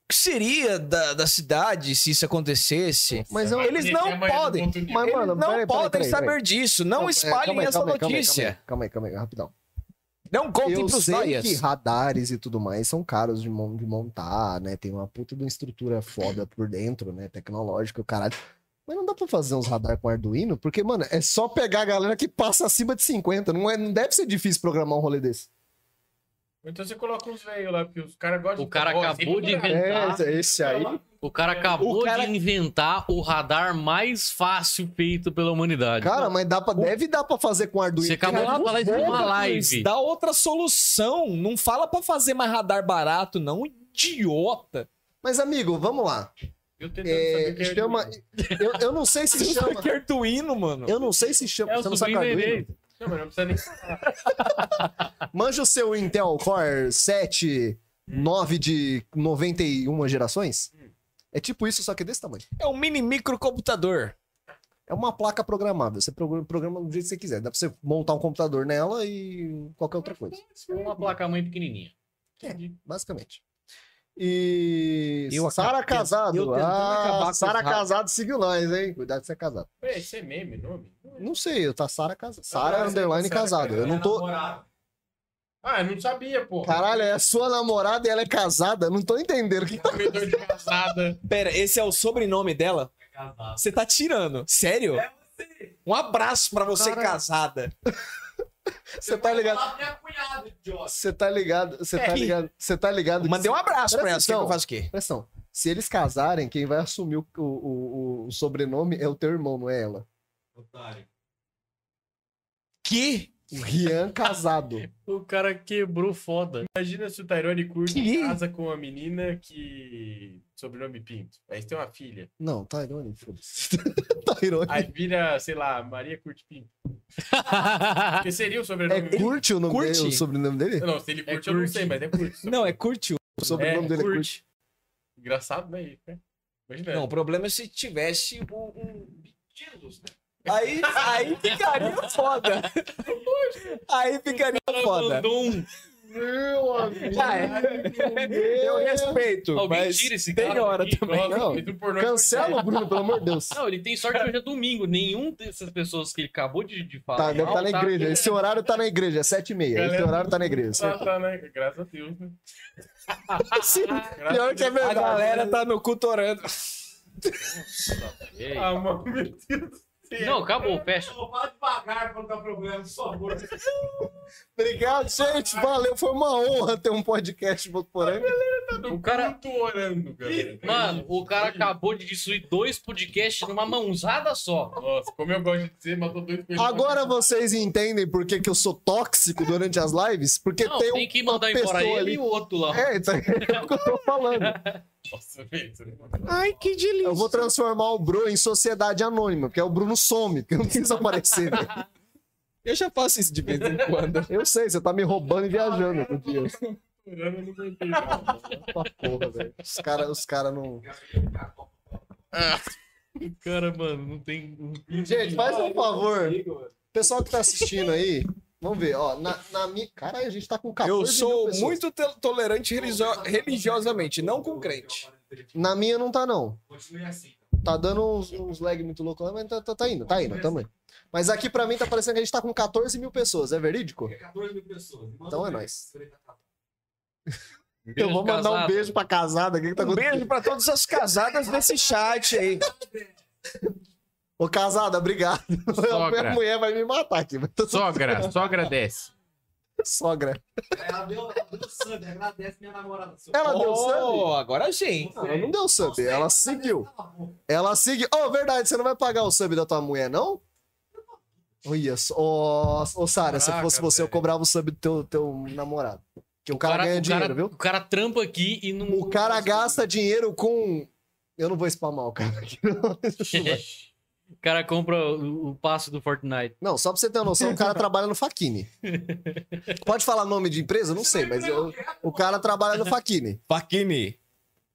[SPEAKER 1] que seria da, da cidade se isso acontecesse?
[SPEAKER 3] Mas eu-
[SPEAKER 1] Eles não
[SPEAKER 4] é um
[SPEAKER 1] podem.
[SPEAKER 3] Mas,
[SPEAKER 1] Eles
[SPEAKER 3] mano,
[SPEAKER 1] não
[SPEAKER 3] peraí, peraí,
[SPEAKER 1] podem
[SPEAKER 3] peraí,
[SPEAKER 1] saber
[SPEAKER 3] peraí.
[SPEAKER 1] disso. Não
[SPEAKER 3] é,
[SPEAKER 1] espalhem
[SPEAKER 3] calma aí,
[SPEAKER 1] essa
[SPEAKER 3] calma aí, calma aí,
[SPEAKER 1] notícia.
[SPEAKER 3] Calma aí, calma aí, calma aí, rapidão.
[SPEAKER 1] Não contem
[SPEAKER 3] eu
[SPEAKER 1] pros
[SPEAKER 3] sei
[SPEAKER 1] noias.
[SPEAKER 3] que radares e tudo mais são caros de, mon- de montar, né? Tem uma puta de uma estrutura foda por dentro, né? Tecnológica, o caralho. Mas não dá pra fazer uns radar com Arduino, porque, mano, é só pegar a galera que passa acima de 50. Não, é, não deve ser difícil programar um rolê desse.
[SPEAKER 4] Então você coloca uns velhos lá, porque os caras gostam assim,
[SPEAKER 2] O cara
[SPEAKER 4] Ó,
[SPEAKER 2] acabou de
[SPEAKER 4] sempre
[SPEAKER 2] inventar.
[SPEAKER 3] É, esse- esse aí.
[SPEAKER 2] O cara acabou
[SPEAKER 1] O cara-
[SPEAKER 2] de inventar o radar mais fácil feito pela humanidade.
[SPEAKER 3] Cara, mas dá pra, deve dar pra fazer com Arduino.
[SPEAKER 2] Você acabou
[SPEAKER 3] Cara,
[SPEAKER 2] de falar isso
[SPEAKER 3] vou-
[SPEAKER 2] numa live.
[SPEAKER 1] Dá outra solução. Não fala pra fazer mais radar barato, não, idiota.
[SPEAKER 3] Mas, amigo, vamos lá.
[SPEAKER 4] Eu tentando saber
[SPEAKER 3] É,
[SPEAKER 4] quem é o
[SPEAKER 3] chama...
[SPEAKER 4] Arduino.
[SPEAKER 3] eu, eu não sei se chama...
[SPEAKER 1] Que Arduino, mano.
[SPEAKER 3] Eu não sei se chama...
[SPEAKER 2] É o
[SPEAKER 3] você não sabe
[SPEAKER 2] sobrinho
[SPEAKER 3] que é
[SPEAKER 2] do
[SPEAKER 3] Arduino?
[SPEAKER 2] Enem.
[SPEAKER 4] Não, mas não precisa nem falar.
[SPEAKER 3] Manja o seu Intel Core 7, 9 de 91 gerações?
[SPEAKER 1] Hum.
[SPEAKER 3] É tipo isso, só que é desse tamanho.
[SPEAKER 1] É um mini microcomputador.
[SPEAKER 3] É uma placa programável. Você programa, programa do jeito que você quiser. Dá pra você montar um computador nela e qualquer outra coisa,
[SPEAKER 2] É Uma placa-mãe pequenininha.
[SPEAKER 3] basicamente. E.
[SPEAKER 1] Eu
[SPEAKER 3] Sara
[SPEAKER 1] acabei-
[SPEAKER 3] Casado.
[SPEAKER 1] eu tentando acabar com
[SPEAKER 3] ah, Sara
[SPEAKER 1] esse rato.
[SPEAKER 3] Casado seguiu nós, hein? Cuidado de ser casado.
[SPEAKER 4] Ué, isso é meme, nome? Não é.
[SPEAKER 3] Não sei, eu tá Sara Casado.
[SPEAKER 4] Ah,
[SPEAKER 3] Sara
[SPEAKER 4] sim,
[SPEAKER 3] underline
[SPEAKER 4] Sara
[SPEAKER 3] casado. Eu
[SPEAKER 1] é
[SPEAKER 3] não tô.
[SPEAKER 4] Ah, eu não sabia, pô.
[SPEAKER 3] Caralho, é a sua namorada e ela é casada? Eu Não tô entendendo o que
[SPEAKER 4] Um Comedor de casada.
[SPEAKER 1] Pera, esse é o sobrenome dela? Você tá tirando. Sério? Um abraço pra você
[SPEAKER 3] Cara.
[SPEAKER 1] casada.
[SPEAKER 3] você tá ligado.
[SPEAKER 5] minha cunhada, idiota.
[SPEAKER 3] Você tá ligado, você
[SPEAKER 1] É.
[SPEAKER 3] tá ligado, você tá ligado. que
[SPEAKER 1] Mandei um
[SPEAKER 3] se-
[SPEAKER 1] abraço pra ela.
[SPEAKER 3] Presta
[SPEAKER 1] Você quer que eu
[SPEAKER 3] atenção.
[SPEAKER 1] faça o quê?
[SPEAKER 3] Presta atenção. Se eles casarem, quem vai assumir o, o- o- o sobrenome é o teu irmão, não é ela.
[SPEAKER 5] Otário.
[SPEAKER 1] Que?
[SPEAKER 3] O Rian casado.
[SPEAKER 2] O cara quebrou foda.
[SPEAKER 4] Imagina se o Tyrone Curry
[SPEAKER 1] Que?
[SPEAKER 4] casa com uma menina que. Sobrenome Pinto. Aí você tem uma filha.
[SPEAKER 3] Não, Tyrone, foda-se. [LAUGHS] Tá Tyrone.
[SPEAKER 4] Aí vira, sei lá, Maria Curte Pinto. Porque seria o
[SPEAKER 3] É
[SPEAKER 4] sobrenome.
[SPEAKER 3] Curte o nome
[SPEAKER 1] Curte?
[SPEAKER 3] dele, o sobrenome dele?
[SPEAKER 4] Não, se ele
[SPEAKER 2] É
[SPEAKER 4] curte, eu não
[SPEAKER 2] Curte.
[SPEAKER 4] sei, mas é
[SPEAKER 1] [LAUGHS]
[SPEAKER 4] curte.
[SPEAKER 1] Não, é curtiu.
[SPEAKER 3] O sobrenome
[SPEAKER 4] É,
[SPEAKER 3] dele é Curte.
[SPEAKER 4] curte. Engraçado, né? isso, né? Imagina.
[SPEAKER 1] Não, o problema é se tivesse um. um... Aí, aí ficaria foda. Aí ficaria foda.
[SPEAKER 2] Mandou um.
[SPEAKER 3] Meu amigo.
[SPEAKER 1] Ah, é. Eu respeito,
[SPEAKER 2] Alguém
[SPEAKER 1] mas
[SPEAKER 2] tira esse
[SPEAKER 1] tem
[SPEAKER 2] cara
[SPEAKER 1] hora
[SPEAKER 2] daqui,
[SPEAKER 1] também.
[SPEAKER 4] Nossa,
[SPEAKER 3] não.
[SPEAKER 4] fez um pornô
[SPEAKER 3] Cancela o Bruno, pelo amor de Deus.
[SPEAKER 2] Não, ele tem sorte que hoje é domingo. Nenhum dessas pessoas que ele acabou de, de
[SPEAKER 3] Tá,
[SPEAKER 2] falar. é
[SPEAKER 3] deve tá na
[SPEAKER 2] mal,
[SPEAKER 3] igreja. Esse horário tá na igreja, é 7 e meia. Esse
[SPEAKER 4] Galera.
[SPEAKER 3] horário tá na igreja.
[SPEAKER 4] Ah, tá, né? Graças a Deus, né? Graças
[SPEAKER 3] Pior que é
[SPEAKER 1] A
[SPEAKER 3] verdade.
[SPEAKER 1] galera tá no cu torando.
[SPEAKER 2] Ei.
[SPEAKER 4] Ah, mano, meu Deus do céu.
[SPEAKER 2] Não, acabou, fecha.
[SPEAKER 5] Ô, Fala devagar pra não dar tá problema, por favor.
[SPEAKER 3] Obrigado, gente. Valeu. Foi uma honra ter um podcast Botuporanga.
[SPEAKER 4] o
[SPEAKER 2] O
[SPEAKER 4] cara
[SPEAKER 2] cara-
[SPEAKER 4] tá muito orando, galera.
[SPEAKER 2] Mano, o cara acabou de destruir dois podcasts numa mãozada só.
[SPEAKER 4] Nossa, como eu gosto de dizer, matou dois coelhos.
[SPEAKER 3] Agora vocês entendem por que, que eu sou tóxico durante as lives? Porque
[SPEAKER 2] Não,
[SPEAKER 3] tem,
[SPEAKER 2] tem,
[SPEAKER 3] um.
[SPEAKER 2] que
[SPEAKER 3] uma
[SPEAKER 2] mandar embora
[SPEAKER 3] pessoa
[SPEAKER 2] ele
[SPEAKER 3] ali.
[SPEAKER 2] e o outro lá.
[SPEAKER 3] É, então, [LAUGHS] é o que eu tô falando.
[SPEAKER 4] Nossa, velho. isso não-
[SPEAKER 1] Ai, que delícia.
[SPEAKER 3] Eu vou transformar o Bro em sociedade anônima, porque é o Bruno some, que eu não quis aparecer. né?
[SPEAKER 1] [LAUGHS] Eu já faço isso de vez em quando.
[SPEAKER 3] Eu sei, você tá me roubando e viajando. Meu Deus.
[SPEAKER 4] Orando, eu não aguentei, não.
[SPEAKER 3] Essa porra, velho. Os caras os cara não.
[SPEAKER 2] Cara, mano, não tem.
[SPEAKER 3] Gente, faz um favor. Pessoal que tá assistindo aí, vamos ver, ó. Na, na minha. Caralho, a gente tá com 14
[SPEAKER 1] Eu
[SPEAKER 3] mil
[SPEAKER 1] sou
[SPEAKER 3] pessoas.
[SPEAKER 1] muito to- tolerante religio- religiosamente, não com crente.
[SPEAKER 3] Na minha não tá, não.
[SPEAKER 5] Continue assim.
[SPEAKER 3] Tá dando uns, uns lag muito louco lá, mas tá, tá, tá indo, tá indo, tamo aí. Mas aqui pra mim tá parecendo que a gente tá com 14 mil pessoas, é verídico?
[SPEAKER 5] É 14 mil pessoas. Manda
[SPEAKER 3] Então é
[SPEAKER 5] um beijo.
[SPEAKER 3] nóis. [LAUGHS] Eu vou mandar um beijo pra casada, o que, que tá
[SPEAKER 1] Um
[SPEAKER 3] acontecendo? Tá
[SPEAKER 1] beijo pra todas as casadas desse chat
[SPEAKER 3] [LAUGHS]
[SPEAKER 1] aí.
[SPEAKER 3] Ô, casada, obrigado. [LAUGHS]
[SPEAKER 4] Sogra.
[SPEAKER 3] Minha mulher vai me matar aqui. mas tô-
[SPEAKER 4] Sogra, só agradece.
[SPEAKER 3] Sogra.
[SPEAKER 5] Ela deu, ela deu sangue, agradece minha namorada. seu
[SPEAKER 3] Ela deu sub?
[SPEAKER 1] Oh, agora
[SPEAKER 5] c****.
[SPEAKER 1] sim.
[SPEAKER 3] Ela não deu sub,
[SPEAKER 5] Você
[SPEAKER 3] ela
[SPEAKER 5] agradece
[SPEAKER 3] seguiu.
[SPEAKER 5] ela, pô.
[SPEAKER 3] Ela seguiu. Ô, verdade, você não vai pagar o sub da tua mulher, não? Olha só. Ô, ô, Sara, se
[SPEAKER 4] Caraca,
[SPEAKER 3] fosse você, eu
[SPEAKER 4] velho.
[SPEAKER 3] cobrava o sub do teu, teu namorado. Que o, cara, ganha dinheiro, viu?
[SPEAKER 2] O cara trampa aqui e não.
[SPEAKER 3] O cara gasta dinheiro com. Eu não vou spamar o cara aqui. não.
[SPEAKER 2] [LAUGHS] O cara compra o, o passo do Fortnite.
[SPEAKER 3] Não, só pra você ter uma noção, o [LAUGHS] cara trabalha no Faquini. Pode falar nome de empresa? Eu Não sei, mas eu- o cara trabalha no Faquini.
[SPEAKER 1] Paquini.
[SPEAKER 3] Ô,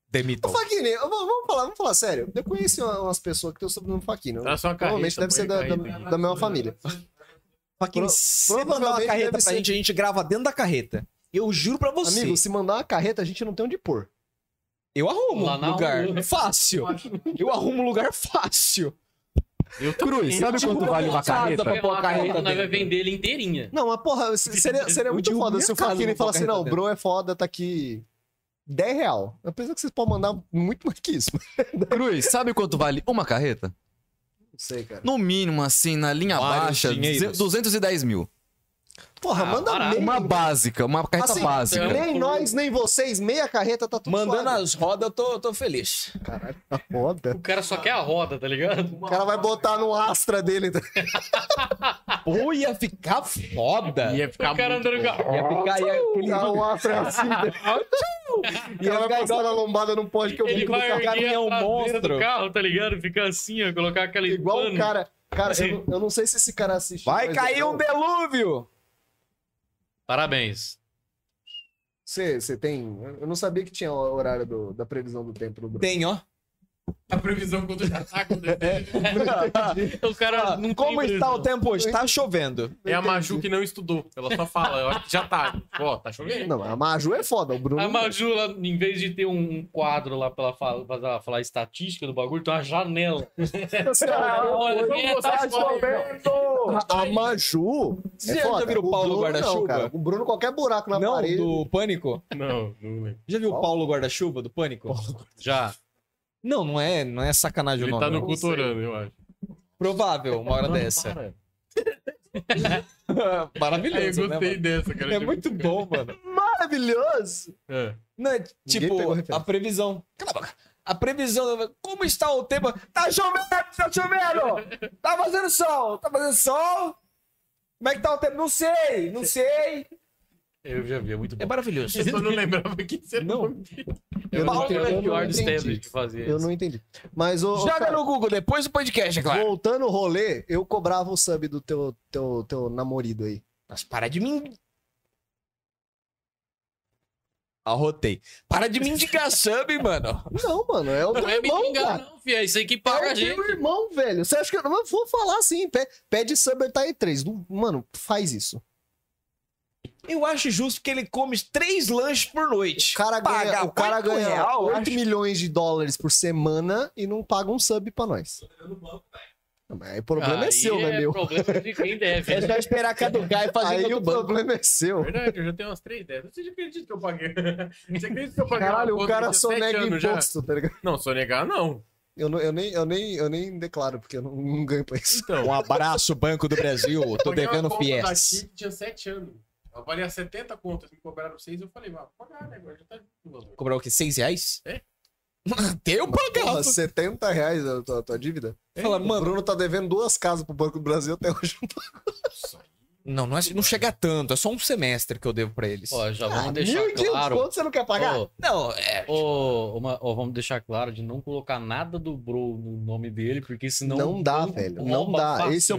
[SPEAKER 1] Demitou.
[SPEAKER 3] Faquini, eu vou- vamos falar, vamos falar sério. Eu conheci uma- umas pessoas que tem o sobrenome Faquini. Eu-
[SPEAKER 4] Dá só uma
[SPEAKER 3] Provavelmente
[SPEAKER 4] carreta,
[SPEAKER 3] deve ser
[SPEAKER 4] põe
[SPEAKER 3] da, da,
[SPEAKER 4] carreta aqui.
[SPEAKER 3] da mesma família.
[SPEAKER 1] Paquini,
[SPEAKER 3] Pro-
[SPEAKER 1] se você mandar uma
[SPEAKER 3] provavelmente
[SPEAKER 1] carreta
[SPEAKER 3] deve
[SPEAKER 1] pra
[SPEAKER 3] ser.
[SPEAKER 1] gente, a gente grava dentro da carreta. Eu juro pra você.
[SPEAKER 3] Amigo, se mandar uma carreta, a gente não tem onde pôr.
[SPEAKER 1] Eu arrumo
[SPEAKER 2] Lá na
[SPEAKER 1] lugar.
[SPEAKER 2] rua.
[SPEAKER 1] Fácil. Eu arrumo lugar fácil.
[SPEAKER 4] Eu
[SPEAKER 6] Cruz,
[SPEAKER 4] também.
[SPEAKER 6] sabe
[SPEAKER 1] tipo,
[SPEAKER 6] quanto vale uma
[SPEAKER 1] casa
[SPEAKER 6] carreta?
[SPEAKER 1] pra-
[SPEAKER 2] Vai
[SPEAKER 1] pôr a
[SPEAKER 2] lá,
[SPEAKER 1] carreta
[SPEAKER 2] nós vai
[SPEAKER 1] dentro.
[SPEAKER 2] vender ele inteirinha.
[SPEAKER 3] Não, mas porra, se- seria, seria
[SPEAKER 1] Eu
[SPEAKER 3] muito
[SPEAKER 1] digo,
[SPEAKER 3] foda
[SPEAKER 1] minha
[SPEAKER 3] se o
[SPEAKER 1] casa
[SPEAKER 3] Faquini
[SPEAKER 1] não
[SPEAKER 3] falasse
[SPEAKER 1] toca
[SPEAKER 3] assim, não, o
[SPEAKER 1] dentro.
[SPEAKER 3] bro é foda, tá aqui 10 real. Eu penso que vocês podem mandar muito mais que isso.
[SPEAKER 6] Cruz, sabe quanto vale uma carreta?
[SPEAKER 3] Não sei, cara.
[SPEAKER 6] No mínimo, assim, na linha
[SPEAKER 1] Vários
[SPEAKER 6] baixa,
[SPEAKER 1] dinheiros.
[SPEAKER 6] 210 mil.
[SPEAKER 3] Porra,
[SPEAKER 2] Ah,
[SPEAKER 3] manda
[SPEAKER 2] barato.
[SPEAKER 3] meio.
[SPEAKER 6] Uma básica, uma carreta
[SPEAKER 3] Assim,
[SPEAKER 6] básica.
[SPEAKER 2] então-
[SPEAKER 3] Nem nós, nem vocês, meia carreta tá tudo
[SPEAKER 1] Mandando
[SPEAKER 3] suave.
[SPEAKER 1] as rodas, eu tô, eu tô feliz.
[SPEAKER 3] Caralho, tá foda.
[SPEAKER 2] O cara só quer a roda, tá ligado?
[SPEAKER 3] O cara vai botar no Astra dele. tá?
[SPEAKER 1] Pô, ia ficar foda. Ia
[SPEAKER 4] Ia ficar
[SPEAKER 2] o cara tá
[SPEAKER 4] muito
[SPEAKER 2] andando
[SPEAKER 4] bom.
[SPEAKER 2] com a
[SPEAKER 1] ficar ia, aquele,
[SPEAKER 3] Ah, O Astra é assim. né? O
[SPEAKER 1] ia
[SPEAKER 3] cara vai
[SPEAKER 1] ficar
[SPEAKER 3] passar
[SPEAKER 1] igual,
[SPEAKER 3] na lombada, não pode que eu
[SPEAKER 2] Ele
[SPEAKER 3] brinco no
[SPEAKER 2] vai
[SPEAKER 3] carro.
[SPEAKER 2] erguer
[SPEAKER 1] caminhão
[SPEAKER 2] a traseira
[SPEAKER 1] monstro.
[SPEAKER 2] do carro, tá ligado? Ficar assim, ó, colocar aquela
[SPEAKER 3] [LAUGHS] Igual o
[SPEAKER 2] pano.
[SPEAKER 3] cara. Cara, eu, não- eu não sei se esse cara assiste.
[SPEAKER 1] Vai
[SPEAKER 3] mas é-
[SPEAKER 1] cair
[SPEAKER 3] eu-
[SPEAKER 1] um delúvio.
[SPEAKER 2] Parabéns.
[SPEAKER 3] Você você tem. Eu não sabia que tinha o horário do- da previsão do tempo do Bruno.
[SPEAKER 1] Tem, ó.
[SPEAKER 4] A previsão quando já tá acontecendo.
[SPEAKER 2] O
[SPEAKER 3] Ah,
[SPEAKER 2] cara não tem
[SPEAKER 1] Como está o
[SPEAKER 2] previsão.
[SPEAKER 1] tempo hoje? Tá chovendo.
[SPEAKER 4] É a Maju que não estudou. Ela só fala, eu acho que já tá. Ó, tá chovendo.
[SPEAKER 3] Não, a Maju é foda. O Bruno.
[SPEAKER 2] A Maju, ela, em vez de ter um quadro lá pra ela falar, pra ela falar estatística do bagulho, tem uma
[SPEAKER 3] [LAUGHS]
[SPEAKER 2] janela.
[SPEAKER 3] Ah,
[SPEAKER 2] Olha, é, tá chovendo.
[SPEAKER 3] A Maju. é
[SPEAKER 1] Você já viram É o Paulo
[SPEAKER 3] Bruno
[SPEAKER 1] guarda-chuva?
[SPEAKER 3] não, cara. O Bruno, qualquer buraco na
[SPEAKER 1] Não,
[SPEAKER 3] parede.
[SPEAKER 1] do Pânico?
[SPEAKER 4] Não, não lembro.
[SPEAKER 1] Já viu o Paulo Guarda-Chuva do Pânico?
[SPEAKER 2] Já.
[SPEAKER 1] Não, não é, não é sacanagem
[SPEAKER 4] Ele
[SPEAKER 1] o
[SPEAKER 4] tá
[SPEAKER 1] nome.
[SPEAKER 4] no culto orando, eu acho.
[SPEAKER 1] Provável, uma hora
[SPEAKER 4] Mano,
[SPEAKER 1] dessa.
[SPEAKER 4] para. Aí
[SPEAKER 1] [LAUGHS] Maravilhoso,
[SPEAKER 4] eu
[SPEAKER 1] né,
[SPEAKER 4] gostei
[SPEAKER 1] mano?
[SPEAKER 4] dessa, cara. tipo,
[SPEAKER 1] É muito bom, mano.
[SPEAKER 3] Maravilhoso.
[SPEAKER 4] É.
[SPEAKER 1] Não, é, tipo,
[SPEAKER 3] pegou a referência.
[SPEAKER 1] a previsão. Cala a boca. A previsão. Como está o tempo? Tá chovendo, tá chovendo! Tá fazendo sol, tá fazendo sol! Como é que tá o tempo? Não sei, não sei.
[SPEAKER 2] Eu já vi, é muito bom.
[SPEAKER 1] É maravilhoso.
[SPEAKER 4] Eu só não lembrava que você
[SPEAKER 1] Não.
[SPEAKER 2] Eu
[SPEAKER 3] não
[SPEAKER 2] não o
[SPEAKER 3] entendo, eu não
[SPEAKER 2] é pior do
[SPEAKER 3] entendi.
[SPEAKER 2] Stanley que fazia
[SPEAKER 3] Eu
[SPEAKER 2] isso.
[SPEAKER 3] não entendi. Mas o.
[SPEAKER 1] Joga no Google depois do podcast, é claro.
[SPEAKER 3] Voltando o rolê, eu cobrava o sub do teu, teu, teu namorido aí.
[SPEAKER 1] Mas para de mim. Arrotei. Para de me
[SPEAKER 3] [LAUGHS]
[SPEAKER 1] indicar sub, mano.
[SPEAKER 3] Não, mano, é o
[SPEAKER 2] Não
[SPEAKER 3] teu
[SPEAKER 2] é me
[SPEAKER 3] irmão,
[SPEAKER 2] xingar,
[SPEAKER 3] cara.
[SPEAKER 2] não, filho. É isso aí que
[SPEAKER 3] É
[SPEAKER 2] paga
[SPEAKER 3] o
[SPEAKER 2] a gente.
[SPEAKER 3] teu irmão, velho. Você acha que eu não eu vou falar assim? pe- Pede sub tá aí três. Não- Mano, faz isso.
[SPEAKER 1] Eu acho justo que ele come três lanches por noite.
[SPEAKER 3] O cara ganha,
[SPEAKER 1] Paga
[SPEAKER 3] o cara
[SPEAKER 1] oito
[SPEAKER 3] ganha
[SPEAKER 1] real, eu
[SPEAKER 3] 8
[SPEAKER 1] acho.
[SPEAKER 3] milhões de dólares por semana e não paga um sub pra nós. Não, mas Aí o problema é
[SPEAKER 2] Aí
[SPEAKER 3] seu, não é meu?
[SPEAKER 2] problema de
[SPEAKER 3] [LAUGHS]
[SPEAKER 2] quem deve.
[SPEAKER 1] É só esperar caducar e fazer
[SPEAKER 3] Aí
[SPEAKER 1] outro
[SPEAKER 3] o
[SPEAKER 1] banco.
[SPEAKER 3] problema é seu.
[SPEAKER 4] Verdade, eu já tenho umas três ideias. Você acredita que eu paguei? [LAUGHS] Você acredita que eu paguei?
[SPEAKER 3] Caralho,
[SPEAKER 4] uma
[SPEAKER 3] o
[SPEAKER 4] conta
[SPEAKER 3] cara
[SPEAKER 4] de
[SPEAKER 3] só
[SPEAKER 4] 17
[SPEAKER 3] nega
[SPEAKER 4] anos já?
[SPEAKER 3] imposto, tá ligado?
[SPEAKER 4] Não, sonegar não.
[SPEAKER 3] Eu, não- eu nem, eu, nem, eu nem declaro, porque eu não, não ganho pra isso.
[SPEAKER 4] Então.
[SPEAKER 1] Um abraço, Banco do Brasil. [LAUGHS] Tô
[SPEAKER 4] Paguei uma
[SPEAKER 1] devendo
[SPEAKER 4] conta
[SPEAKER 1] fiéis.
[SPEAKER 4] daqui que tinha 7 anos. Ela valia 70 contas, me cobraram 6, eu falei, vai pagar, né? Agora já tá junto o valor.
[SPEAKER 1] Cobrar o quê? Seis reais?
[SPEAKER 4] É.
[SPEAKER 1] Deu
[SPEAKER 3] Porra,
[SPEAKER 1] pagava.
[SPEAKER 3] 70 reais a tua, tua dívida?
[SPEAKER 1] Fala,
[SPEAKER 3] O
[SPEAKER 1] mano,
[SPEAKER 3] Bruno tá devendo duas casas pro Banco do Brasil até hoje.
[SPEAKER 4] Então,
[SPEAKER 1] não, não, é, não chega tanto. É só um semestre que eu devo pra eles.
[SPEAKER 2] Ó, já
[SPEAKER 3] Ah,
[SPEAKER 2] vamos
[SPEAKER 3] mil
[SPEAKER 2] deixar
[SPEAKER 3] e quinhentos
[SPEAKER 2] claro.
[SPEAKER 3] conto você não quer pagar?
[SPEAKER 2] Ó,
[SPEAKER 1] Não, é.
[SPEAKER 2] ó, uma- ó, vamos deixar claro de não colocar nada do bro no nome dele, porque senão.
[SPEAKER 3] Não, dá, velho. Não dá. Esse é o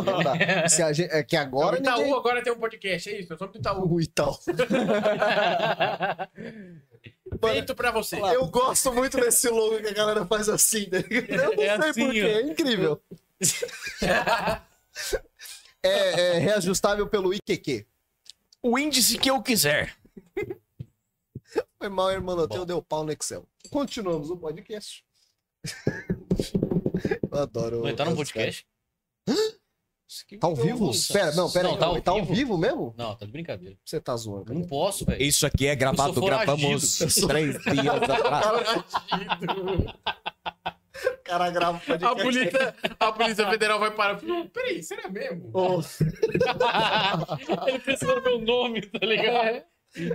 [SPEAKER 2] [LAUGHS]
[SPEAKER 3] Não dá.
[SPEAKER 1] [LAUGHS]
[SPEAKER 3] Se a gente- é que agora
[SPEAKER 4] Então, Itaú
[SPEAKER 3] ninguém...
[SPEAKER 4] agora tem um podcast, é isso. Eu sou do
[SPEAKER 3] [LAUGHS]
[SPEAKER 4] Itaú.
[SPEAKER 3] O Itaú.
[SPEAKER 2] problema.
[SPEAKER 4] Feito pra você.
[SPEAKER 3] Eu gosto muito desse logo que a galera faz assim. né? Eu não
[SPEAKER 2] É
[SPEAKER 3] sei
[SPEAKER 2] assim,
[SPEAKER 3] por quê.
[SPEAKER 2] ó.
[SPEAKER 3] É
[SPEAKER 2] [LAUGHS]
[SPEAKER 3] incrível. É, é reajustável pelo IQQ.
[SPEAKER 1] O índice que eu quiser.
[SPEAKER 3] Foi mal, irmão. Eu tenho deu pau no Excel. Continuamos o podcast. [LAUGHS] Eu adoro.
[SPEAKER 2] Não tá no
[SPEAKER 3] os
[SPEAKER 2] podcast?
[SPEAKER 3] caras. Tá ao vivo? Pera, não, pera
[SPEAKER 2] Não,
[SPEAKER 3] aí.
[SPEAKER 2] tá ao
[SPEAKER 3] Tá ao
[SPEAKER 2] vivo?
[SPEAKER 3] vivo mesmo?
[SPEAKER 2] Não, tá de brincadeira.
[SPEAKER 3] Você tá zoando.
[SPEAKER 2] Eu não posso, velho.
[SPEAKER 1] Isso aqui é
[SPEAKER 2] Eu sou foragido. Eu sou-
[SPEAKER 1] três dias atrás.
[SPEAKER 3] cara grava o
[SPEAKER 4] A polícia, a polícia Federal vai parar. Não, peraí, será mesmo?
[SPEAKER 2] Ele pensou no meu nome, tá ligado?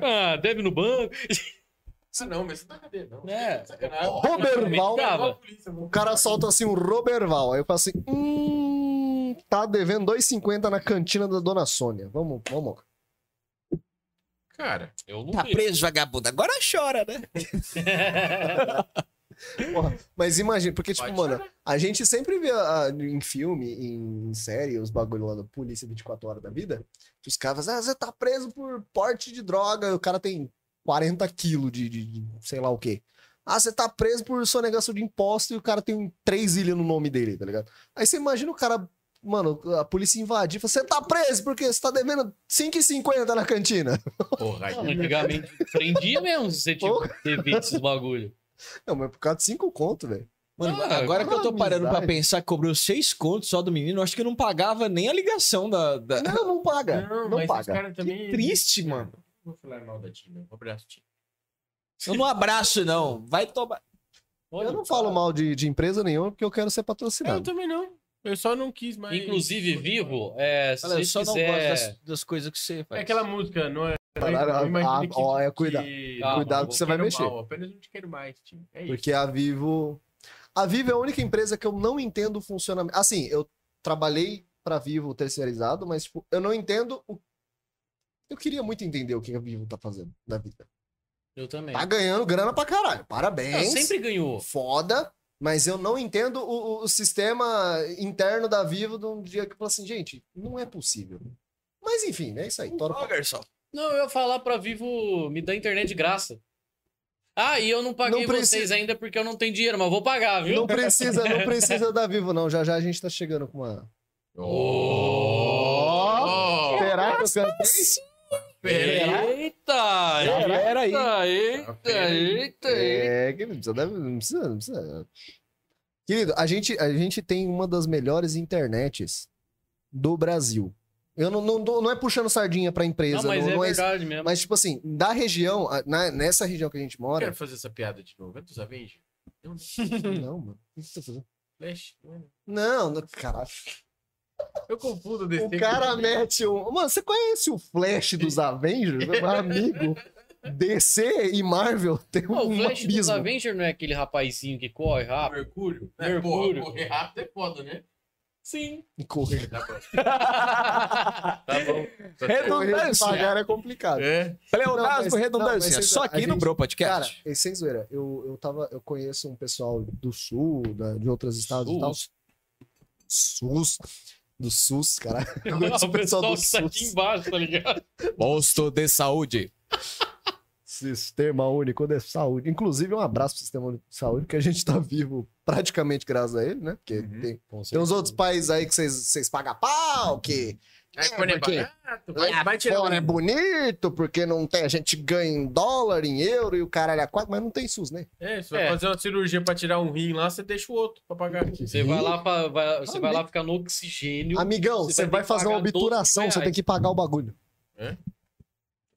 [SPEAKER 2] Ah, deve no banco.
[SPEAKER 4] Ah, não, mas você tá cadê? Não.
[SPEAKER 2] É.
[SPEAKER 4] Sacanagem.
[SPEAKER 2] tá.
[SPEAKER 3] Roberval.
[SPEAKER 4] Igual a polícia,
[SPEAKER 3] O
[SPEAKER 4] mano.
[SPEAKER 3] cara solta assim um Roberval. Aí eu falo assim: hum, tá devendo 2,50 na cantina da dona Sônia. Vamos, vamos.
[SPEAKER 4] Cara,
[SPEAKER 2] Eu não
[SPEAKER 1] Tá
[SPEAKER 2] vi.
[SPEAKER 1] preso, vagabundo. Agora chora, né?
[SPEAKER 3] Porra, Mas imagina, porque, tipo,
[SPEAKER 4] Pode
[SPEAKER 3] mano, a gente sempre vê a- em filme, em série, os bagulho lá da polícia 24 horas da vida, que os caras falam, ah, você tá preso por porte de droga, o cara tem 40 quilos de, de- de sei lá o quê. Ah, você tá preso por sonegação de imposto e o cara tem 3 ilhas no nome dele, tá ligado? Aí você imagina o cara, mano, a polícia invadir, e fala, você tá preso porque você tá devendo 5,50 na cantina. [LAUGHS]
[SPEAKER 4] porra, aí.
[SPEAKER 2] Não, antigamente prendia mesmo se você tipo,
[SPEAKER 3] Porra.
[SPEAKER 2] teve esses bagulho.
[SPEAKER 3] Não, mas por causa de cinco conto, velho.
[SPEAKER 1] Mano,
[SPEAKER 2] Ah,
[SPEAKER 1] agora que eu tô
[SPEAKER 3] que
[SPEAKER 1] parando pra
[SPEAKER 3] amizade.
[SPEAKER 1] pensar que cobrou seis contos só do menino, eu acho que não pagava nem a ligação da. da-
[SPEAKER 3] Não, não paga. Não,
[SPEAKER 4] os
[SPEAKER 3] paga.
[SPEAKER 4] caras também.
[SPEAKER 1] Triste, mano.
[SPEAKER 4] Não vou falar mal da Tina. Um abraço, Tina.
[SPEAKER 1] Eu não abraço, não. Vai tomar.
[SPEAKER 3] Eu não falo mal de, de empresa nenhuma porque eu quero ser patrocinado.
[SPEAKER 4] Eu também não. Eu só não quis mais.
[SPEAKER 2] Inclusive, vivo, é, se
[SPEAKER 1] Olha, eu
[SPEAKER 2] vocês
[SPEAKER 1] só não
[SPEAKER 2] quiser-
[SPEAKER 1] gosto das, das coisas que você faz.
[SPEAKER 4] É aquela música, não é?
[SPEAKER 3] Caralho,
[SPEAKER 4] eu imagino
[SPEAKER 3] ah, ó, é, cuidado.
[SPEAKER 4] que-
[SPEAKER 2] Calma,
[SPEAKER 3] Cuidado que
[SPEAKER 4] eu
[SPEAKER 3] você vai
[SPEAKER 4] quero
[SPEAKER 3] mexer.
[SPEAKER 4] mal, apenas não te quero mais, Tina. É isso.
[SPEAKER 3] Porque a Vivo. A Vivo é a única empresa que eu não entendo o funcionamento. Assim, eu trabalhei pra Vivo terceirizado, mas tipo, eu não entendo o. Eu queria muito entender o que a Vivo tá fazendo da vida.
[SPEAKER 2] Eu também.
[SPEAKER 3] Tá ganhando grana pra caralho.
[SPEAKER 2] Ela
[SPEAKER 3] Parabéns.
[SPEAKER 2] sempre ganhou.
[SPEAKER 3] Foda. Mas eu não entendo o, o- o sistema interno da Vivo de um dia que eu falo assim, gente, não é possível. Mas enfim, né? É isso aí. Toro
[SPEAKER 1] Ó, garçom.
[SPEAKER 2] Não, eu ia falar pra Vivo me dar internet de graça. Ah, e eu não paguei
[SPEAKER 3] Não precisa-
[SPEAKER 2] vocês ainda porque eu não tenho dinheiro, mas vou pagar, viu?
[SPEAKER 3] Não precisa, não precisa da Vivo, não. Já já a gente tá chegando com uma.
[SPEAKER 4] Oh!
[SPEAKER 3] Será que eu cantei?
[SPEAKER 2] Eita!
[SPEAKER 1] Era aí.
[SPEAKER 2] Eita, eita, eita, eita.
[SPEAKER 3] É, querido, não precisa, não precisa, não precisa. Querido, a gente, a gente tem uma das melhores internets do Brasil. Eu não, não, dou- não é puxando sardinha pra
[SPEAKER 2] Não,
[SPEAKER 3] empresa, não,
[SPEAKER 2] mas é
[SPEAKER 3] não é isso.
[SPEAKER 2] verdade mesmo.
[SPEAKER 3] Mas, tipo assim, da região, a- na- nessa região que a gente
[SPEAKER 4] Eu
[SPEAKER 3] mora.
[SPEAKER 4] quero fazer essa piada de novo. É dos Avengers? Não, não.
[SPEAKER 3] Não, mano. o que você tá fazendo?
[SPEAKER 4] Flash? Não é, não.
[SPEAKER 3] Não, não caralho.
[SPEAKER 4] Eu confundo o DC.
[SPEAKER 3] O cara mete um. Mano, você conhece o
[SPEAKER 2] [LAUGHS]
[SPEAKER 3] Flash dos Avengers? Meu amigo. DC e Marvel tem um
[SPEAKER 2] Pô, o Flash dos
[SPEAKER 3] abismo.
[SPEAKER 2] Avenger não é aquele rapazinho que corre
[SPEAKER 4] com
[SPEAKER 2] rápido?
[SPEAKER 4] Mercúrio? É,
[SPEAKER 2] Mercúrio.
[SPEAKER 4] Porra, correr rápido é foda, né?
[SPEAKER 2] [LAUGHS] Sim.
[SPEAKER 3] Correr
[SPEAKER 4] Tá bom. Tá bom. Tá certo.
[SPEAKER 3] correr
[SPEAKER 1] Redundância.
[SPEAKER 3] devagar é complicado.
[SPEAKER 4] É.
[SPEAKER 3] Não, mas-
[SPEAKER 1] Pleonasmo,
[SPEAKER 3] não,
[SPEAKER 1] redundância.
[SPEAKER 3] mas
[SPEAKER 1] Só
[SPEAKER 3] a
[SPEAKER 1] aqui no
[SPEAKER 3] gente-
[SPEAKER 1] Bro
[SPEAKER 3] Cara,
[SPEAKER 1] Podcast.
[SPEAKER 3] e sem zoeira, eu, eu, tava, eu conheço um pessoal do sul, da- de outros estados e tal. SUS. Do SUS, cara.
[SPEAKER 2] [LAUGHS]
[SPEAKER 3] [LAUGHS] Eu conheço
[SPEAKER 2] o pessoal que tá aqui embaixo, tá ligado?
[SPEAKER 3] [LAUGHS]
[SPEAKER 6] Posto de saúde.
[SPEAKER 3] Sistema Único de Saúde. Inclusive, um abraço pro Sistema Único de Saúde, que a gente tá vivo praticamente graças a ele, né? Porque
[SPEAKER 4] Uhum.
[SPEAKER 3] tem, tem uns outros países aí que vocês vocês pagam pau, que
[SPEAKER 4] Aí quando é
[SPEAKER 3] porque- lá
[SPEAKER 4] barato, vai, vai tirar
[SPEAKER 3] fora é
[SPEAKER 4] um-
[SPEAKER 3] bonito, porque não tem, a gente ganha em dólar, em euro e o caralho é quatro, mas não tem SUS, né?
[SPEAKER 4] É, você vai
[SPEAKER 2] É.
[SPEAKER 4] fazer uma cirurgia pra tirar um rim lá, você deixa o outro pra pagar.
[SPEAKER 2] Você vai lá, pra, vai- você vai lá ficar no oxigênio.
[SPEAKER 3] Amigão,
[SPEAKER 2] Você
[SPEAKER 3] você
[SPEAKER 2] vai
[SPEAKER 3] vai,
[SPEAKER 2] ter que
[SPEAKER 3] fazer uma
[SPEAKER 2] pagar 12 mil
[SPEAKER 3] obturação, você
[SPEAKER 2] reais.
[SPEAKER 3] tem que pagar o bagulho.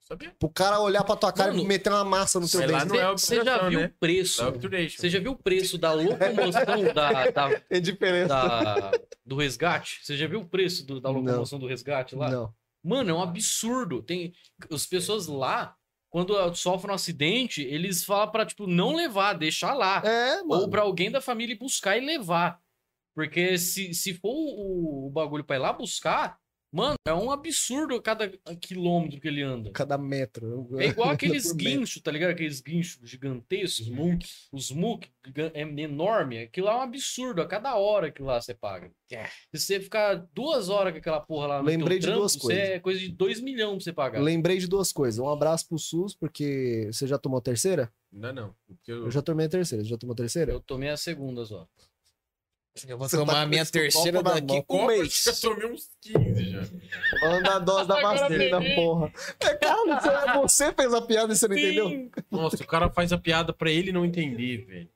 [SPEAKER 4] Sabia?
[SPEAKER 3] Pro cara olhar pra tua cara
[SPEAKER 2] Mano,
[SPEAKER 3] e meter uma massa no teu
[SPEAKER 4] sei lá,
[SPEAKER 3] dente.
[SPEAKER 4] não é
[SPEAKER 2] Você já
[SPEAKER 4] operação,
[SPEAKER 2] viu
[SPEAKER 4] né?
[SPEAKER 2] o preço?
[SPEAKER 4] Love to
[SPEAKER 2] Você já viu o preço da
[SPEAKER 3] [LAUGHS]
[SPEAKER 2] locomoção da, da-
[SPEAKER 3] É diferença.
[SPEAKER 2] da- do resgate? Você já viu o preço do- da
[SPEAKER 3] Não.
[SPEAKER 2] locomoção do resgate lá?
[SPEAKER 3] Não.
[SPEAKER 2] Mano, é um absurdo. Tem as pessoas lá, quando ah, sofrem um acidente, eles falam pra, tipo, não levar, deixar lá.
[SPEAKER 3] É,
[SPEAKER 2] Ou
[SPEAKER 3] mano.
[SPEAKER 2] pra alguém da família ir buscar e levar. Porque se, se for o, o bagulho pra ir lá buscar, mano, é um absurdo cada quilômetro que ele anda.
[SPEAKER 3] Cada metro.
[SPEAKER 2] É igual
[SPEAKER 3] [LAUGHS]
[SPEAKER 2] aqueles
[SPEAKER 3] Por metro. Uhum.
[SPEAKER 2] guinchos, tá ligado? Aqueles guinchos gigantescos. Os MOOC. Os MOOC giga- é enorme. Aquilo lá é um absurdo. A cada hora que lá você paga. Se você ficar duas horas com aquela porra lá no
[SPEAKER 3] É. Lembrei de
[SPEAKER 2] teu trampo,
[SPEAKER 3] duas
[SPEAKER 2] você é coisa de dois milhões pra você pagar.
[SPEAKER 3] Lembrei de duas coisas. Um abraço pro SUS, porque você já tomou a terceira?
[SPEAKER 4] Ainda não. Porque eu...
[SPEAKER 3] Eu já tomei a terceira. Você já tomou a terceira?
[SPEAKER 2] Eu tomei as segundas, ó.
[SPEAKER 1] Eu vou
[SPEAKER 3] Você tá
[SPEAKER 1] tomar a
[SPEAKER 3] com
[SPEAKER 1] minha
[SPEAKER 3] esse copo
[SPEAKER 1] terceira
[SPEAKER 3] na
[SPEAKER 1] daqui
[SPEAKER 3] mão.
[SPEAKER 1] com um
[SPEAKER 4] Copa,
[SPEAKER 1] mês.
[SPEAKER 4] já tomei uns 15 já.
[SPEAKER 3] Falando da dose da
[SPEAKER 2] Agora
[SPEAKER 3] vacina,
[SPEAKER 2] peguei.
[SPEAKER 3] porra. É, cara, você, você fez a piada e você não entendeu?
[SPEAKER 2] Sim.
[SPEAKER 4] Nossa, o cara faz a piada pra ele não entender, velho.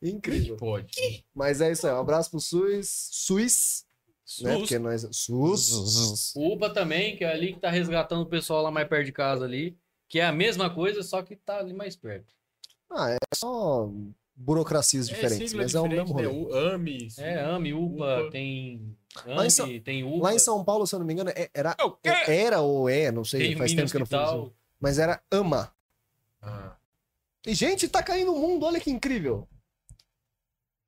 [SPEAKER 3] Incrível.
[SPEAKER 4] Pode.
[SPEAKER 3] Mas é isso aí. Um abraço pro SUS. SUS. Né?
[SPEAKER 2] SUS.
[SPEAKER 3] Porque nós. SUS.
[SPEAKER 2] O UPA também, que é ali que tá resgatando o pessoal lá mais perto de casa ali. Que é a mesma coisa, só que tá ali mais perto.
[SPEAKER 3] Ah, é só burocracias diferentes,
[SPEAKER 4] sigla
[SPEAKER 3] mas é o
[SPEAKER 4] diferente,
[SPEAKER 3] mesmo rolê.
[SPEAKER 4] né? O AME.
[SPEAKER 2] É, AME, UPA,
[SPEAKER 4] UPA.
[SPEAKER 2] tem...
[SPEAKER 3] Lá em
[SPEAKER 2] AME,
[SPEAKER 3] São-
[SPEAKER 2] tem UPA,
[SPEAKER 3] Lá em São Paulo, se eu não me engano, é- era,
[SPEAKER 1] Eu quero.
[SPEAKER 3] era ou é, não sei,
[SPEAKER 2] tem
[SPEAKER 4] um
[SPEAKER 3] faz
[SPEAKER 2] mini
[SPEAKER 3] tempo que eu não fui.
[SPEAKER 2] hospital.
[SPEAKER 3] assim. Mas era AMA.
[SPEAKER 4] Ah,
[SPEAKER 3] E, gente, tá caindo o mundo, olha que
[SPEAKER 4] [LAUGHS]
[SPEAKER 3] incrível.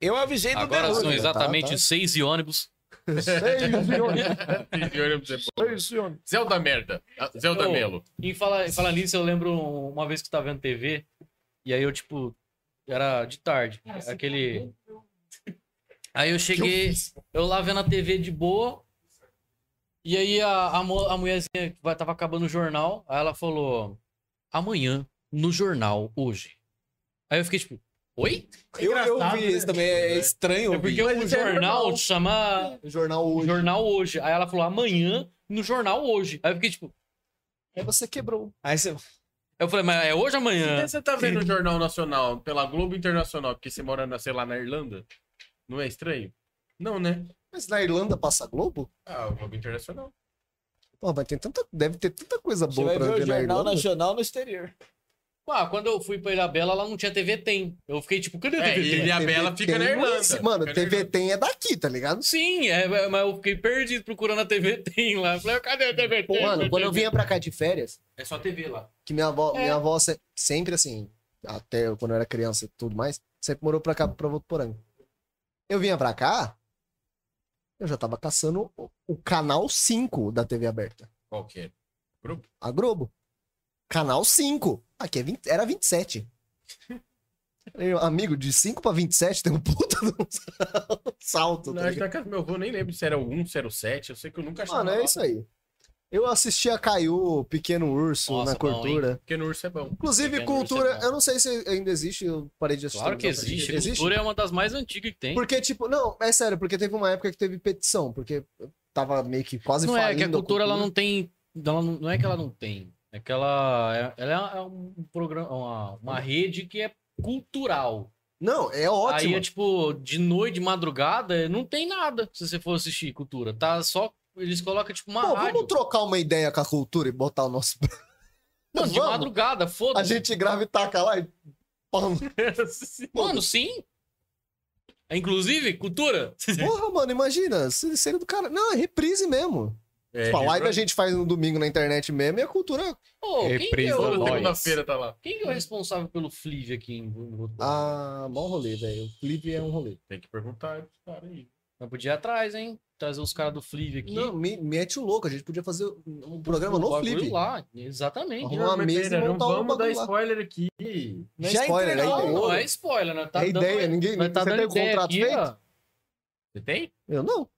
[SPEAKER 1] Eu avisei do
[SPEAKER 2] Agora
[SPEAKER 1] Deluxe.
[SPEAKER 2] são
[SPEAKER 3] Tá,
[SPEAKER 2] exatamente
[SPEAKER 3] tá.
[SPEAKER 2] seis e ônibus.
[SPEAKER 3] Seis milhões,
[SPEAKER 4] esse ônibus é bom.
[SPEAKER 3] seis milhões.
[SPEAKER 4] Zelda merda. Ah, Zelda
[SPEAKER 2] Ô.
[SPEAKER 4] Melo.
[SPEAKER 2] E falar em falar nisso, eu lembro uma vez que eu tava vendo TV, e aí eu, tipo, era de tarde. aquele. Aí eu cheguei, eu lá vendo a TV de boa, e aí a, a, mo- a mulherzinha vai- tava acabando o jornal, aí ela falou: amanhã, no jornal, hoje. Aí eu fiquei tipo, oi?
[SPEAKER 1] Eu, eu vi
[SPEAKER 3] né?
[SPEAKER 4] Engraçado,
[SPEAKER 1] isso também, é estranho.
[SPEAKER 2] É
[SPEAKER 1] ouvir.
[SPEAKER 2] porque o jornal chama
[SPEAKER 3] Jornal
[SPEAKER 2] o
[SPEAKER 3] hoje.
[SPEAKER 2] jornal hoje. Aí ela falou amanhã no jornal hoje. Aí eu fiquei tipo,
[SPEAKER 3] Aí você quebrou.
[SPEAKER 1] Aí você.
[SPEAKER 2] Eu falei, mas é hoje ou amanhã?
[SPEAKER 4] Você tá vendo o Jornal Nacional pela Globo Internacional, porque você mora, na, sei lá, na Irlanda? Não é estranho? Não, né?
[SPEAKER 3] Mas na Irlanda passa Globo?
[SPEAKER 4] Ah, o Globo Internacional.
[SPEAKER 3] Pô, mas tem tanta. Deve ter tanta coisa
[SPEAKER 1] Você
[SPEAKER 3] boa
[SPEAKER 1] vai
[SPEAKER 3] pra
[SPEAKER 1] ver o
[SPEAKER 3] ver na
[SPEAKER 1] Jornal
[SPEAKER 3] Irlanda.
[SPEAKER 1] Nacional no exterior.
[SPEAKER 2] Ah, quando eu fui pra Ilha Bela, lá não tinha TV Tem. Eu fiquei tipo, cadê a
[SPEAKER 4] É,
[SPEAKER 2] TV Tem?
[SPEAKER 4] e a Bela
[SPEAKER 3] TV
[SPEAKER 4] fica na
[SPEAKER 3] tem-
[SPEAKER 4] Irlanda.
[SPEAKER 3] Mano,
[SPEAKER 4] Fica na
[SPEAKER 3] TV
[SPEAKER 4] Irlanda.
[SPEAKER 3] tem é daqui, tá ligado?
[SPEAKER 2] Sim, é, é, mas eu fiquei perdido procurando a TV Tem lá. Eu falei, cadê a TV
[SPEAKER 3] Pô,
[SPEAKER 2] Tem?
[SPEAKER 3] mano, quando eu vinha pra cá de férias,
[SPEAKER 2] É só TV lá.
[SPEAKER 3] que minha avó, minha avó se- sempre assim, até eu, quando eu era criança e tudo mais, sempre morou pra cá, pra Votuporanga. Eu vinha pra cá, eu já tava caçando o, o canal 5 da TV aberta,
[SPEAKER 4] Qual que é?
[SPEAKER 3] a Globo. Canal 5. Aqui é 20 era 27. Meu amigo, de 5 pra 27 tem um puta de um [LAUGHS] salto.
[SPEAKER 4] Na,
[SPEAKER 3] tá ligado?
[SPEAKER 4] na casa do meu avô, nem lembro se era o 1, se era o 7. Eu sei que é eu nunca achava.
[SPEAKER 3] Mano, é
[SPEAKER 4] lá,
[SPEAKER 3] isso aí. Eu assisti a Caiu, Pequeno Urso,
[SPEAKER 2] Nossa,
[SPEAKER 3] na
[SPEAKER 2] bom, hein?
[SPEAKER 3] Cortura.
[SPEAKER 4] Porque no urso é bom.
[SPEAKER 3] Inclusive,
[SPEAKER 2] Pequeno
[SPEAKER 3] cultura,
[SPEAKER 2] Urso é bom.
[SPEAKER 3] eu não sei se ainda existe, eu parei de assistir.
[SPEAKER 2] Claro que
[SPEAKER 3] não, tá?
[SPEAKER 2] existe. Cultura é uma das mais antigas que tem.
[SPEAKER 3] Porque, tipo, não, é sério, porque teve uma época que teve petição, porque tava meio que quase
[SPEAKER 2] Não é que a
[SPEAKER 3] falindo
[SPEAKER 2] cultura, ela não tem. Ela não, não é que ela não tem. É que ela é, ela é um programa, uma, uma rede que é cultural.
[SPEAKER 3] Não, é ótimo.
[SPEAKER 2] Aí é tipo, de noite, de madrugada, não tem nada se você for assistir cultura. Tá só. Eles colocam tipo uma
[SPEAKER 3] Pô,
[SPEAKER 2] rádio.
[SPEAKER 3] vamos trocar uma ideia com a cultura e botar o
[SPEAKER 2] [LAUGHS]
[SPEAKER 3] nosso...
[SPEAKER 2] Mano, de
[SPEAKER 3] Vamos.
[SPEAKER 2] madrugada,
[SPEAKER 3] A
[SPEAKER 2] foda-se.
[SPEAKER 3] gente grava e taca lá e... Pô,
[SPEAKER 2] [LAUGHS] Mano, sim. Inclusive, cultura.
[SPEAKER 3] Porra, mano, imagina, se- seria do cara... Não, é reprise mesmo.
[SPEAKER 4] É,
[SPEAKER 3] tipo, a live
[SPEAKER 4] lembra?
[SPEAKER 3] a gente faz no domingo na internet mesmo e a cultura...
[SPEAKER 2] Ô, quem, que é
[SPEAKER 6] Reprisa,
[SPEAKER 4] Toda
[SPEAKER 6] Nós.
[SPEAKER 2] o,
[SPEAKER 4] segunda-feira tá lá.
[SPEAKER 2] quem que é o responsável pelo Flive aqui em Votuporanga?
[SPEAKER 3] Ah, bom rolê, velho. O clipe é um rolê.
[SPEAKER 4] Tem que perguntar pros caras aí.
[SPEAKER 2] Mas podia ir atrás, hein? Trazer os caras do Flive aqui.
[SPEAKER 3] Não, me, mete o louco. A gente podia fazer um programa
[SPEAKER 2] Um
[SPEAKER 3] no
[SPEAKER 2] bagulho
[SPEAKER 3] Flip.
[SPEAKER 2] lá, exatamente.
[SPEAKER 3] Arrumar uma
[SPEAKER 4] Mas,
[SPEAKER 3] mesa e
[SPEAKER 4] pera, não
[SPEAKER 3] montar um
[SPEAKER 4] vamos dar
[SPEAKER 3] bagulho lá.
[SPEAKER 4] spoiler aqui.
[SPEAKER 3] Não é
[SPEAKER 1] Já
[SPEAKER 3] spoiler, é
[SPEAKER 1] entregou,
[SPEAKER 2] Não,
[SPEAKER 3] ideia.
[SPEAKER 2] não é spoiler, né? Tá
[SPEAKER 3] É
[SPEAKER 2] dando-
[SPEAKER 3] ideia, ninguém-
[SPEAKER 2] mas tá
[SPEAKER 3] você
[SPEAKER 2] dando
[SPEAKER 3] tem o
[SPEAKER 2] ideia
[SPEAKER 3] contrato
[SPEAKER 2] aqui,
[SPEAKER 3] feito?
[SPEAKER 2] ó.
[SPEAKER 4] Você tem?
[SPEAKER 3] Eu não.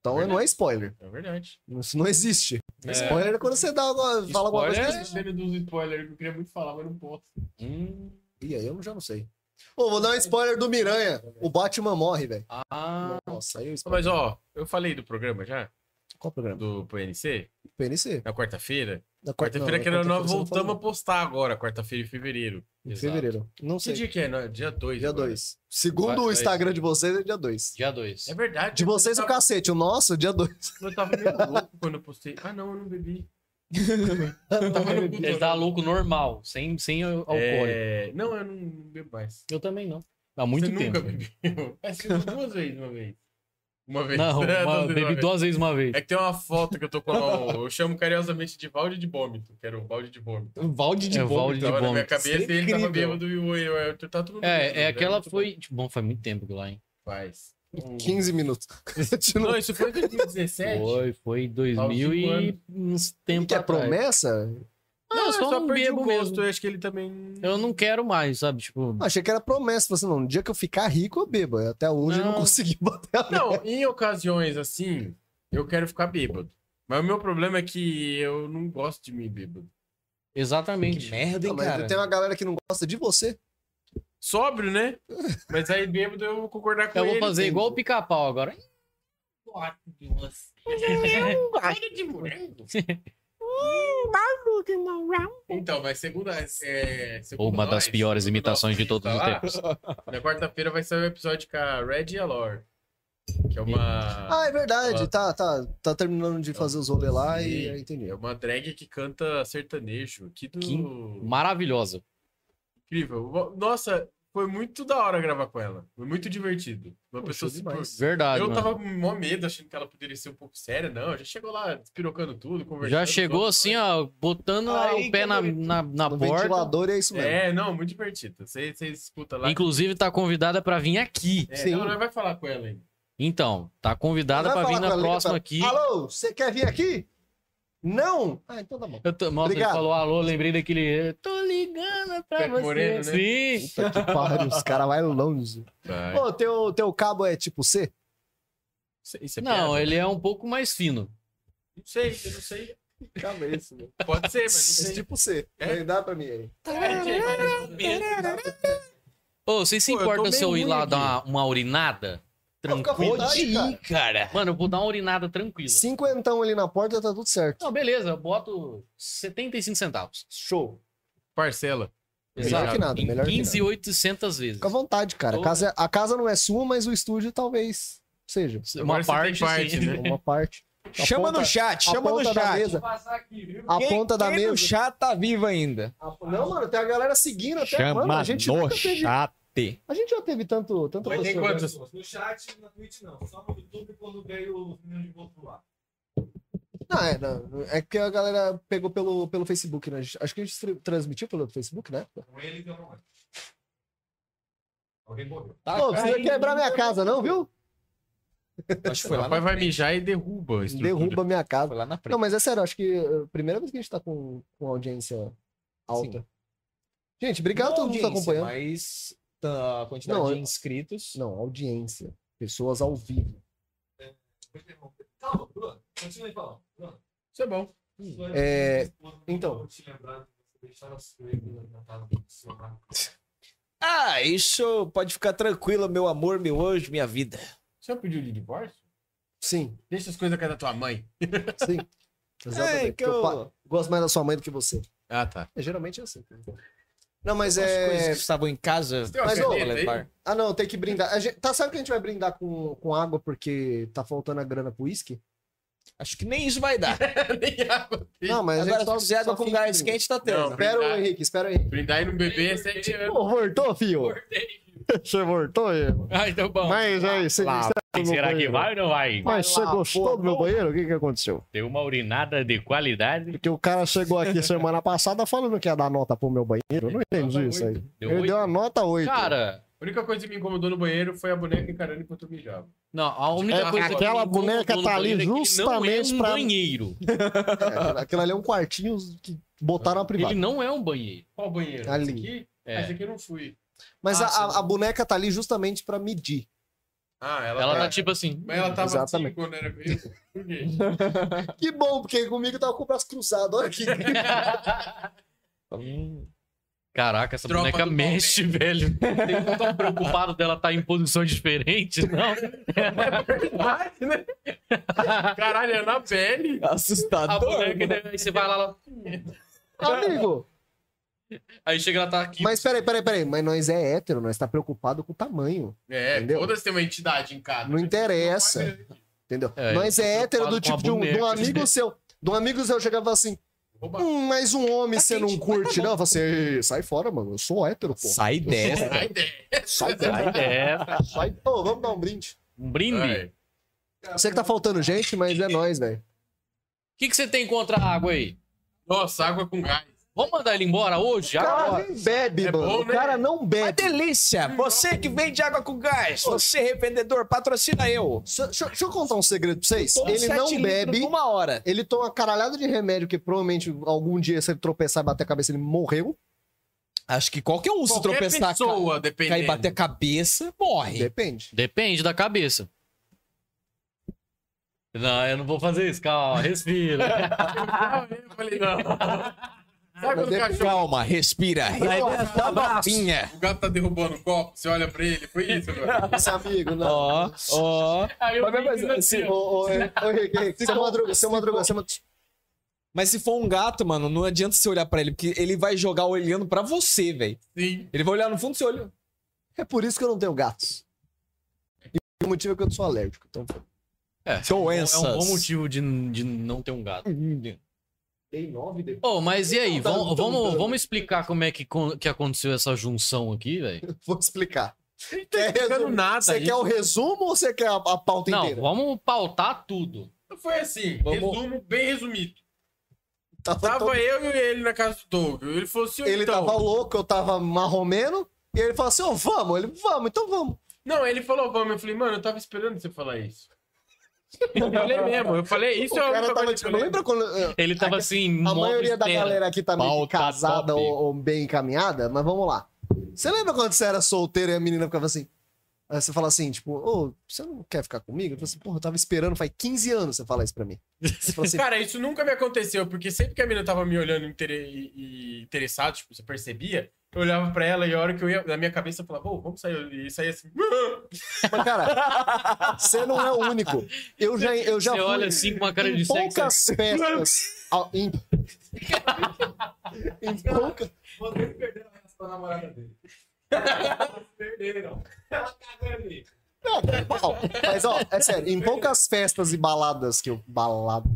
[SPEAKER 3] Então não é spoiler.
[SPEAKER 4] É verdade.
[SPEAKER 3] Isso não existe.
[SPEAKER 2] né? É.
[SPEAKER 3] Spoiler é quando você dá alguma, fala alguma coisa.
[SPEAKER 2] Spoiler é?
[SPEAKER 3] que-
[SPEAKER 4] sabendo dos spoilers que eu queria muito falar, mas não posso.
[SPEAKER 2] Hum,
[SPEAKER 3] Ih, aí eu já não sei. Ô, vou dar um spoiler do Miranha. O Batman morre, velho.
[SPEAKER 2] ah,
[SPEAKER 3] Nossa, aí eu spoiler.
[SPEAKER 4] Mas ó, eu falei do programa já,
[SPEAKER 3] Qual programa?
[SPEAKER 4] do PNC,
[SPEAKER 3] Do PNC.
[SPEAKER 4] na quarta-feira.
[SPEAKER 3] Na quarta-
[SPEAKER 4] Quarta-feira
[SPEAKER 3] não,
[SPEAKER 4] que
[SPEAKER 3] na
[SPEAKER 4] nós
[SPEAKER 3] quarta-feira você não
[SPEAKER 4] voltamos a
[SPEAKER 3] falou.
[SPEAKER 4] postar agora, quarta-feira de fevereiro.
[SPEAKER 3] Em fevereiro. Não
[SPEAKER 4] Que
[SPEAKER 3] sei.
[SPEAKER 4] dia que é? Não, Dia 2.
[SPEAKER 3] Dia 2. Segundo
[SPEAKER 2] Vai-
[SPEAKER 3] o
[SPEAKER 2] vai-
[SPEAKER 3] Instagram de vocês, é dia 2.
[SPEAKER 2] dia 2.
[SPEAKER 4] É verdade.
[SPEAKER 3] De vocês
[SPEAKER 4] eu
[SPEAKER 3] o
[SPEAKER 4] tava,
[SPEAKER 3] cacete. O nosso, dia 2.
[SPEAKER 4] eu tava meio louco quando eu postei. Ah, não, eu
[SPEAKER 3] [LAUGHS]
[SPEAKER 4] não bebi. Eu tava no
[SPEAKER 2] Ele
[SPEAKER 4] culto.
[SPEAKER 2] tá louco normal, sem, sem alcoólico.
[SPEAKER 4] É... Não, eu não bebo mais.
[SPEAKER 2] Eu também não. Há muito
[SPEAKER 4] Você
[SPEAKER 2] tempo.
[SPEAKER 4] nunca bebeu. É, você bebeu duas vezes, uma vez. Uma vez.
[SPEAKER 2] Não,
[SPEAKER 4] É,
[SPEAKER 2] uma-
[SPEAKER 3] [LAUGHS]
[SPEAKER 4] [LAUGHS] duas vezes,
[SPEAKER 2] bebi
[SPEAKER 4] uma
[SPEAKER 2] duas vezes uma vez.
[SPEAKER 4] É que tem uma foto que eu tô com a mão. Eu chamo carinhosamente de balde de vômito, que era o balde de vômito.
[SPEAKER 1] um
[SPEAKER 6] Valde de
[SPEAKER 2] É,
[SPEAKER 6] bom.
[SPEAKER 2] Valde de
[SPEAKER 4] Tava na minha
[SPEAKER 2] vômito.
[SPEAKER 4] cabeça e ele
[SPEAKER 3] Incrível.
[SPEAKER 4] tava bêbado e o eu, eu, tá tudo
[SPEAKER 2] É, é aquela
[SPEAKER 4] foi.
[SPEAKER 2] foi. Tipo, bom, faz muito tempo que lá, hein?
[SPEAKER 4] Faz.
[SPEAKER 2] Hum.
[SPEAKER 3] 15 minutos. Continua.
[SPEAKER 4] Não, isso foi em 2017.
[SPEAKER 2] Foi, foi
[SPEAKER 4] Faz
[SPEAKER 2] 2000
[SPEAKER 4] cinco
[SPEAKER 2] e
[SPEAKER 4] anos.
[SPEAKER 2] uns tempos
[SPEAKER 3] que é
[SPEAKER 2] atrás.
[SPEAKER 3] promessa?
[SPEAKER 2] Não, eu só não
[SPEAKER 4] é perdi
[SPEAKER 2] bebo
[SPEAKER 4] o
[SPEAKER 2] mesmo.
[SPEAKER 4] gosto. Eu acho que ele também.
[SPEAKER 2] Eu não quero mais, sabe? Tipo,
[SPEAKER 3] Achei que era promessa. Falei assim, não, no dia que eu ficar rico, eu bebo. Até hoje eu não
[SPEAKER 2] Não.
[SPEAKER 3] consegui [LAUGHS] bater a
[SPEAKER 4] Não,
[SPEAKER 2] [LAUGHS]
[SPEAKER 4] em ocasiões assim, eu quero ficar bêbado. Mas o meu problema é que eu não gosto de mim bêbado.
[SPEAKER 2] exatamente.
[SPEAKER 1] Que merda,
[SPEAKER 3] meta.
[SPEAKER 1] hein,
[SPEAKER 3] Mas
[SPEAKER 1] cara?
[SPEAKER 3] tem uma galera que não gosta de você.
[SPEAKER 2] [LAUGHS]
[SPEAKER 4] Sóbrio, né? Mas aí bêbado eu vou concordar com
[SPEAKER 2] Eu
[SPEAKER 4] ele.
[SPEAKER 2] vou fazer igual o pica-pau agora. [LAUGHS]
[SPEAKER 4] Então, mas segunda. É, segunda
[SPEAKER 2] Uma das
[SPEAKER 4] nós,
[SPEAKER 2] piores
[SPEAKER 4] segunda
[SPEAKER 2] imitações de
[SPEAKER 4] nós,
[SPEAKER 2] todos
[SPEAKER 4] tá
[SPEAKER 2] os
[SPEAKER 4] lá.
[SPEAKER 2] tempos.
[SPEAKER 4] Na quarta-feira vai sair o episódio com a Red e a Lore. Que é uma.
[SPEAKER 3] Ah, é verdade.
[SPEAKER 4] Ah.
[SPEAKER 3] Tá, tá. Tá terminando de fazer os rolê lá e
[SPEAKER 4] Sim.
[SPEAKER 3] aí entendi.
[SPEAKER 4] É uma drag que canta sertanejo. Aqui do.
[SPEAKER 2] Que Maravilhosa.
[SPEAKER 4] Incrível. Nossa, foi muito da hora gravar com ela. Foi muito divertido. Uma
[SPEAKER 3] Poxa,
[SPEAKER 4] pessoa se
[SPEAKER 3] demais.
[SPEAKER 2] Verdade,
[SPEAKER 4] Eu
[SPEAKER 2] mano.
[SPEAKER 4] tava com mó medo, achando que ela poderia ser um pouco séria. Não, já chegou lá despirocando tudo, conversando.
[SPEAKER 2] Já chegou
[SPEAKER 4] todo
[SPEAKER 2] assim,
[SPEAKER 4] mundo.
[SPEAKER 2] ó, botando lá
[SPEAKER 1] Aí,
[SPEAKER 2] o pé na,
[SPEAKER 1] que bonito.
[SPEAKER 2] na, na
[SPEAKER 3] No
[SPEAKER 2] porta.
[SPEAKER 3] ventilador e é isso mesmo.
[SPEAKER 4] É, não, muito divertido. Você você escuta lá.
[SPEAKER 2] Inclusive, tá convidada pra vir aqui.
[SPEAKER 4] É,
[SPEAKER 3] Sim.
[SPEAKER 4] Não, não vai falar com ela ainda.
[SPEAKER 2] Então, tá convidada
[SPEAKER 3] Vai
[SPEAKER 2] pra
[SPEAKER 3] falar
[SPEAKER 2] vir
[SPEAKER 3] com
[SPEAKER 2] na
[SPEAKER 3] ela,
[SPEAKER 2] próxima
[SPEAKER 3] liga
[SPEAKER 2] aqui.
[SPEAKER 3] pra- Alô, você quer vir aqui? Não? Ah, então tá bom.
[SPEAKER 2] Eu tô, nossa, ele
[SPEAKER 3] Obrigado.
[SPEAKER 2] falou alô, lembrei daquele. "Eu Tô ligando pra
[SPEAKER 4] Pepe
[SPEAKER 2] você.
[SPEAKER 4] Moreno, né?
[SPEAKER 2] Sim.
[SPEAKER 3] Puta que pariu, os caras vai longe. Pô, teu, teu cabo é tipo C?
[SPEAKER 4] Isso- Isso é
[SPEAKER 2] Não,
[SPEAKER 4] piada?
[SPEAKER 2] ele é um pouco mais fino.
[SPEAKER 4] Não sei, eu não sei.
[SPEAKER 3] Cabeça, meu.
[SPEAKER 4] Pode ser, é né? mas não sei.
[SPEAKER 3] É tipo C.
[SPEAKER 4] É?
[SPEAKER 3] Aí Dá pra mim aí.
[SPEAKER 2] Ô, vocês se
[SPEAKER 4] Pô, eu tô
[SPEAKER 2] importam se
[SPEAKER 4] bem
[SPEAKER 2] eu ir
[SPEAKER 4] ruim
[SPEAKER 2] lá
[SPEAKER 4] aqui.
[SPEAKER 2] dar uma, uma urinada?
[SPEAKER 3] Pô, fica à
[SPEAKER 2] Tranquilo.
[SPEAKER 3] vontade, cara.
[SPEAKER 2] cara. Mano, eu vou dar uma urinada tranquila.
[SPEAKER 3] Cinquentão ali na porta, tá tudo certo.
[SPEAKER 2] Não, beleza, eu boto 75 centavos.
[SPEAKER 3] Show.
[SPEAKER 4] parcela.
[SPEAKER 3] Melhor que nada,
[SPEAKER 2] Em
[SPEAKER 3] melhor que
[SPEAKER 2] 15 800 vezes.
[SPEAKER 3] Fica à vontade, cara. A
[SPEAKER 5] né?
[SPEAKER 3] casa, a casa não é sua, mas o estúdio talvez seja.
[SPEAKER 2] Uma
[SPEAKER 4] Agora você tem
[SPEAKER 2] parte,
[SPEAKER 4] parte,
[SPEAKER 2] sim.
[SPEAKER 5] [LAUGHS]
[SPEAKER 4] né?
[SPEAKER 3] Uma parte. A
[SPEAKER 1] Chama
[SPEAKER 3] ponta-
[SPEAKER 1] no chat,
[SPEAKER 3] a
[SPEAKER 1] chama no
[SPEAKER 3] ponta da
[SPEAKER 1] chat.
[SPEAKER 3] mesa. A
[SPEAKER 1] Quem-
[SPEAKER 3] ponta da
[SPEAKER 1] quem
[SPEAKER 3] mesa.
[SPEAKER 1] no chat tá vivo ainda.
[SPEAKER 3] A- Não, mano, tem a galera seguindo até. mano,
[SPEAKER 6] Chama
[SPEAKER 3] a gente
[SPEAKER 6] no
[SPEAKER 3] nunca teve-
[SPEAKER 6] chat.
[SPEAKER 3] A gente já teve tanto. tanto
[SPEAKER 4] Mas tem
[SPEAKER 3] pessoa, né?
[SPEAKER 4] quantas?
[SPEAKER 5] No chat, na Twitch não. Só no YouTube quando veio o menino de volta lá.
[SPEAKER 3] Não, é, não, é que a galera pegou pelo, pelo Facebook, né? Acho que a gente tra- transmitiu pelo Facebook, né?
[SPEAKER 5] Com ele deu uma. Alguém morreu.
[SPEAKER 3] Tá, Pô, você vai quebrar minha casa, não, viu?
[SPEAKER 1] Acho que
[SPEAKER 4] O
[SPEAKER 1] foi lá,
[SPEAKER 4] rapaz
[SPEAKER 1] na,
[SPEAKER 4] vai mijar e derruba a estrutura.
[SPEAKER 3] Derruba minha casa.
[SPEAKER 1] foi lá na frente.
[SPEAKER 3] Não, mas é sério, acho que é a primeira vez que a gente tá com, com audiência alta. Gente, obrigado a todo mundo que tá
[SPEAKER 1] Audiência,
[SPEAKER 3] acompanhando.
[SPEAKER 1] Mas tá, a quantidade
[SPEAKER 3] Não,
[SPEAKER 1] de
[SPEAKER 3] eu-
[SPEAKER 1] inscritos.
[SPEAKER 3] Não, audiência. Pessoas ao vivo.
[SPEAKER 1] É,
[SPEAKER 5] Foi interromper. Calma, Bruno. Continua aí falando. Bruno.
[SPEAKER 4] Isso é bom.
[SPEAKER 3] É, então.
[SPEAKER 5] então. Vou te lembrar de você deixar o seu e-mail na casa do seu pai.
[SPEAKER 1] Ah, isso pode ficar tranquilo, meu amor, meu anjo, minha vida.
[SPEAKER 4] Você já pediu de divórcio?
[SPEAKER 3] Sim,
[SPEAKER 1] [LAUGHS]
[SPEAKER 4] Deixa as coisas na casa da tua mãe.
[SPEAKER 3] sim. Exatamente.
[SPEAKER 1] É, que
[SPEAKER 3] Teu
[SPEAKER 1] eu-
[SPEAKER 3] pai- Gosto mais da sua mãe do que você.
[SPEAKER 4] Ah, tá.
[SPEAKER 3] É, geralmente é assim. Não, mas
[SPEAKER 1] As coisas
[SPEAKER 3] é.
[SPEAKER 1] que estavam em casa.
[SPEAKER 4] Você tem uma
[SPEAKER 1] mas,
[SPEAKER 4] caneta
[SPEAKER 1] ô,
[SPEAKER 4] aí?
[SPEAKER 1] levar.
[SPEAKER 3] Ah, não, tem que brindar. A gente- Tá, sabe que a gente vai brindar com, com água porque tá faltando a grana pro uísque?
[SPEAKER 1] Acho que nem isso vai dar.
[SPEAKER 4] [LAUGHS] Nem água.
[SPEAKER 3] Não, mas a
[SPEAKER 1] Agora,
[SPEAKER 3] gente
[SPEAKER 1] se
[SPEAKER 3] só,
[SPEAKER 1] fizer água
[SPEAKER 3] só
[SPEAKER 1] com
[SPEAKER 3] finge que
[SPEAKER 1] gás
[SPEAKER 3] brinda.
[SPEAKER 1] quente, tá tendo.
[SPEAKER 3] [LAUGHS]
[SPEAKER 4] Não,
[SPEAKER 3] Espera o
[SPEAKER 4] Brindar.
[SPEAKER 3] Henrique, espera aí.
[SPEAKER 4] Brindar e não beber é sete anos.
[SPEAKER 3] Pô, voltou, fio? [LAUGHS] Você voltou,
[SPEAKER 2] [LAUGHS]
[SPEAKER 3] eu.
[SPEAKER 2] Ah, então bom.
[SPEAKER 3] Mas aí, você
[SPEAKER 2] Lá,
[SPEAKER 3] no
[SPEAKER 2] será que
[SPEAKER 3] banheiro.
[SPEAKER 2] vai ou não vai?
[SPEAKER 3] Mas você gostou do meu banheiro? O que, que aconteceu?
[SPEAKER 2] Tem uma urinada de qualidade.
[SPEAKER 3] Porque o cara chegou aqui semana passada falando que ia dar nota pro meu banheiro. Eu não entendi isso aí.
[SPEAKER 2] Deu
[SPEAKER 3] Ele
[SPEAKER 2] oito.
[SPEAKER 3] deu uma nota 8.
[SPEAKER 2] Cara,
[SPEAKER 4] A única coisa que me incomodou no banheiro foi a boneca encarando enquanto eu mijava.
[SPEAKER 2] não, a única
[SPEAKER 3] É,
[SPEAKER 2] coisa que
[SPEAKER 3] aquela
[SPEAKER 2] me incomodou
[SPEAKER 3] boneca
[SPEAKER 2] no
[SPEAKER 3] tá ali
[SPEAKER 2] banheiro é que ele não
[SPEAKER 3] justamente
[SPEAKER 2] é um
[SPEAKER 3] pra-
[SPEAKER 2] banheiro.
[SPEAKER 3] aquilo ali é um quartinho que botaram na privada.
[SPEAKER 2] Ele não é um banheiro.
[SPEAKER 4] Qual banheiro?
[SPEAKER 3] Ali.
[SPEAKER 4] Esse aqui?
[SPEAKER 2] É.
[SPEAKER 4] Ah, Esse aqui eu não fui.
[SPEAKER 3] Mas a-
[SPEAKER 2] Ah,
[SPEAKER 3] a, a boneca tá ali justamente pra medir.
[SPEAKER 4] Ah,
[SPEAKER 2] Ela tá tipo assim.
[SPEAKER 4] Mas ela tava
[SPEAKER 3] Exatamente.
[SPEAKER 4] assim quando era comigo. Por quê? [LAUGHS]
[SPEAKER 3] Que bom, porque comigo tava com o braço cruzado. Olha aqui.
[SPEAKER 2] Caraca, essa
[SPEAKER 4] Tropa
[SPEAKER 2] boneca
[SPEAKER 4] do
[SPEAKER 2] mexe, [LAUGHS] velho. Eu não tô um preocupado dela estar em posições diferentes, não.
[SPEAKER 4] Verdade, né? Caralho, é na pele.
[SPEAKER 2] A
[SPEAKER 1] Assustador.
[SPEAKER 4] é
[SPEAKER 2] boneca, né? aí você vai lá, ela-
[SPEAKER 3] [LAUGHS] Amigo,
[SPEAKER 2] aí chega ela tá aqui.
[SPEAKER 3] mas peraí, peraí, peraí. Mas nós é hétero, nós tá preocupado com o tamanho.
[SPEAKER 4] É,
[SPEAKER 3] Entendeu?
[SPEAKER 4] todas têm uma entidade em casa.
[SPEAKER 3] Não interessa. Entendeu?
[SPEAKER 2] É,
[SPEAKER 3] nós
[SPEAKER 2] eu tô
[SPEAKER 3] é hétero
[SPEAKER 2] preocupado
[SPEAKER 3] do tipo
[SPEAKER 2] com
[SPEAKER 3] de
[SPEAKER 2] a
[SPEAKER 3] um, de um
[SPEAKER 2] boneca.
[SPEAKER 3] amigo seu. De um amigo seu chegava e falava assim:
[SPEAKER 4] Rouba-
[SPEAKER 3] Hum, mas um homem você não curte, não? Você sai fora, mano. Eu sou hétero, pô.
[SPEAKER 6] Sai dessa.
[SPEAKER 4] A ideia.
[SPEAKER 3] Sai
[SPEAKER 2] Aí
[SPEAKER 3] dentro.
[SPEAKER 2] É,
[SPEAKER 3] Sai. Ô, vamos dar um brinde.
[SPEAKER 2] um brinde. O
[SPEAKER 4] Ai,
[SPEAKER 3] Eu sei que tá faltando gente, mas é nós, velho.
[SPEAKER 2] que, que você tem contra a água aí?
[SPEAKER 4] Nossa, água com gás.
[SPEAKER 2] Vamos mandar ele embora hoje?
[SPEAKER 3] O
[SPEAKER 2] Agora?
[SPEAKER 3] cara nem bebe,
[SPEAKER 4] É
[SPEAKER 3] mano.
[SPEAKER 4] bom,
[SPEAKER 3] o
[SPEAKER 4] né?
[SPEAKER 3] cara não
[SPEAKER 1] Uma
[SPEAKER 3] bebe.
[SPEAKER 1] delícia. Você que vende água com gás. Você revendedor, patrocina eu.
[SPEAKER 3] Deixa, deixa- deixa eu contar um segredo pra vocês.
[SPEAKER 1] Tomo
[SPEAKER 3] Ele
[SPEAKER 1] sete
[SPEAKER 3] não
[SPEAKER 1] litros
[SPEAKER 3] bebe.
[SPEAKER 1] por Uma hora.
[SPEAKER 3] Ele toma caralhada de remédio que provavelmente algum dia, se ele tropeçar e bater a cabeça, ele morreu.
[SPEAKER 1] Acho que qualquer um se
[SPEAKER 4] Qualquer
[SPEAKER 1] tropeçar, ca-
[SPEAKER 4] pessoa,
[SPEAKER 1] cair
[SPEAKER 4] dependendo.
[SPEAKER 1] e bater a cabeça, morre.
[SPEAKER 3] Depende.
[SPEAKER 2] Depende da cabeça. Não, eu não vou fazer isso. Calma,
[SPEAKER 4] [LAUGHS]
[SPEAKER 2] respira. É um,
[SPEAKER 4] Ah, eu
[SPEAKER 3] [LAUGHS]
[SPEAKER 4] falei, não. Sabe quando o
[SPEAKER 3] depende.
[SPEAKER 4] cachorro,
[SPEAKER 1] Calma, respira. Levanta a boquinha.
[SPEAKER 4] o gato tá derrubando o copo, você olha pra ele, foi isso, mano.
[SPEAKER 3] Esse amigo, não.
[SPEAKER 1] Ó, ó.
[SPEAKER 2] Aí eu
[SPEAKER 3] Mas, mas, mas,
[SPEAKER 2] fiz assim,
[SPEAKER 3] assim, ô, ô, ô, Henrique, Henrique, seu madruga, seu madruga, seu madruga.
[SPEAKER 1] Mas se for um gato, mano, não adianta você olhar pra ele, porque ele vai jogar olhando pra você, velho.
[SPEAKER 4] Sim.
[SPEAKER 1] Ele vai olhar no fundo do seu olho.
[SPEAKER 3] É por isso que eu não tenho gatos. E o motivo é que eu sou alérgico. Então,
[SPEAKER 2] É
[SPEAKER 1] Doenças.
[SPEAKER 2] um bom motivo de, de não ter um gato.
[SPEAKER 4] [LAUGHS]
[SPEAKER 3] dei nove depois.
[SPEAKER 2] Ô, mas e aí?
[SPEAKER 4] tá
[SPEAKER 3] Então,
[SPEAKER 2] Vamos,
[SPEAKER 3] então,
[SPEAKER 2] vamos,
[SPEAKER 3] então.
[SPEAKER 2] vamos explicar como é que, con- que aconteceu essa junção aqui, velho?
[SPEAKER 3] [LAUGHS] Vou explicar. Quer
[SPEAKER 4] Não tá explicando
[SPEAKER 3] resumo?
[SPEAKER 4] nada.
[SPEAKER 3] Você
[SPEAKER 4] gente.
[SPEAKER 3] quer o resumo ou você quer a, a pauta
[SPEAKER 2] Não,
[SPEAKER 3] inteira?
[SPEAKER 2] vamos pautar tudo.
[SPEAKER 4] Foi assim,
[SPEAKER 2] Vamos-
[SPEAKER 4] resumo bem resumido.
[SPEAKER 3] Tava tá todo-
[SPEAKER 4] Tava eu e ele na casa do Doug. Ele falou assim,
[SPEAKER 3] Ele tá
[SPEAKER 4] então...
[SPEAKER 3] tava louco, eu tava marromeno. E ele falou assim: Ô, vamos. Ele, vamos, então vamos.
[SPEAKER 4] Não, ele falou, vamos. Eu falei, mano, eu tava esperando você falar isso.
[SPEAKER 3] [LAUGHS]
[SPEAKER 4] eu falei mesmo, eu falei, isso
[SPEAKER 3] o
[SPEAKER 4] é a
[SPEAKER 3] cara
[SPEAKER 4] única
[SPEAKER 3] tava
[SPEAKER 4] coisa que
[SPEAKER 3] tipo,
[SPEAKER 4] eu falei.
[SPEAKER 3] lembra quando. eh,
[SPEAKER 2] Ele tava assim, em
[SPEAKER 3] A
[SPEAKER 2] modo
[SPEAKER 3] maioria da
[SPEAKER 2] espera.
[SPEAKER 3] galera aqui tá meio que
[SPEAKER 2] Pauta
[SPEAKER 3] casada
[SPEAKER 2] top.
[SPEAKER 3] ou, ou bem encaminhada, mas vamos lá. Você lembra quando você era solteiro e a menina ficava assim? Aí você fala assim, tipo, ô, você não quer ficar comigo? Eu falo assim, porra, eu tava esperando, faz 15 anos você falar isso pra mim. Você fala assim,
[SPEAKER 4] Cara, isso nunca me aconteceu, porque sempre que a mina tava me olhando intere- e- e interessado, tipo, você percebia, eu olhava pra ela e a hora que eu ia, na minha cabeça, eu falava, ô, vamos sair, e saía assim, "Ah!"
[SPEAKER 3] Mas, cara, você não é o único. Eu já, eu já
[SPEAKER 2] Você
[SPEAKER 3] fui
[SPEAKER 2] olha assim com uma cara
[SPEAKER 3] em
[SPEAKER 2] de sexo. assim.
[SPEAKER 3] poucas festas. ao- em... em pouca-
[SPEAKER 5] Mandou ele perder a relação com a namorada dele. Perderam. Ela cagou ali.
[SPEAKER 3] Não, normal. Mas, ó, é sério, em poucas festas e baladas que eu. Balada.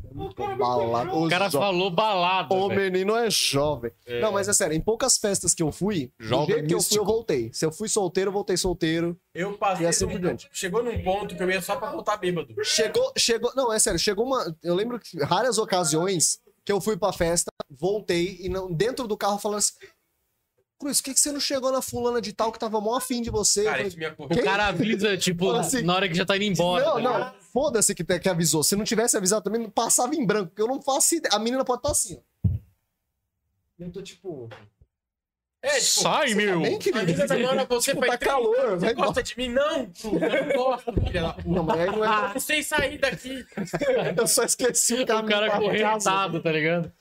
[SPEAKER 3] balada
[SPEAKER 2] O cara falou balada.
[SPEAKER 3] O
[SPEAKER 2] velho.
[SPEAKER 3] menino é jovem. Não, mas é sério, em poucas festas que eu fui,
[SPEAKER 6] Jovem
[SPEAKER 3] do jeito que eu fui,
[SPEAKER 6] místico.
[SPEAKER 3] eu voltei. Se eu fui solteiro, eu voltei solteiro.
[SPEAKER 4] Eu passei.
[SPEAKER 3] E assim
[SPEAKER 4] num-
[SPEAKER 3] por diante.
[SPEAKER 4] Chegou num ponto que eu ia só pra voltar bêbado.
[SPEAKER 3] Chegou, chegou. Não, é sério, chegou uma. Eu lembro que raras ocasiões que eu fui pra festa, voltei e não, dentro do carro falando assim. Cruz, por que, que você não chegou na fulana de tal que tava mó afim de você?
[SPEAKER 4] Cara,
[SPEAKER 3] Eu
[SPEAKER 4] isso me
[SPEAKER 2] O
[SPEAKER 4] ocorreu.
[SPEAKER 3] Quem?
[SPEAKER 2] cara avisa, tipo,
[SPEAKER 3] Fala assim,
[SPEAKER 2] na hora que já tá indo
[SPEAKER 3] falei,
[SPEAKER 2] embora. tá
[SPEAKER 3] não,
[SPEAKER 2] ligado?
[SPEAKER 3] não, foda-se que, te- que avisou. Se não tivesse avisado também, não passava em branco, porque eu não faço ideia. A menina pode estar assim, ó. Eu tô tipo.
[SPEAKER 4] É, tipo,
[SPEAKER 2] Sai, meu!
[SPEAKER 3] Bem,
[SPEAKER 4] a menina
[SPEAKER 3] querido.
[SPEAKER 4] tá falando, você
[SPEAKER 3] Tipo,
[SPEAKER 4] foi
[SPEAKER 3] tá
[SPEAKER 4] três
[SPEAKER 3] calor,
[SPEAKER 4] anos, Você
[SPEAKER 3] vai
[SPEAKER 4] gosta de mim? Não, tu, eu não gosto, filha da puta.
[SPEAKER 3] Não, mas aí não é.
[SPEAKER 4] Eu não sei sair daqui.
[SPEAKER 3] [LAUGHS] Eu só esqueci o caminho
[SPEAKER 2] O cara
[SPEAKER 3] pra casa.
[SPEAKER 2] correntado, tá ligado?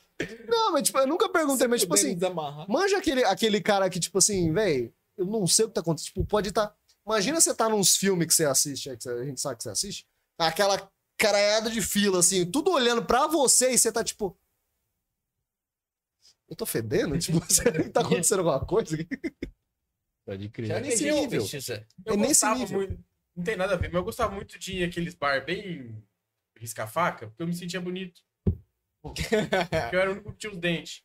[SPEAKER 3] Não, mas tipo, eu nunca perguntei, mas tipo assim,
[SPEAKER 1] Desamarrar.
[SPEAKER 3] manja aquele, aquele cara que, tipo assim, velho, eu não sei o que tá acontecendo. Tipo, pode estar. Imagina você tá nos filmes que você assiste, aí que você- a gente sabe que você assiste, aquela caraiada de fila, assim, tudo olhando pra você e você tá tipo. Eu tô fedendo? Tipo, [LAUGHS] será que tá acontecendo alguma coisa? aqui?
[SPEAKER 2] Pode
[SPEAKER 1] É
[SPEAKER 2] crer.
[SPEAKER 1] nesse
[SPEAKER 3] Eu-
[SPEAKER 1] nível.
[SPEAKER 4] Eu
[SPEAKER 3] É nesse
[SPEAKER 4] gostava
[SPEAKER 3] nível.
[SPEAKER 4] muito. Não tem nada a ver, mas eu gostava muito de aqueles bar bem risca-faca, porque eu me sentia bonito. Porque eu era o único que tinha os dentes.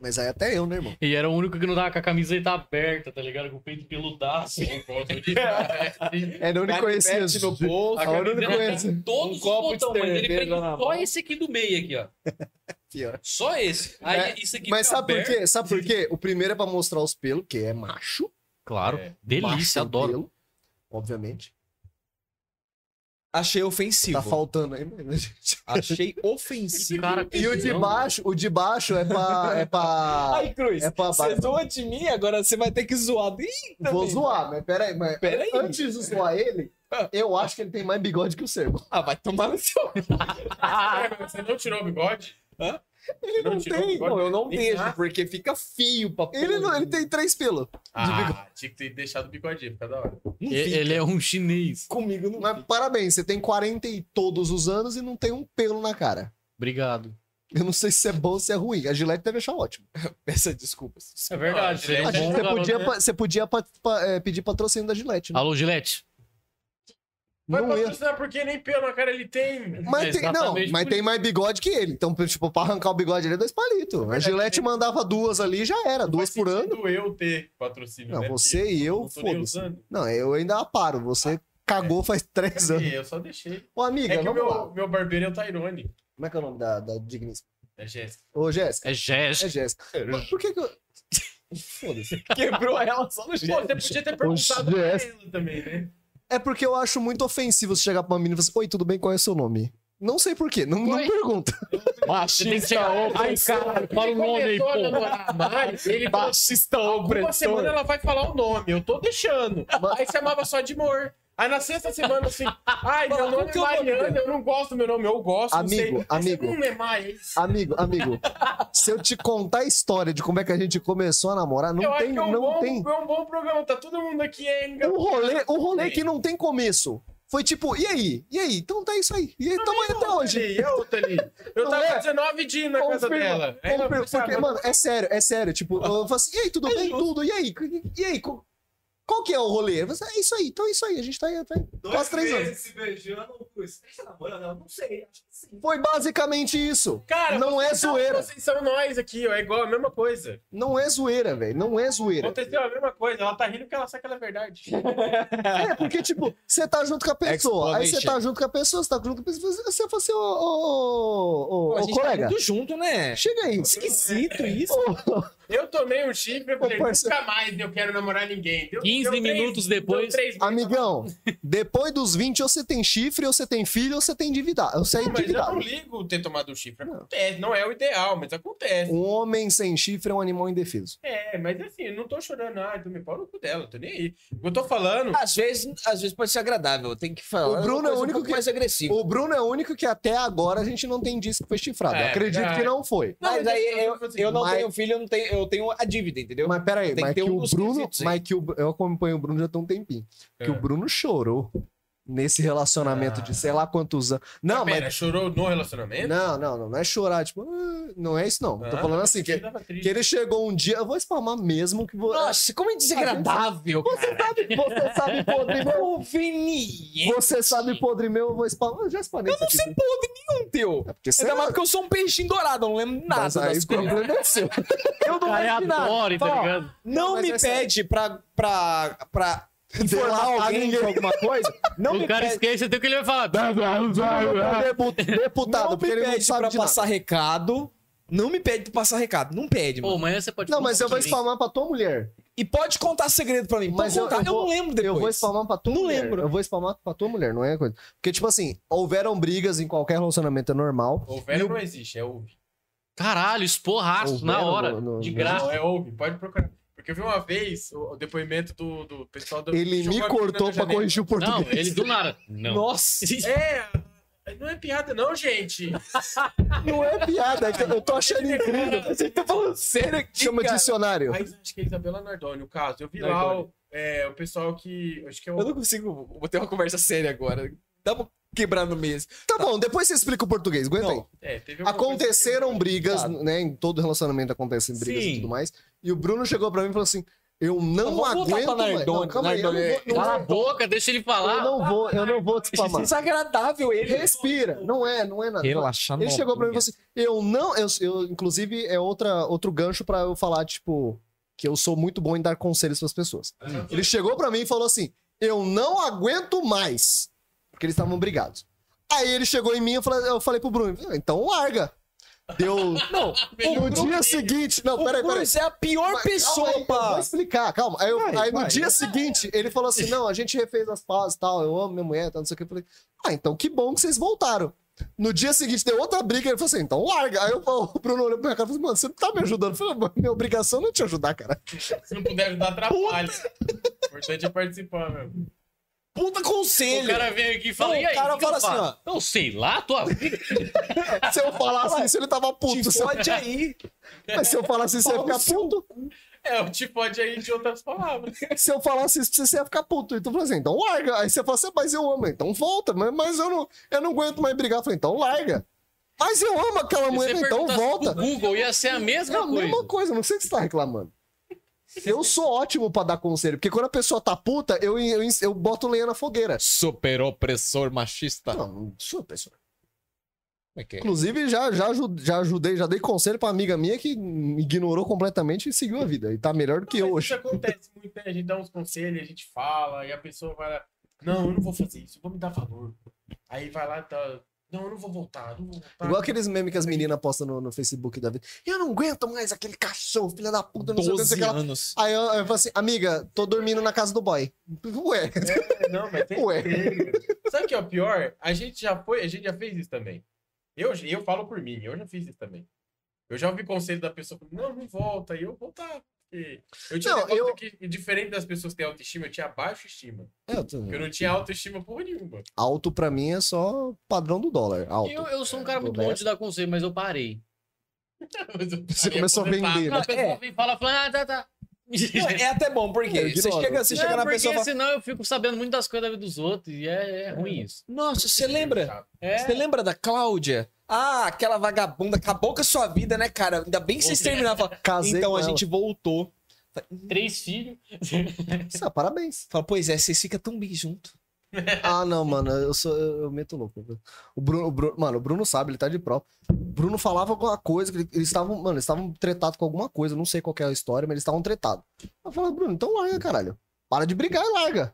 [SPEAKER 3] Mas aí até eu, né, irmão?
[SPEAKER 2] E era o único que não tava com a camiseta aberta, tá ligado? Com o peito peludaço. [LAUGHS]
[SPEAKER 3] Era o único conhecia.
[SPEAKER 1] Pet no bolso.
[SPEAKER 3] A hora eu não conheço.
[SPEAKER 2] Todos
[SPEAKER 1] Um copo de
[SPEAKER 2] os botões, mas ele
[SPEAKER 1] cerveja
[SPEAKER 2] prende
[SPEAKER 1] na mão.
[SPEAKER 2] só esse aqui do meio aqui, ó.
[SPEAKER 3] Aqui, ó.
[SPEAKER 2] Só esse. Aí
[SPEAKER 3] É,
[SPEAKER 2] isso aqui
[SPEAKER 3] Mas
[SPEAKER 2] fica
[SPEAKER 3] sabe por
[SPEAKER 2] aberto.
[SPEAKER 3] quê? Sabe por quê? O primeiro é pra mostrar os pelos, que é macho.
[SPEAKER 2] Claro.
[SPEAKER 3] macho é
[SPEAKER 2] Delícia,
[SPEAKER 3] o
[SPEAKER 2] adoro.
[SPEAKER 3] pelo, obviamente.
[SPEAKER 1] Achei
[SPEAKER 3] Tá
[SPEAKER 1] ofensivo.
[SPEAKER 3] faltando aí, né, gente?
[SPEAKER 1] Achei ofensivo.
[SPEAKER 2] Cara,
[SPEAKER 3] E o de
[SPEAKER 2] não,
[SPEAKER 3] baixo, o de baixo é pra. É pra
[SPEAKER 1] [LAUGHS] [LAUGHS] Ai, Cruz,
[SPEAKER 3] é pra
[SPEAKER 1] você
[SPEAKER 3] barba.
[SPEAKER 1] zoa de mim, agora você vai ter que zoar. Ih,
[SPEAKER 3] vou
[SPEAKER 1] também.
[SPEAKER 3] zoar, mas peraí, mas
[SPEAKER 1] Peraí.
[SPEAKER 3] antes de zoar ele, eu acho que ele tem mais bigode que o Serbo.
[SPEAKER 1] Ah, vai tomar no seu.
[SPEAKER 4] Ah, mas você não tirou o bigode?
[SPEAKER 1] Ele
[SPEAKER 4] Não
[SPEAKER 1] não
[SPEAKER 4] tirou
[SPEAKER 1] tem.
[SPEAKER 4] o bigode?
[SPEAKER 1] Não, eu não
[SPEAKER 4] Nem
[SPEAKER 1] deixo,
[SPEAKER 4] nada.
[SPEAKER 1] porque fica feio pra
[SPEAKER 3] Ele, não,
[SPEAKER 1] né?
[SPEAKER 3] ele tem três pelos.
[SPEAKER 4] Ah, tinha que ter deixado o bigodinho, fica da hora.
[SPEAKER 2] E- Ele é um chinês.
[SPEAKER 1] comigo, não
[SPEAKER 3] Mas parabéns, você tem 40 e todos os anos e não tem um pelo na cara.
[SPEAKER 2] Obrigado.
[SPEAKER 3] Eu não sei se é bom ou se é ruim. A Gillette deve achar ótimo.
[SPEAKER 1] [LAUGHS] peça desculpas.
[SPEAKER 2] É verdade.
[SPEAKER 4] Ah,
[SPEAKER 2] ele é
[SPEAKER 3] A
[SPEAKER 2] bom,
[SPEAKER 3] gente- você
[SPEAKER 2] garoto.
[SPEAKER 3] podia, pa- você podia pa- pa- eh, pedir patrocínio da Gillette,
[SPEAKER 4] Ah,
[SPEAKER 3] né?
[SPEAKER 2] Alô, Gillette.
[SPEAKER 4] Mas
[SPEAKER 3] Não ia.
[SPEAKER 4] patrocinar porque nem pelo na cara ele tem.
[SPEAKER 3] Mas,
[SPEAKER 2] É
[SPEAKER 3] tem, não,
[SPEAKER 2] exatamente
[SPEAKER 3] mas
[SPEAKER 2] por
[SPEAKER 3] tem mais bigode que ele. Então, tipo, pra arrancar o bigode ele é dois palitos. A Gillette mandava duas ali e já era, duas por ano.
[SPEAKER 4] né? sentido eu ter patrocínio.
[SPEAKER 3] Não,
[SPEAKER 4] né?
[SPEAKER 3] você
[SPEAKER 4] Porque
[SPEAKER 3] e eu,
[SPEAKER 4] não tô nem
[SPEAKER 3] foda-se.
[SPEAKER 4] usando.
[SPEAKER 3] Não, eu ainda aparo. Você cagou faz três anos.
[SPEAKER 4] Eu só deixei.
[SPEAKER 3] Ô, amiga,
[SPEAKER 4] É que o
[SPEAKER 3] vamos lá.
[SPEAKER 4] meu, meu barbeiro é o Tyrone.
[SPEAKER 3] Como é que é o nome da, da digníssima?
[SPEAKER 4] É Jéssica.
[SPEAKER 3] Ô, Jéssica.
[SPEAKER 2] É Jéssica.
[SPEAKER 3] É Jéssica. Por- Por que que eu... Foda-se.
[SPEAKER 1] Quebrou ela só no
[SPEAKER 4] Pô,
[SPEAKER 1] jeito.
[SPEAKER 4] você podia ter É perguntado pra
[SPEAKER 3] Jéssica.
[SPEAKER 4] ela tá também, né?
[SPEAKER 3] É porque eu acho muito ofensivo você chegar pra uma menina e falar assim, Oi, tudo bem? Qual é o seu nome? Não sei por quê. Não, não pergunta.
[SPEAKER 2] Você tem que chegar. Ai, caralho, fala o nome aí,
[SPEAKER 4] Começou a
[SPEAKER 2] pô.
[SPEAKER 4] namorar
[SPEAKER 2] [LAUGHS]
[SPEAKER 4] a Mari, ele falou,
[SPEAKER 1] Baixista
[SPEAKER 4] uma semana
[SPEAKER 1] opressor.
[SPEAKER 4] ela vai falar o nome, eu tô deixando. Aí você amava só de amor. Aí na sexta semana, assim, ai, meu nome é
[SPEAKER 1] que eu vou
[SPEAKER 4] Mariana, eu não gosto do meu nome, eu gosto,
[SPEAKER 3] Amigo,
[SPEAKER 4] não sei. Aí você,
[SPEAKER 3] amigo. Ah,
[SPEAKER 4] Hum, é mais.
[SPEAKER 3] Amigo, amigo. se eu te contar a história de como é que a gente começou a namorar, não
[SPEAKER 4] eu acho
[SPEAKER 3] tem,
[SPEAKER 4] que é um,
[SPEAKER 3] não
[SPEAKER 4] bom,
[SPEAKER 3] tem.
[SPEAKER 4] é um bom programa, tá todo mundo aqui ainda.
[SPEAKER 3] Um rolê, um rolê
[SPEAKER 4] Tem.
[SPEAKER 3] que não tem começo. Foi tipo, e aí? E aí? Então tá isso aí. E aí, tamo aí até hoje.
[SPEAKER 4] Ali, é outra ali. Eu
[SPEAKER 3] Não
[SPEAKER 4] tava
[SPEAKER 3] é?
[SPEAKER 4] 19 dias na casa
[SPEAKER 3] Confirma,
[SPEAKER 4] dela. Aí ela
[SPEAKER 3] confirma,
[SPEAKER 4] falou assim,
[SPEAKER 3] porque,
[SPEAKER 4] ah,
[SPEAKER 3] mano, é sério, é sério. Tipo, eu falo assim, e aí, tudo
[SPEAKER 5] É
[SPEAKER 3] bem? Tudo, e aí? E aí? co- Qual que é o rolê? Eu falo assim, é isso aí, então é isso aí, a gente tá aí até
[SPEAKER 5] Dois
[SPEAKER 3] quase três
[SPEAKER 5] meses
[SPEAKER 3] anos.
[SPEAKER 5] se beijando, Cruz. Você tá namorando? Ela não sei, acho que sim.
[SPEAKER 3] Foi basicamente isso.
[SPEAKER 4] Cara,
[SPEAKER 3] não é
[SPEAKER 4] vocês são-
[SPEAKER 3] zoeira.
[SPEAKER 4] Vocês são nós aqui, ó. É igual a mesma coisa.
[SPEAKER 3] Não é zoeira, velho. Não é zoeira.
[SPEAKER 4] Aconteceu a mesma coisa. Ela tá rindo porque ela sabe que ela é verdade.
[SPEAKER 3] É, porque, tipo, você tá junto com a pessoa. Aí você tá junto com a pessoa, você tá junto com a pessoa. Você fala assim, ô, ô, ô, ô,
[SPEAKER 1] A
[SPEAKER 3] ô,
[SPEAKER 1] gente
[SPEAKER 3] colega,
[SPEAKER 1] tá muito junto, né?
[SPEAKER 3] chega aí.
[SPEAKER 1] Esquisito isso.
[SPEAKER 3] Ô,
[SPEAKER 4] Eu tomei um chifre, eu falei,
[SPEAKER 3] Ô, parceiro.
[SPEAKER 4] nunca mais eu quero namorar ninguém. Deu,
[SPEAKER 2] 15
[SPEAKER 4] deu três-
[SPEAKER 2] minutos
[SPEAKER 4] deu
[SPEAKER 2] depois.
[SPEAKER 4] três meses.
[SPEAKER 3] amigão, depois dos 20, ou você tem chifre, ou você tem filho, ou você tem endividado. Ou você é
[SPEAKER 4] Não, mas eu não
[SPEAKER 3] endividado.
[SPEAKER 4] ligo ter tomado um chifre. Acontece, não é o ideal, mas acontece.
[SPEAKER 3] Um homem sem chifre é um animal indefeso.
[SPEAKER 4] É, mas assim, eu não tô chorando. Ah, eu me pau no cu dela, tô nem aí. Eu tô falando.
[SPEAKER 3] Ah,
[SPEAKER 1] Às vezes, às vezes pode ser agradável, tem que falar.
[SPEAKER 3] O Bruno
[SPEAKER 1] Uma coisa
[SPEAKER 3] é o único
[SPEAKER 1] um pouco
[SPEAKER 3] que-
[SPEAKER 1] mais agressivo.
[SPEAKER 3] O Bruno é o único que até agora a gente não tem disco que foi chifrado.
[SPEAKER 4] É,
[SPEAKER 3] Eu acredito
[SPEAKER 4] verdade.
[SPEAKER 3] que não foi.
[SPEAKER 4] Não,
[SPEAKER 1] Mas aí eu,
[SPEAKER 4] assim,
[SPEAKER 1] eu não
[SPEAKER 3] mas-
[SPEAKER 1] tenho filho, eu, não tenho, eu tenho a dívida, entendeu?
[SPEAKER 3] Mas peraí,
[SPEAKER 1] Tem que
[SPEAKER 3] mas
[SPEAKER 1] ter
[SPEAKER 3] que
[SPEAKER 1] um
[SPEAKER 3] o
[SPEAKER 1] dos
[SPEAKER 3] Bruno.
[SPEAKER 1] quesitos aí.
[SPEAKER 3] Mas que o, eu acompanho o Bruno já tem um tempinho. Que
[SPEAKER 4] É.
[SPEAKER 3] o Bruno chorou nesse relacionamento de sei lá quantos anos. Não, mas.
[SPEAKER 4] Pera, chorou no relacionamento?
[SPEAKER 3] Não, não, não, não é chorar, tipo, "Ah", não é isso não. Tô
[SPEAKER 4] Ah,
[SPEAKER 3] falando
[SPEAKER 4] mas
[SPEAKER 3] assim,
[SPEAKER 4] isso aí
[SPEAKER 3] que,
[SPEAKER 4] dava triste.
[SPEAKER 3] que ele chegou um dia. Eu vou spamar mesmo que vou.
[SPEAKER 1] Nossa, como é desagradável.
[SPEAKER 3] Você sabe, você sabe
[SPEAKER 1] [LAUGHS]
[SPEAKER 3] podre meu?
[SPEAKER 1] Conveniente.
[SPEAKER 3] Você sabe podre meu, eu vou spamar. Eu já spamei
[SPEAKER 1] Eu
[SPEAKER 3] isso
[SPEAKER 1] não
[SPEAKER 3] aqui. né?
[SPEAKER 1] sei podre nenhum teu.
[SPEAKER 3] Porque você
[SPEAKER 1] Ainda mais porque eu sou um peixinho dourado, eu não lembro nada
[SPEAKER 3] mas aí
[SPEAKER 1] das coisas.
[SPEAKER 3] o [LAUGHS] problema é seu.
[SPEAKER 1] Eu não
[SPEAKER 2] Cara, é
[SPEAKER 1] lembro de nada.
[SPEAKER 2] adore, tá
[SPEAKER 1] Fala, ó,
[SPEAKER 2] ligado?
[SPEAKER 1] Não
[SPEAKER 3] Mas
[SPEAKER 1] me
[SPEAKER 3] é sério.
[SPEAKER 1] pede pra, pra, pra informar
[SPEAKER 3] Delatar
[SPEAKER 1] alguém de
[SPEAKER 3] ninguém. é
[SPEAKER 1] alguma coisa.
[SPEAKER 3] [LAUGHS]
[SPEAKER 1] Não me
[SPEAKER 2] O cara
[SPEAKER 1] pede,
[SPEAKER 2] esquece até o que ele vai falar.
[SPEAKER 3] Depu- Deputado,
[SPEAKER 1] não
[SPEAKER 3] porque
[SPEAKER 1] me
[SPEAKER 3] ele não
[SPEAKER 1] pede
[SPEAKER 3] sabe
[SPEAKER 1] pra
[SPEAKER 3] de nada.
[SPEAKER 1] passar recado. Não me pede pra passar recado. Não pede,
[SPEAKER 2] Pô,
[SPEAKER 1] mano.
[SPEAKER 2] amanhã você pode...
[SPEAKER 3] Não, mas eu vou
[SPEAKER 2] falar.
[SPEAKER 3] spamar pra tua mulher.
[SPEAKER 1] E pode contar segredo pra mim. Pode
[SPEAKER 3] Mas eu-
[SPEAKER 1] contar. Eu,
[SPEAKER 3] eu vou-
[SPEAKER 1] não lembro depois.
[SPEAKER 3] Eu vou spamar pra tua
[SPEAKER 1] Não
[SPEAKER 3] mulher.
[SPEAKER 1] lembro.
[SPEAKER 3] Eu vou spamar pra tua mulher, não é coisa. Porque, tipo assim, houveram brigas em qualquer relacionamento, é normal.
[SPEAKER 4] Houver não existe, é houve.
[SPEAKER 2] Caralho, esporraço,
[SPEAKER 3] Ou
[SPEAKER 2] na
[SPEAKER 3] vendo
[SPEAKER 2] hora.
[SPEAKER 3] no- no-
[SPEAKER 2] de
[SPEAKER 3] no-
[SPEAKER 2] graça.
[SPEAKER 4] Não, é houve, pode procurar. Porque eu vi uma vez o, o depoimento do, do pessoal do.
[SPEAKER 3] Ele me
[SPEAKER 4] jogou a menina
[SPEAKER 3] cortou
[SPEAKER 4] na
[SPEAKER 3] pra
[SPEAKER 4] janela.
[SPEAKER 3] corrigir o
[SPEAKER 2] Não,
[SPEAKER 3] português.
[SPEAKER 2] ele do nada. Não.
[SPEAKER 1] Nossa.
[SPEAKER 4] É, não é piada, não, gente.
[SPEAKER 3] Não é piada, é que eu tô achando incrível.
[SPEAKER 1] Você tá falando sério aqui,
[SPEAKER 3] Chama
[SPEAKER 1] cara?
[SPEAKER 3] dicionário.
[SPEAKER 4] Aí acho que é Isabela Nardoni, o caso. Eu vi lá
[SPEAKER 1] Nardoni.
[SPEAKER 4] o, é, o pessoal que. Acho que é o.
[SPEAKER 1] Eu não consigo ter uma conversa séria agora. Dá pra quebrar no mês.
[SPEAKER 3] Tá bom, depois você explica o português, aguenta aí.
[SPEAKER 4] É, teve alguma coisa que-
[SPEAKER 3] Aconteceram brigas, né? Em todo relacionamento acontecem brigas
[SPEAKER 2] Sim.
[SPEAKER 3] e tudo mais. E o Bruno chegou pra mim e falou assim: Eu
[SPEAKER 1] Não, vamos
[SPEAKER 3] não
[SPEAKER 1] voltar
[SPEAKER 3] aguento.
[SPEAKER 1] pra
[SPEAKER 3] mais-
[SPEAKER 1] Nardoni,
[SPEAKER 3] Não, calma aí, eu não
[SPEAKER 1] Nardoni.
[SPEAKER 3] vou-
[SPEAKER 2] Cala a
[SPEAKER 3] não vou-
[SPEAKER 2] boca, deixa ele
[SPEAKER 3] eu
[SPEAKER 2] falar.
[SPEAKER 3] não vou, eu não vou te spamar.
[SPEAKER 1] Desagradável ele.
[SPEAKER 3] Respira, não é, não é nada.
[SPEAKER 1] tá
[SPEAKER 2] Relaxa,
[SPEAKER 3] Ele chegou pra mim e falou assim: Eu não. Eu, eu- inclusive, é outra, outro gancho pra eu falar, tipo, que eu sou muito bom em dar conselhos pras pessoas. Ele chegou pra mim e falou assim: Eu não aguento mais. Porque eles estavam brigados. Aí ele chegou em mim e eu falei, eu falei pro Bruno: "Ah, Então larga. Deu. Não, no dia seguinte. assim, Não, peraí, peraí.
[SPEAKER 1] Você é a pior
[SPEAKER 3] Mas
[SPEAKER 1] pessoa,
[SPEAKER 3] calma aí, eu
[SPEAKER 1] pá.
[SPEAKER 3] Vou explicar, calma. Aí, eu-
[SPEAKER 1] Vai,
[SPEAKER 3] aí
[SPEAKER 1] vai.
[SPEAKER 3] no dia seguinte, ele falou assim: não, a gente refez as pazes e tal, eu amo minha mulher, tal, não sei o que. Eu falei, ah, então que bom que vocês voltaram. No dia seguinte deu outra briga, ele falou assim: então larga. Aí eu, o Bruno olhou pra minha cara e falou: mano, você não tá me ajudando. Eu falei, "Mano, minha obrigação não é te ajudar,
[SPEAKER 1] [LAUGHS]
[SPEAKER 3] cara.
[SPEAKER 4] Se não puder ajudar, atrapalha. O importante é participar, meu.
[SPEAKER 1] Puta
[SPEAKER 2] O
[SPEAKER 1] conselho.
[SPEAKER 2] cara vem aqui e fala,
[SPEAKER 1] Não,
[SPEAKER 2] e aí?
[SPEAKER 1] o cara
[SPEAKER 2] que que
[SPEAKER 1] fala
[SPEAKER 2] eu faço?
[SPEAKER 1] assim,
[SPEAKER 2] Não, sei lá, tua vida.
[SPEAKER 3] Se eu falasse isso, ele tava
[SPEAKER 2] é
[SPEAKER 3] puto.
[SPEAKER 1] Te
[SPEAKER 3] Se eu-
[SPEAKER 1] fode
[SPEAKER 2] [LAUGHS]
[SPEAKER 1] aí.
[SPEAKER 3] mas se eu falasse isso, você ia
[SPEAKER 1] Fala
[SPEAKER 3] ficar
[SPEAKER 1] o seu
[SPEAKER 3] puto.
[SPEAKER 4] É, o tipo pode aí de outras palavras.
[SPEAKER 3] Se eu falasse isso, pra você, você ia ficar puto. Então eu falei assim: então larga. Aí você fala assim: mas eu amo. Então volta. Mas, mas eu, não, eu não aguento mais brigar. Eu falei: então larga. Mas eu amo aquela
[SPEAKER 2] Se
[SPEAKER 3] mulher,
[SPEAKER 2] você
[SPEAKER 3] então
[SPEAKER 2] perguntasse pro
[SPEAKER 3] volta.
[SPEAKER 2] Google ia ser a
[SPEAKER 3] É
[SPEAKER 2] mesma
[SPEAKER 3] a
[SPEAKER 2] coisa.
[SPEAKER 3] mesma coisa, não sei o que você tá reclamando. Eu sou ótimo pra dar conselho, porque quando a pessoa tá puta, eu, eu, eu boto lenha na fogueira.
[SPEAKER 6] Super opressor machista.
[SPEAKER 3] Não, não sou pessoa.
[SPEAKER 6] Como é que é?
[SPEAKER 3] Inclusive, já, já, aju- já ajudei, já dei conselho pra amiga minha que ignorou completamente e seguiu a vida. E tá melhor do [LAUGHS] que eu
[SPEAKER 4] Mas
[SPEAKER 3] hoje.
[SPEAKER 4] Isso acontece muito, né? A gente dá uns conselhos, a gente fala, e a pessoa vai lá. Não, eu não vou fazer isso, vou me dar valor. Aí vai lá e tá. Não, eu não vou voltar, não vou voltar.
[SPEAKER 3] Igual aqueles memes que as meninas postam no, no Facebook da vida. Eu não aguento mais aquele cachorro, filha da puta, não sei o que, não sei o
[SPEAKER 6] 12
[SPEAKER 3] que lá.
[SPEAKER 6] anos.
[SPEAKER 3] Aí eu, eu falo assim, amiga, tô dormindo na casa do boy. [LAUGHS] Ué,
[SPEAKER 4] É, não, mas tem
[SPEAKER 3] Ué.
[SPEAKER 4] que ter. Sabe o que é o pior? A gente já foi, a gente já fez isso também. Eu, eu falo por mim, eu já fiz isso também. Eu já ouvi conselho da pessoa, não, não volta, e eu voltar. porque Eu tinha
[SPEAKER 3] Não,
[SPEAKER 4] não,
[SPEAKER 3] eu-
[SPEAKER 4] que, diferente das pessoas que têm autoestima, eu tinha baixa estima.
[SPEAKER 3] eu tô...
[SPEAKER 4] Eu não tinha autoestima porra nenhuma. [LAUGHS]
[SPEAKER 3] alto pra mim é só padrão do dólar. Alto.
[SPEAKER 2] Eu, eu sou um cara
[SPEAKER 3] É,
[SPEAKER 2] muito
[SPEAKER 3] conversa.
[SPEAKER 2] bom de dar conselho, mas eu parei.
[SPEAKER 4] Mas eu-
[SPEAKER 3] Você
[SPEAKER 4] aí é
[SPEAKER 3] começou a
[SPEAKER 4] aposentado.
[SPEAKER 3] vender,
[SPEAKER 2] Não,
[SPEAKER 3] né?
[SPEAKER 2] a
[SPEAKER 1] É.
[SPEAKER 2] pessoa vem e fala, fala, ah, tá, tá. [LAUGHS]
[SPEAKER 1] Não, é até bom,
[SPEAKER 3] Eu
[SPEAKER 1] porque você
[SPEAKER 3] ignoro.
[SPEAKER 1] chega, você
[SPEAKER 2] Não,
[SPEAKER 1] chega na
[SPEAKER 2] É, porque
[SPEAKER 1] pessoa e fala,
[SPEAKER 2] senão eu fico sabendo muito das coisas da vida dos outros e é, é ruim isso.
[SPEAKER 1] nossa, você lembra?
[SPEAKER 4] Tá
[SPEAKER 2] É.
[SPEAKER 1] Você lembra da Cláudia? Ah, aquela vagabunda, acabou com a sua vida, né, cara? Ainda bem que vocês terminaram. Fala,
[SPEAKER 3] Casei
[SPEAKER 1] então
[SPEAKER 3] com
[SPEAKER 1] a
[SPEAKER 3] ela.
[SPEAKER 1] gente voltou.
[SPEAKER 2] Três filhos.
[SPEAKER 3] Ah,
[SPEAKER 4] [LAUGHS]
[SPEAKER 3] parabéns.
[SPEAKER 1] Fala, pois é, vocês ficam tão bem junto.
[SPEAKER 3] Ah, não, mano, eu sou. Eu, eu meto louco. O Bruno, o Bruno- mano, o Bruno sabe, ele tá de prova. O Bruno falava alguma coisa, que ele- eles estavam, mano, eles estavam tretados com alguma coisa, eu não sei qual que é a história, mas eles estavam tretados. Eu falava, Bruno, então larga, caralho. Para de brigar e larga.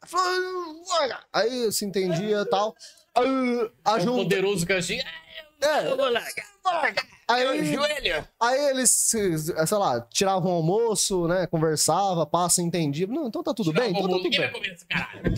[SPEAKER 3] Ele falou, "Eu- larga." Aí eu se entendia e tal. Aí,
[SPEAKER 1] Tá
[SPEAKER 3] A
[SPEAKER 2] É um
[SPEAKER 3] junta,
[SPEAKER 2] poderoso cachinho. Ah,
[SPEAKER 3] é,
[SPEAKER 2] eu vou lá.
[SPEAKER 3] aí, aí eles, se- sei lá, tiravam o almoço, né? Conversava, passa, entendia. Não, então tá tudo bem? Então tá tudo
[SPEAKER 4] Ninguém vai
[SPEAKER 3] bem.
[SPEAKER 4] comer esse caralho.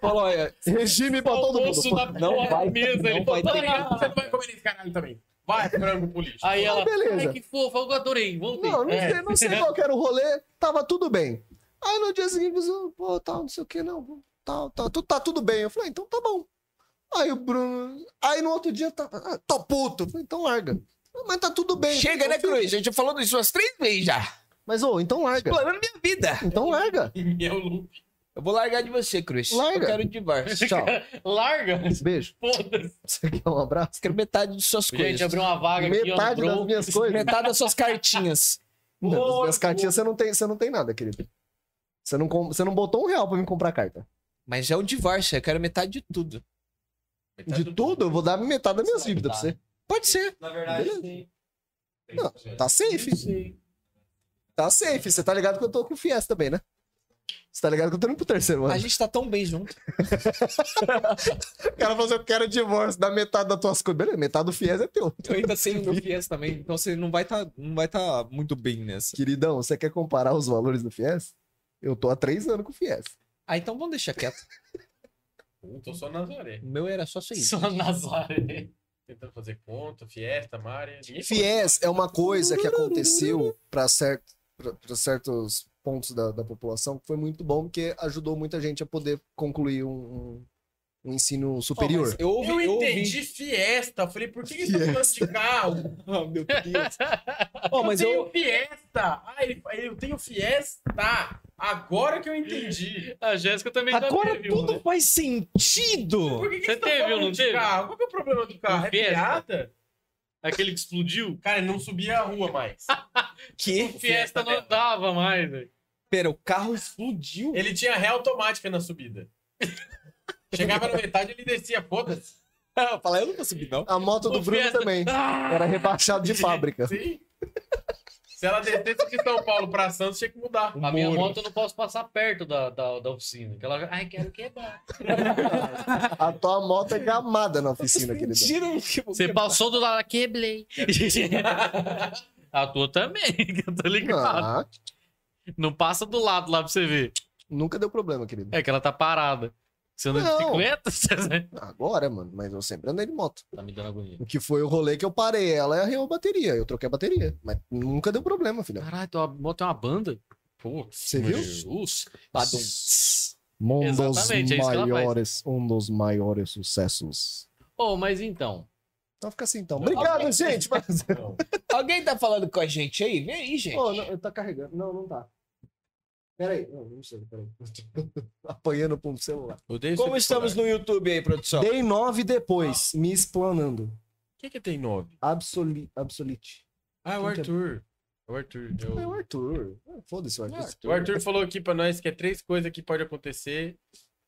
[SPEAKER 1] Fala, olha,
[SPEAKER 3] Regime pra todo mundo.
[SPEAKER 2] Almoço na
[SPEAKER 1] Não
[SPEAKER 2] porra
[SPEAKER 1] vai-
[SPEAKER 2] da mesa.
[SPEAKER 1] não
[SPEAKER 2] ele
[SPEAKER 1] vai
[SPEAKER 2] falou,
[SPEAKER 1] ter-
[SPEAKER 2] "Ah,
[SPEAKER 4] Você não vai comer esse caralho também. Vai, frango político. [LAUGHS]
[SPEAKER 2] Aí
[SPEAKER 1] Ah,
[SPEAKER 2] ela,
[SPEAKER 3] beleza.
[SPEAKER 2] ai que fofa, eu adorei, voltei.
[SPEAKER 3] Não, não,
[SPEAKER 2] É.
[SPEAKER 3] sei, não sei qual que era o rolê, tava tudo bem. Aí no dia seguinte, eu, pô, tal, não sei o que, não, tal, tal, tu, tá tudo bem. Eu falei, ah, então tá bom. Aí o Bruno. Aí no outro dia, tá, ah, tô puto. Eu falei, então larga. "Ah, Mas tá tudo bem.
[SPEAKER 1] chega,
[SPEAKER 3] Eu
[SPEAKER 1] né,
[SPEAKER 3] falei,
[SPEAKER 1] Cruz? A gente já falou isso umas três vezes já.
[SPEAKER 3] Mas, ô, então larga.
[SPEAKER 1] Planando minha vida.
[SPEAKER 4] [LAUGHS]
[SPEAKER 3] Então larga.
[SPEAKER 4] E é o loop.
[SPEAKER 1] Eu vou largar de você, Cruz.
[SPEAKER 3] Larga.
[SPEAKER 1] Eu quero um de baixo.
[SPEAKER 3] Tchau.
[SPEAKER 2] Larga!
[SPEAKER 3] Beijo.
[SPEAKER 2] Foda-se.
[SPEAKER 3] Você quer um abraço?
[SPEAKER 1] Quero metade das suas coisas.
[SPEAKER 2] Gente, abriu uma vaga aqui, ó.
[SPEAKER 3] Metade
[SPEAKER 2] no
[SPEAKER 3] das
[SPEAKER 2] Bro.
[SPEAKER 3] minhas
[SPEAKER 1] [LAUGHS]
[SPEAKER 3] coisas.
[SPEAKER 1] Metade das suas cartinhas.
[SPEAKER 3] Não, as minhas cartinhas você não tem, você não tem nada, querido. Você não, com- você não botou um real pra mim comprar carta.
[SPEAKER 1] Mas é o divórcio, eu quero metade de tudo.
[SPEAKER 4] Tá
[SPEAKER 3] De tudo, eu vou dar metade das minhas dívidas pra você.
[SPEAKER 1] Pode ser.
[SPEAKER 5] Na verdade,
[SPEAKER 3] Beleza.
[SPEAKER 5] sim.
[SPEAKER 3] Não, tá safe. Tá safe. Você tá ligado que eu tô com o Fies também, né? Você tá ligado que eu tô indo pro terceiro
[SPEAKER 1] A
[SPEAKER 3] ano.
[SPEAKER 1] gente tá tão bem junto.
[SPEAKER 3] O cara falou assim, eu quero divórcio, dá metade das tuas coisas. Beleza, metade do Fies é teu.
[SPEAKER 1] Eu ainda sei o meu fies também, então você não vai estar não vai tá muito bem nessa.
[SPEAKER 3] Queridão, você quer comparar os valores do Fies? Eu tô há três anos com o Fies.
[SPEAKER 1] Ah, então vamos deixar quieto.
[SPEAKER 4] Eu Tô só nas orelhas.
[SPEAKER 1] O meu era só isso.
[SPEAKER 2] [LAUGHS] Só Nazaré.
[SPEAKER 4] Tentando fazer conta, fiesta, Maria. Ninguém
[SPEAKER 3] Fies é uma coisa que aconteceu para certos pontos da, da população que foi muito bom, porque ajudou muita gente a poder concluir um, um- um ensino superior.
[SPEAKER 1] Eu ouvi,
[SPEAKER 4] Eu
[SPEAKER 1] eu ouvi. [LAUGHS]
[SPEAKER 4] entendi fiesta. Eu falei, por que eles estão falando de carro?
[SPEAKER 1] Ah, meu Deus. [LAUGHS] Ó, mas
[SPEAKER 4] eu tenho
[SPEAKER 1] eu,
[SPEAKER 4] fiesta. Ah, ele- eu tenho fiesta. Agora que eu entendi.
[SPEAKER 2] A Jéssica também
[SPEAKER 1] agora
[SPEAKER 2] teve
[SPEAKER 1] tudo
[SPEAKER 2] uma.
[SPEAKER 1] faz sentido.
[SPEAKER 4] Por que, que
[SPEAKER 2] Você
[SPEAKER 4] eles tão
[SPEAKER 2] teve ou
[SPEAKER 4] falando
[SPEAKER 2] não
[SPEAKER 4] de
[SPEAKER 2] teve?
[SPEAKER 4] carro? Qual que é o problema do carro? É
[SPEAKER 2] Fiesta.
[SPEAKER 4] piada?
[SPEAKER 2] Aquele que explodiu.
[SPEAKER 4] Cara, ele não subia a rua mais.
[SPEAKER 2] O é?
[SPEAKER 1] Que?
[SPEAKER 2] Fiesta não andava mais, velho.
[SPEAKER 1] Pera, o carro explodiu. [LAUGHS]
[SPEAKER 4] Ele tinha ré automática na subida. Chegava na metade, ele descia, foda-se.
[SPEAKER 1] Falar, eu não vou subir, não.
[SPEAKER 3] A moto do
[SPEAKER 2] O
[SPEAKER 3] Bruno
[SPEAKER 2] Fiesta- [LAUGHS]
[SPEAKER 3] também.
[SPEAKER 2] Ah!
[SPEAKER 3] Era rebaixado de fábrica.
[SPEAKER 4] Sim. Se ela descesse de São Paulo pra Santos, tinha que mudar.
[SPEAKER 2] A minha moto eu não posso passar perto da, da, da oficina. que ela- Ai, quero quebrar.
[SPEAKER 3] A tua moto é gamada na oficina, queridão.
[SPEAKER 1] Mentira, que
[SPEAKER 2] Você passou do lado, "Ah, quebrei. [LAUGHS] A tua também, [LAUGHS] que eu tô ligado.
[SPEAKER 3] Ah,
[SPEAKER 2] Não passa do lado lá pra você ver.
[SPEAKER 3] nunca deu problema, querido.
[SPEAKER 2] É que ela tá parada. Você anda de
[SPEAKER 3] Não.
[SPEAKER 2] bicicleta? [LAUGHS] Você-
[SPEAKER 3] Agora, mano, mas eu sempre andei de moto.
[SPEAKER 2] Tá me dando agonia.
[SPEAKER 3] O que foi o rolê que eu parei ela e arreou a bateria. Eu troquei a bateria. Mas nunca deu problema, filhão.
[SPEAKER 2] Caralho, tua moto é uma banda?
[SPEAKER 3] Você viu?
[SPEAKER 2] Jesus.
[SPEAKER 1] Badum.
[SPEAKER 3] Um dos
[SPEAKER 2] Exatamente, é isso que ela faz.
[SPEAKER 3] maiores, um dos maiores sucessos.
[SPEAKER 2] Ô, mas então.
[SPEAKER 3] Então fica assim, então. Obrigado, gente. Mas...
[SPEAKER 2] [LAUGHS]
[SPEAKER 1] Alguém tá falando com a gente aí? Vem aí, gente.
[SPEAKER 3] Pô, não, tá carregando. Não, não tá. Peraí. Não, não sei. Peraí. Eu tô [LAUGHS] Apanhando pro celular.
[SPEAKER 2] tipo
[SPEAKER 1] Como estamos no YouTube aí, produção?
[SPEAKER 3] Dei nove depois, me explanando.
[SPEAKER 4] O que, que tem nove?
[SPEAKER 3] Absoli... Absolite.
[SPEAKER 4] Ah, o
[SPEAKER 3] Quem que é?
[SPEAKER 4] Arthur. É O Arthur. é
[SPEAKER 3] É o
[SPEAKER 4] o-
[SPEAKER 3] Arthur. Ah, Foda-se
[SPEAKER 2] É
[SPEAKER 3] o Arthur.
[SPEAKER 4] O Arthur falou aqui pra nós que é três coisas que pode acontecer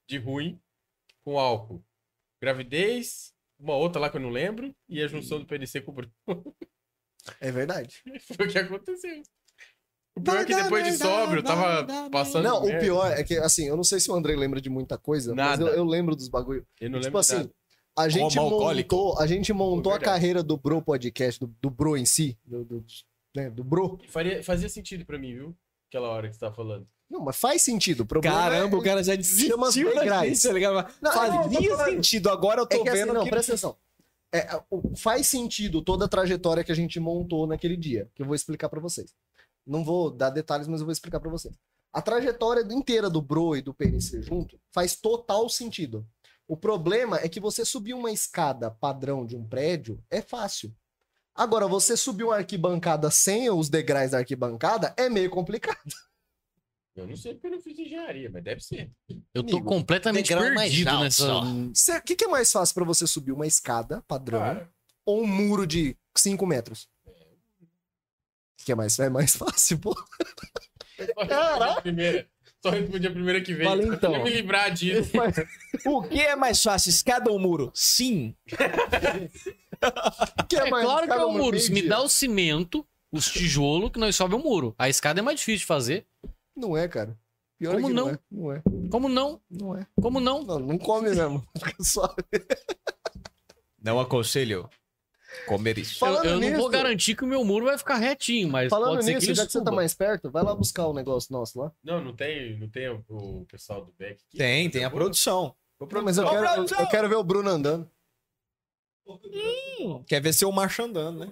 [SPEAKER 4] de ruim com álcool. Gravidez, uma outra lá que eu não lembro, e a junção do PNC com o Bruno.
[SPEAKER 3] É verdade.
[SPEAKER 4] [LAUGHS] Foi o que aconteceu. O pior é que depois de sóbrio, eu tava passando.
[SPEAKER 3] Não, o
[SPEAKER 4] merda. né?
[SPEAKER 3] pior é que, assim, eu não sei se o Andrei lembra de muita coisa,
[SPEAKER 4] Nada.
[SPEAKER 3] mas eu, eu lembro dos bagulho.
[SPEAKER 4] Eu não
[SPEAKER 3] tipo
[SPEAKER 4] lembro
[SPEAKER 3] assim,
[SPEAKER 4] nada.
[SPEAKER 3] a gente
[SPEAKER 6] Roma alcoólico.
[SPEAKER 3] montou, a, gente montou a
[SPEAKER 4] Verdade.
[SPEAKER 3] carreira do Bro Podcast, do, do Bro em si, do, do, né, do Bro.
[SPEAKER 4] Faria, fazia sentido pra mim, viu? Aquela hora que você tava falando.
[SPEAKER 3] Não, mas faz sentido. o problema
[SPEAKER 1] Caramba,
[SPEAKER 3] é-
[SPEAKER 1] o cara já
[SPEAKER 3] Chama as
[SPEAKER 1] desistiu da
[SPEAKER 3] degraus.
[SPEAKER 1] gente, tá ligado?
[SPEAKER 3] Não, não, eu tô
[SPEAKER 1] Fazia
[SPEAKER 3] falando.
[SPEAKER 1] sentido, agora eu tô
[SPEAKER 3] é que, assim,
[SPEAKER 1] vendo
[SPEAKER 3] não,
[SPEAKER 1] que...
[SPEAKER 3] presta atenção. É, o- faz sentido toda a trajetória que a gente montou naquele dia, que eu vou explicar pra vocês. Não vou dar detalhes, mas eu vou explicar pra vocês. A trajetória inteira do Bro e do PNC junto faz total sentido. O problema é que você subir uma escada padrão de um prédio é fácil. Agora, você subir uma arquibancada sem os degraus da arquibancada é meio complicado.
[SPEAKER 4] Eu não sei porque eu não fiz engenharia, mas deve ser.
[SPEAKER 2] Eu tô
[SPEAKER 3] Amigo,
[SPEAKER 2] completamente
[SPEAKER 1] degrau mais
[SPEAKER 2] perdido
[SPEAKER 1] alto
[SPEAKER 2] nessa.
[SPEAKER 1] só.
[SPEAKER 3] Cê- O que, que é mais fácil pra você subir uma escada padrão
[SPEAKER 4] Cara,
[SPEAKER 3] ou um muro de 5 metros? Que é mais, é mais [LAUGHS] fácil, pô. Caraca.
[SPEAKER 4] Caraca! Primeira. Só respondi a primeira que veio.
[SPEAKER 3] Falei, então.
[SPEAKER 4] Eu me livrar disso.
[SPEAKER 1] [LAUGHS] O que é mais fácil, escada ou muro? Sim.
[SPEAKER 3] Que
[SPEAKER 2] É
[SPEAKER 3] mais
[SPEAKER 2] claro que é
[SPEAKER 3] cada
[SPEAKER 2] o
[SPEAKER 3] um
[SPEAKER 2] muro. Se me
[SPEAKER 3] entendi.
[SPEAKER 2] dá o cimento, os tijolos, que nós sobe o muro. A escada é mais difícil de fazer.
[SPEAKER 3] Não é, cara. Pior
[SPEAKER 2] Como
[SPEAKER 3] é que
[SPEAKER 2] não?
[SPEAKER 3] é. Não é.
[SPEAKER 2] Como não?
[SPEAKER 3] Não é.
[SPEAKER 2] Como não?
[SPEAKER 3] Não, não come mesmo. [LAUGHS] Fica só.
[SPEAKER 6] Não aconselho comer isso.
[SPEAKER 2] Eu,
[SPEAKER 3] Falando
[SPEAKER 2] eu não vou
[SPEAKER 3] nisso-
[SPEAKER 2] garantir que o meu muro vai ficar retinho, mas
[SPEAKER 3] Falando
[SPEAKER 2] pode ser que
[SPEAKER 3] nisso,
[SPEAKER 2] ele
[SPEAKER 3] já que você tá
[SPEAKER 2] suba.
[SPEAKER 3] mais perto, vai lá buscar o negócio nosso lá.
[SPEAKER 4] Não, não tem, não tem o, o pessoal do Beck. aqui?
[SPEAKER 1] Tem, tem a produção.
[SPEAKER 4] Ô,
[SPEAKER 3] Não, mas eu
[SPEAKER 1] Ô,
[SPEAKER 3] quero, eu,
[SPEAKER 1] produção!
[SPEAKER 3] eu quero ver o Bruno andando.
[SPEAKER 1] Quer ver seu macho andando, né?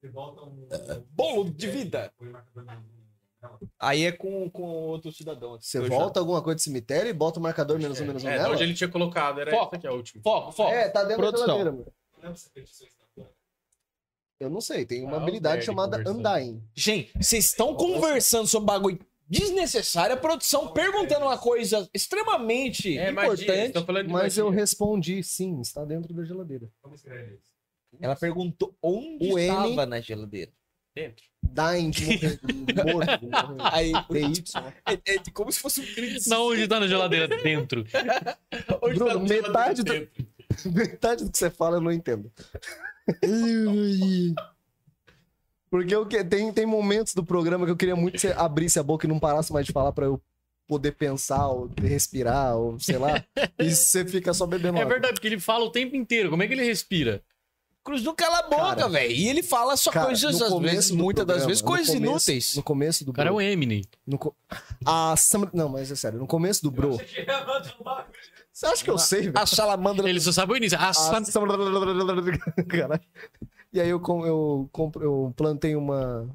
[SPEAKER 5] Você volta um.
[SPEAKER 1] Bolo de vida.
[SPEAKER 5] Põe marcador na-
[SPEAKER 1] Aí é com, com outro cidadão.
[SPEAKER 3] Você
[SPEAKER 1] Eu já-
[SPEAKER 3] volta alguma coisa do cemitério e bota o marcador menos um menos um
[SPEAKER 4] É,
[SPEAKER 3] nela.
[SPEAKER 4] onde ele tinha colocado, era
[SPEAKER 2] Foco.
[SPEAKER 4] essa que é a última.
[SPEAKER 2] Foco, foco.
[SPEAKER 3] É, tá dentro
[SPEAKER 2] Produção.
[SPEAKER 3] da geladeira, mano.
[SPEAKER 5] Não lembro se é petições da bola.
[SPEAKER 3] Eu não sei, tem uma
[SPEAKER 4] Ah, o
[SPEAKER 3] habilidade
[SPEAKER 4] Berg
[SPEAKER 3] chamada
[SPEAKER 4] conversando.
[SPEAKER 3] Undying.
[SPEAKER 1] Gente, vocês estão conversando sobre um bagulho desnecessária, a produção perguntando uma coisa extremamente
[SPEAKER 4] É, mas dias,
[SPEAKER 1] importante.
[SPEAKER 4] tô
[SPEAKER 2] [LAUGHS]
[SPEAKER 4] falando de
[SPEAKER 3] Mas
[SPEAKER 4] mais
[SPEAKER 3] eu
[SPEAKER 4] dias.
[SPEAKER 3] respondi, sim, está dentro da geladeira.
[SPEAKER 5] Como
[SPEAKER 4] é
[SPEAKER 5] escreve isso?
[SPEAKER 1] Ela perguntou onde
[SPEAKER 3] O N-
[SPEAKER 1] estava na geladeira.
[SPEAKER 4] Dentro.
[SPEAKER 3] Dint, morto, morto,
[SPEAKER 1] [LAUGHS] Aí,
[SPEAKER 3] DY.
[SPEAKER 1] é, é como se fosse um crime.
[SPEAKER 2] Não, onde tá na geladeira?
[SPEAKER 3] [LAUGHS]
[SPEAKER 2] Dentro.
[SPEAKER 4] Hoje
[SPEAKER 3] Bruno,
[SPEAKER 4] tá no geladeiro
[SPEAKER 3] metade do-
[SPEAKER 4] dentro.
[SPEAKER 3] Metade do que você fala eu
[SPEAKER 1] [LAUGHS]
[SPEAKER 3] não entendo. Porque eu que- tem, tem momentos do programa que eu queria muito que você abrisse a boca e não parasse mais de falar pra eu poder pensar ou respirar ou
[SPEAKER 1] [LAUGHS]
[SPEAKER 3] sei lá. E você fica só bebendo
[SPEAKER 2] É
[SPEAKER 3] água.
[SPEAKER 2] verdade, porque ele fala o tempo inteiro. Como é que ele respira?
[SPEAKER 1] Cruz não cala a boca,
[SPEAKER 3] Cara,
[SPEAKER 1] velho. E ele fala só
[SPEAKER 3] Cara,
[SPEAKER 1] coisas,
[SPEAKER 3] no
[SPEAKER 1] às
[SPEAKER 3] começo
[SPEAKER 1] vezes,
[SPEAKER 3] do
[SPEAKER 1] muitas das
[SPEAKER 3] programa,
[SPEAKER 1] vezes,
[SPEAKER 3] no
[SPEAKER 1] coisas
[SPEAKER 3] começo-
[SPEAKER 1] inúteis.
[SPEAKER 3] No começo do
[SPEAKER 2] O cara é
[SPEAKER 3] Bro.
[SPEAKER 2] um Eminem.
[SPEAKER 3] no co- a Sam- Não, mas é sério, no começo do Bro.
[SPEAKER 5] Achei que ia mandar um bagulho.
[SPEAKER 3] Você acha que eu sei, velho?
[SPEAKER 1] A salamandra.
[SPEAKER 2] Ele só sabe o início. Ah,
[SPEAKER 3] Ah,
[SPEAKER 2] sabe-
[SPEAKER 3] [LAUGHS] Caralho. E aí eu, com- eu, compro- eu plantei uma.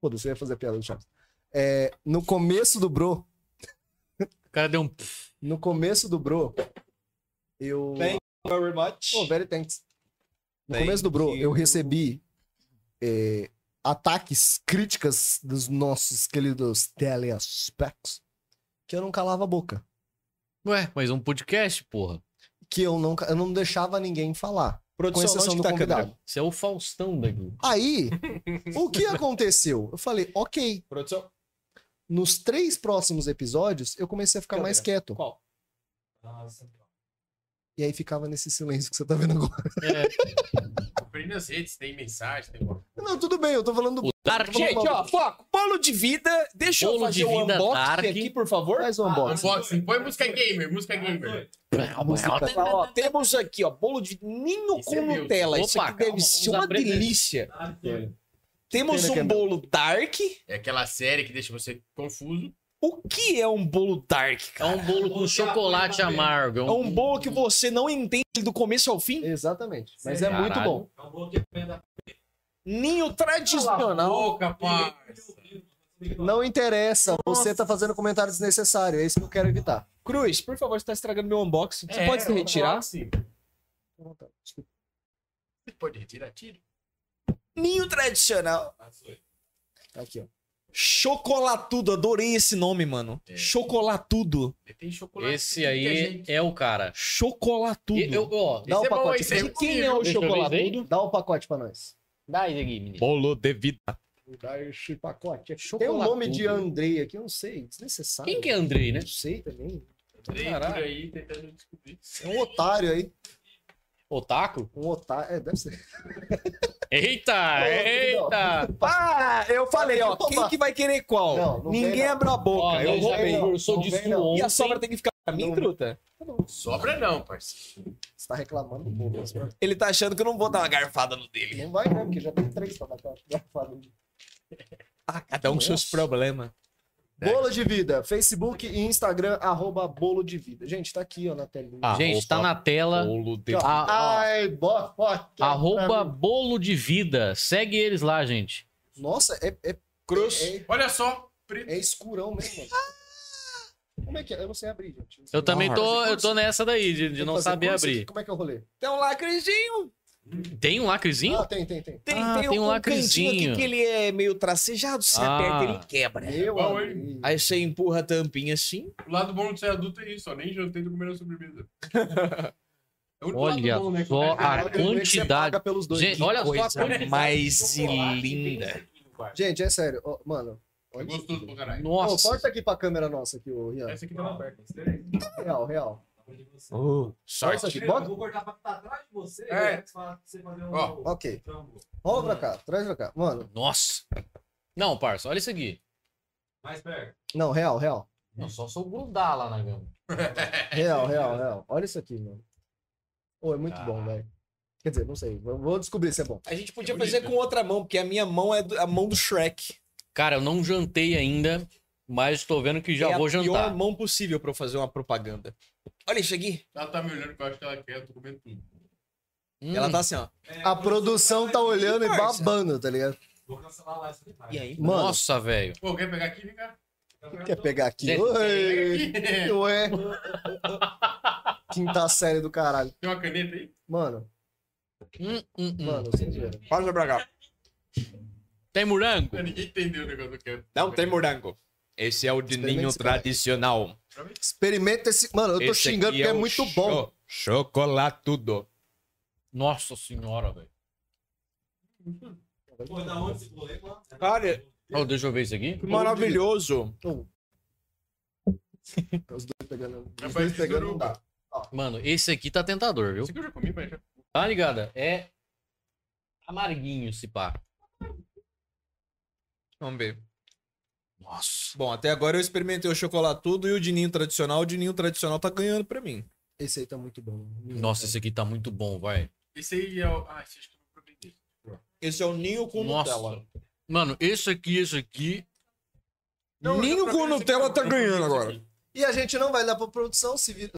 [SPEAKER 3] Pô, você ia fazer piada do Chaves. É, no começo do Bro.
[SPEAKER 2] O cara deu um.
[SPEAKER 3] No começo do Bro, eu.
[SPEAKER 1] Thank Very much.
[SPEAKER 3] Oh, very thanks. No
[SPEAKER 6] Thank
[SPEAKER 3] começo do Bro,
[SPEAKER 6] you.
[SPEAKER 3] eu recebi é, ataques, críticas dos nossos queridos telespecs que eu não calava a boca.
[SPEAKER 2] Ué, mas é um podcast, porra.
[SPEAKER 3] Que eu não, eu não deixava ninguém falar. Com
[SPEAKER 1] produção,
[SPEAKER 3] exceção
[SPEAKER 1] onde que
[SPEAKER 3] do
[SPEAKER 1] tá a câmera?
[SPEAKER 3] convidado.
[SPEAKER 2] Você é o Faustão daqui.
[SPEAKER 3] Aí, o
[SPEAKER 6] [LAUGHS]
[SPEAKER 3] que aconteceu? Eu falei, ok.
[SPEAKER 1] Produção.
[SPEAKER 3] Nos três próximos episódios, eu comecei a ficar mais quieto.
[SPEAKER 1] Qual?
[SPEAKER 5] Nossa,
[SPEAKER 3] E aí ficava nesse silêncio que você tá vendo agora. [LAUGHS]
[SPEAKER 4] Abrindo as redes, tem mensagem, tem uma...
[SPEAKER 3] Não, tudo bem, eu tô falando do
[SPEAKER 2] O Dark.
[SPEAKER 1] Gente, ó, foco. Bolo de vida. Deixa eu
[SPEAKER 2] Bolo
[SPEAKER 1] fazer
[SPEAKER 2] de
[SPEAKER 1] o
[SPEAKER 2] vida
[SPEAKER 1] unboxing
[SPEAKER 2] dark.
[SPEAKER 1] aqui, por favor.
[SPEAKER 3] mais um box.
[SPEAKER 4] Unboxing. assim, Põe música gamer, música gamer.
[SPEAKER 2] É
[SPEAKER 3] música.
[SPEAKER 1] Ó, ó, temos aqui, ó, bolo de ninho
[SPEAKER 4] Isso
[SPEAKER 1] com
[SPEAKER 4] é meu.
[SPEAKER 1] Nutella. Isso
[SPEAKER 2] Opa,
[SPEAKER 1] aqui deve
[SPEAKER 2] calma,
[SPEAKER 1] ser
[SPEAKER 2] vamos
[SPEAKER 1] uma
[SPEAKER 2] aprender.
[SPEAKER 1] delícia. Temos
[SPEAKER 3] Pena que
[SPEAKER 1] um
[SPEAKER 3] não.
[SPEAKER 1] bolo dark.
[SPEAKER 4] É aquela série que deixa você confuso.
[SPEAKER 1] O que é um bolo dark,
[SPEAKER 2] É
[SPEAKER 1] cara?
[SPEAKER 2] um bolo com chocolate amargo. É
[SPEAKER 1] É
[SPEAKER 2] um...
[SPEAKER 1] um bolo que você não entende do começo ao fim.
[SPEAKER 3] Exatamente. Mas é
[SPEAKER 5] Sério?
[SPEAKER 3] muito
[SPEAKER 2] Caralho.
[SPEAKER 3] bom.
[SPEAKER 5] É um bom que venda.
[SPEAKER 1] Ninho
[SPEAKER 4] Não.
[SPEAKER 1] tradicional.
[SPEAKER 4] Ô, capaz.
[SPEAKER 3] Não interessa, você tá fazendo comentário desnecessário, é isso que eu quero evitar.
[SPEAKER 1] Cruz, por favor, você tá estragando meu unboxing.
[SPEAKER 4] É,
[SPEAKER 1] Você pode se retirar?
[SPEAKER 4] Você assim, pode retirar, tira.
[SPEAKER 1] Ninho tradicional.
[SPEAKER 3] Tá aqui, ó.
[SPEAKER 1] Chocolatudo, adorei esse nome, mano.
[SPEAKER 4] É.
[SPEAKER 1] Chocolatudo.
[SPEAKER 4] Tem chocolate.
[SPEAKER 2] Esse aí é o cara.
[SPEAKER 1] Chocolatudo.
[SPEAKER 2] E eu, ó,
[SPEAKER 3] Dá
[SPEAKER 4] Dá o
[SPEAKER 3] o
[SPEAKER 4] é bom,
[SPEAKER 3] pacote.
[SPEAKER 4] esse é
[SPEAKER 1] De quem é
[SPEAKER 4] o...
[SPEAKER 1] o
[SPEAKER 2] Deixa eu ver isso
[SPEAKER 1] chocolatudo?
[SPEAKER 3] Dá o pacote pra nós.
[SPEAKER 2] dá isso aqui, menino.
[SPEAKER 6] Bolo de vida.
[SPEAKER 3] Dá esse pacote. Tem o
[SPEAKER 2] Chocolatudo.
[SPEAKER 3] nome de Andrei aqui, eu não sei, desnecessário.
[SPEAKER 2] Quem que é Andrei, né?
[SPEAKER 3] Não sei também.
[SPEAKER 4] por aí tentando descobrir.
[SPEAKER 3] É um otário aí.
[SPEAKER 2] Otaku?
[SPEAKER 3] Um otário. É, deve ser.
[SPEAKER 2] Eita, eita!
[SPEAKER 1] Ah, eu falei, ó.
[SPEAKER 3] Opa.
[SPEAKER 1] Quem que vai querer qual?
[SPEAKER 3] Não, não
[SPEAKER 1] Ninguém
[SPEAKER 3] vem, não.
[SPEAKER 1] abre a boca.
[SPEAKER 2] Ó,
[SPEAKER 1] eu
[SPEAKER 2] nós
[SPEAKER 1] vou
[SPEAKER 2] já
[SPEAKER 3] bem.
[SPEAKER 2] conversou
[SPEAKER 3] Não
[SPEAKER 2] disso
[SPEAKER 3] vem, não.
[SPEAKER 1] E
[SPEAKER 2] ontem.
[SPEAKER 1] a sobra tem que ficar pra mim,
[SPEAKER 3] Não.
[SPEAKER 1] truta?
[SPEAKER 4] Sobra não, parceiro.
[SPEAKER 3] Você tá reclamando do bolo. mas
[SPEAKER 1] Ele tá achando que eu não vou dar uma garfada no dele.
[SPEAKER 3] Não vai, né? Porque já tem três pra dar garfada.
[SPEAKER 1] Ah, cada um com seus problemas.
[SPEAKER 3] Bolo de Vida. Facebook e Instagram, arroba Bolo de Vida. Gente, tá aqui, ó, na telinha.
[SPEAKER 6] Ah,
[SPEAKER 2] Gente, tá na tela. Ah,
[SPEAKER 6] Bolo de
[SPEAKER 3] Aqui, ó.
[SPEAKER 2] a-
[SPEAKER 3] Ai, boa foto.
[SPEAKER 2] Arroba Bolo de Vida. Segue eles lá, gente.
[SPEAKER 3] Nossa, é, é,
[SPEAKER 1] Cruz.
[SPEAKER 3] é,
[SPEAKER 4] Olha só. Preto.
[SPEAKER 3] é escurão mesmo. mano. Como é que é? Eu não sei abrir, gente.
[SPEAKER 2] Eu também tô, eu tô nessa daí, de, de
[SPEAKER 3] Tem que
[SPEAKER 2] não
[SPEAKER 3] fazer
[SPEAKER 2] saber
[SPEAKER 3] curso aqui.
[SPEAKER 2] abrir.
[SPEAKER 3] Como é que é o rolê?
[SPEAKER 1] Tem um lacrezinho.
[SPEAKER 2] Tem um lacrezinho?
[SPEAKER 3] Ah, tem, tem, tem.
[SPEAKER 1] Tem,
[SPEAKER 2] Ah,
[SPEAKER 1] tem,
[SPEAKER 2] tem um
[SPEAKER 1] um,
[SPEAKER 2] lacrezinho.
[SPEAKER 1] lacrezinho aqui que ele é meio tracejado. Você
[SPEAKER 2] Ah.
[SPEAKER 1] aperta, ele quebra.
[SPEAKER 3] Meu
[SPEAKER 4] Bom,
[SPEAKER 3] amigo.
[SPEAKER 1] Aí você empurra a tampinha assim.
[SPEAKER 4] O lado bom de ser adulto é isso, ó. Nem jantei do comer a [LAUGHS] sobremesa. É o único lado
[SPEAKER 2] Olha
[SPEAKER 4] bom, né,
[SPEAKER 2] só
[SPEAKER 4] cara? [LAUGHS]
[SPEAKER 2] a quantidade.
[SPEAKER 3] pelos dois.
[SPEAKER 2] Gente,
[SPEAKER 3] Gente,
[SPEAKER 2] olha só a
[SPEAKER 1] coisa
[SPEAKER 2] quantidade.
[SPEAKER 4] tá
[SPEAKER 1] mais
[SPEAKER 5] Chocolate,
[SPEAKER 1] linda.
[SPEAKER 5] tem isso aqui no quarto.
[SPEAKER 3] gente, é sério. ó, mano.
[SPEAKER 4] É
[SPEAKER 3] Olha isso.
[SPEAKER 4] gostoso pra caralho.
[SPEAKER 3] Ô,
[SPEAKER 2] Nossa.
[SPEAKER 3] corta aqui pra câmera nossa aqui, ô, Rian.
[SPEAKER 4] Essa aqui tá aberta.
[SPEAKER 3] Real, real.
[SPEAKER 4] É. Sorte.
[SPEAKER 3] Nossa, que
[SPEAKER 5] Eu
[SPEAKER 3] bota.
[SPEAKER 5] vou cortar pra pra trás de você. né,
[SPEAKER 4] É.
[SPEAKER 5] pra você fazer um
[SPEAKER 4] Ó,
[SPEAKER 3] Ok.
[SPEAKER 5] frango.
[SPEAKER 3] Rola pra cá, traz pra cá. Mano,
[SPEAKER 2] Nossa. Não, parça, olha isso aqui.
[SPEAKER 5] Mais perto.
[SPEAKER 3] não, real, real.
[SPEAKER 2] Não, só sou grudar lá na gama.
[SPEAKER 3] Real, real, real. Olha isso aqui, mano. Ô, é muito
[SPEAKER 2] Ah.
[SPEAKER 3] bom, velho. Quer dizer, não sei. Vou vou descobrir se é bom.
[SPEAKER 1] A gente podia
[SPEAKER 4] É bonito,
[SPEAKER 1] fazer
[SPEAKER 4] né?
[SPEAKER 1] com outra mão, porque a minha mão é do- a mão do Shrek.
[SPEAKER 2] Cara, eu não jantei ainda, mas tô vendo que já
[SPEAKER 1] é
[SPEAKER 2] vou
[SPEAKER 1] a pior
[SPEAKER 2] jantar.
[SPEAKER 1] mão possível pra eu fazer uma propaganda. Olha isso aqui.
[SPEAKER 4] Ela tá me olhando que eu acho que ela quer, eu tô comendo tudo.
[SPEAKER 2] Hum,
[SPEAKER 1] Ela tá assim, ó.
[SPEAKER 5] É,
[SPEAKER 3] A produção tá olhando e
[SPEAKER 1] Parça.
[SPEAKER 3] babando, tá ligado?
[SPEAKER 5] Vou cancelar lá essa imagem.
[SPEAKER 1] E aí?
[SPEAKER 3] Mano,
[SPEAKER 2] Nossa, velho.
[SPEAKER 4] Pô, quer pegar aqui? Vem cá.
[SPEAKER 3] quer pegar aqui?
[SPEAKER 2] Gente,
[SPEAKER 3] Oi!
[SPEAKER 4] Pega aqui.
[SPEAKER 3] Ué! Quinta série do caralho.
[SPEAKER 4] Tem uma caneta aí?
[SPEAKER 3] Mano,
[SPEAKER 2] Hum, hum, hum.
[SPEAKER 3] mano, sem zoeira.
[SPEAKER 1] Passa pra cá.
[SPEAKER 2] Tem morango?
[SPEAKER 4] Ninguém entendeu o negócio que eu quero.
[SPEAKER 1] Não tem um morango. Esse é o de ninho
[SPEAKER 3] Experimenta esse
[SPEAKER 1] tradicional.
[SPEAKER 3] Experimenta esse. Mano, eu tô
[SPEAKER 1] Esse
[SPEAKER 3] xingando
[SPEAKER 1] aqui um
[SPEAKER 3] porque é,
[SPEAKER 1] o
[SPEAKER 3] muito
[SPEAKER 1] cho-
[SPEAKER 3] bom.
[SPEAKER 1] Chocolatudo.
[SPEAKER 2] Nossa senhora, velho.
[SPEAKER 7] Pô, da onde esse problema?
[SPEAKER 1] Cara,
[SPEAKER 2] Ó, deixa eu ver isso aqui.
[SPEAKER 1] maravilhoso.
[SPEAKER 3] Os dois pegando.
[SPEAKER 4] Já
[SPEAKER 3] Os
[SPEAKER 4] faz
[SPEAKER 3] dois pegando um não
[SPEAKER 4] suruba.
[SPEAKER 3] dá.
[SPEAKER 2] Mano, esse aqui tá tentador, viu?
[SPEAKER 4] Isso que eu já comi, mas já.
[SPEAKER 2] Tá ligada? É amarguinho esse pá.
[SPEAKER 1] Vamos ver.
[SPEAKER 2] Nossa.
[SPEAKER 1] Bom, até agora eu experimentei o chocolatudo e o de ninho tradicional. O de ninho tradicional tá ganhando pra mim.
[SPEAKER 3] Esse aí tá muito bom.
[SPEAKER 2] Nossa, esse aqui tá muito bom, vai.
[SPEAKER 4] Esse aí é o. Ah, esse acho que eu não provei dele.
[SPEAKER 1] Esse é o ninho com
[SPEAKER 2] Nossa.
[SPEAKER 1] Nutella.
[SPEAKER 2] Mano, esse aqui, esse aqui.
[SPEAKER 4] Não, eu já
[SPEAKER 1] Ninho
[SPEAKER 4] provei
[SPEAKER 1] com
[SPEAKER 4] esse aqui,
[SPEAKER 1] Nutella tá
[SPEAKER 4] eu já provei
[SPEAKER 1] ganhando
[SPEAKER 4] esse
[SPEAKER 1] agora.
[SPEAKER 4] aqui.
[SPEAKER 3] E a gente não vai dar pra produção se vir.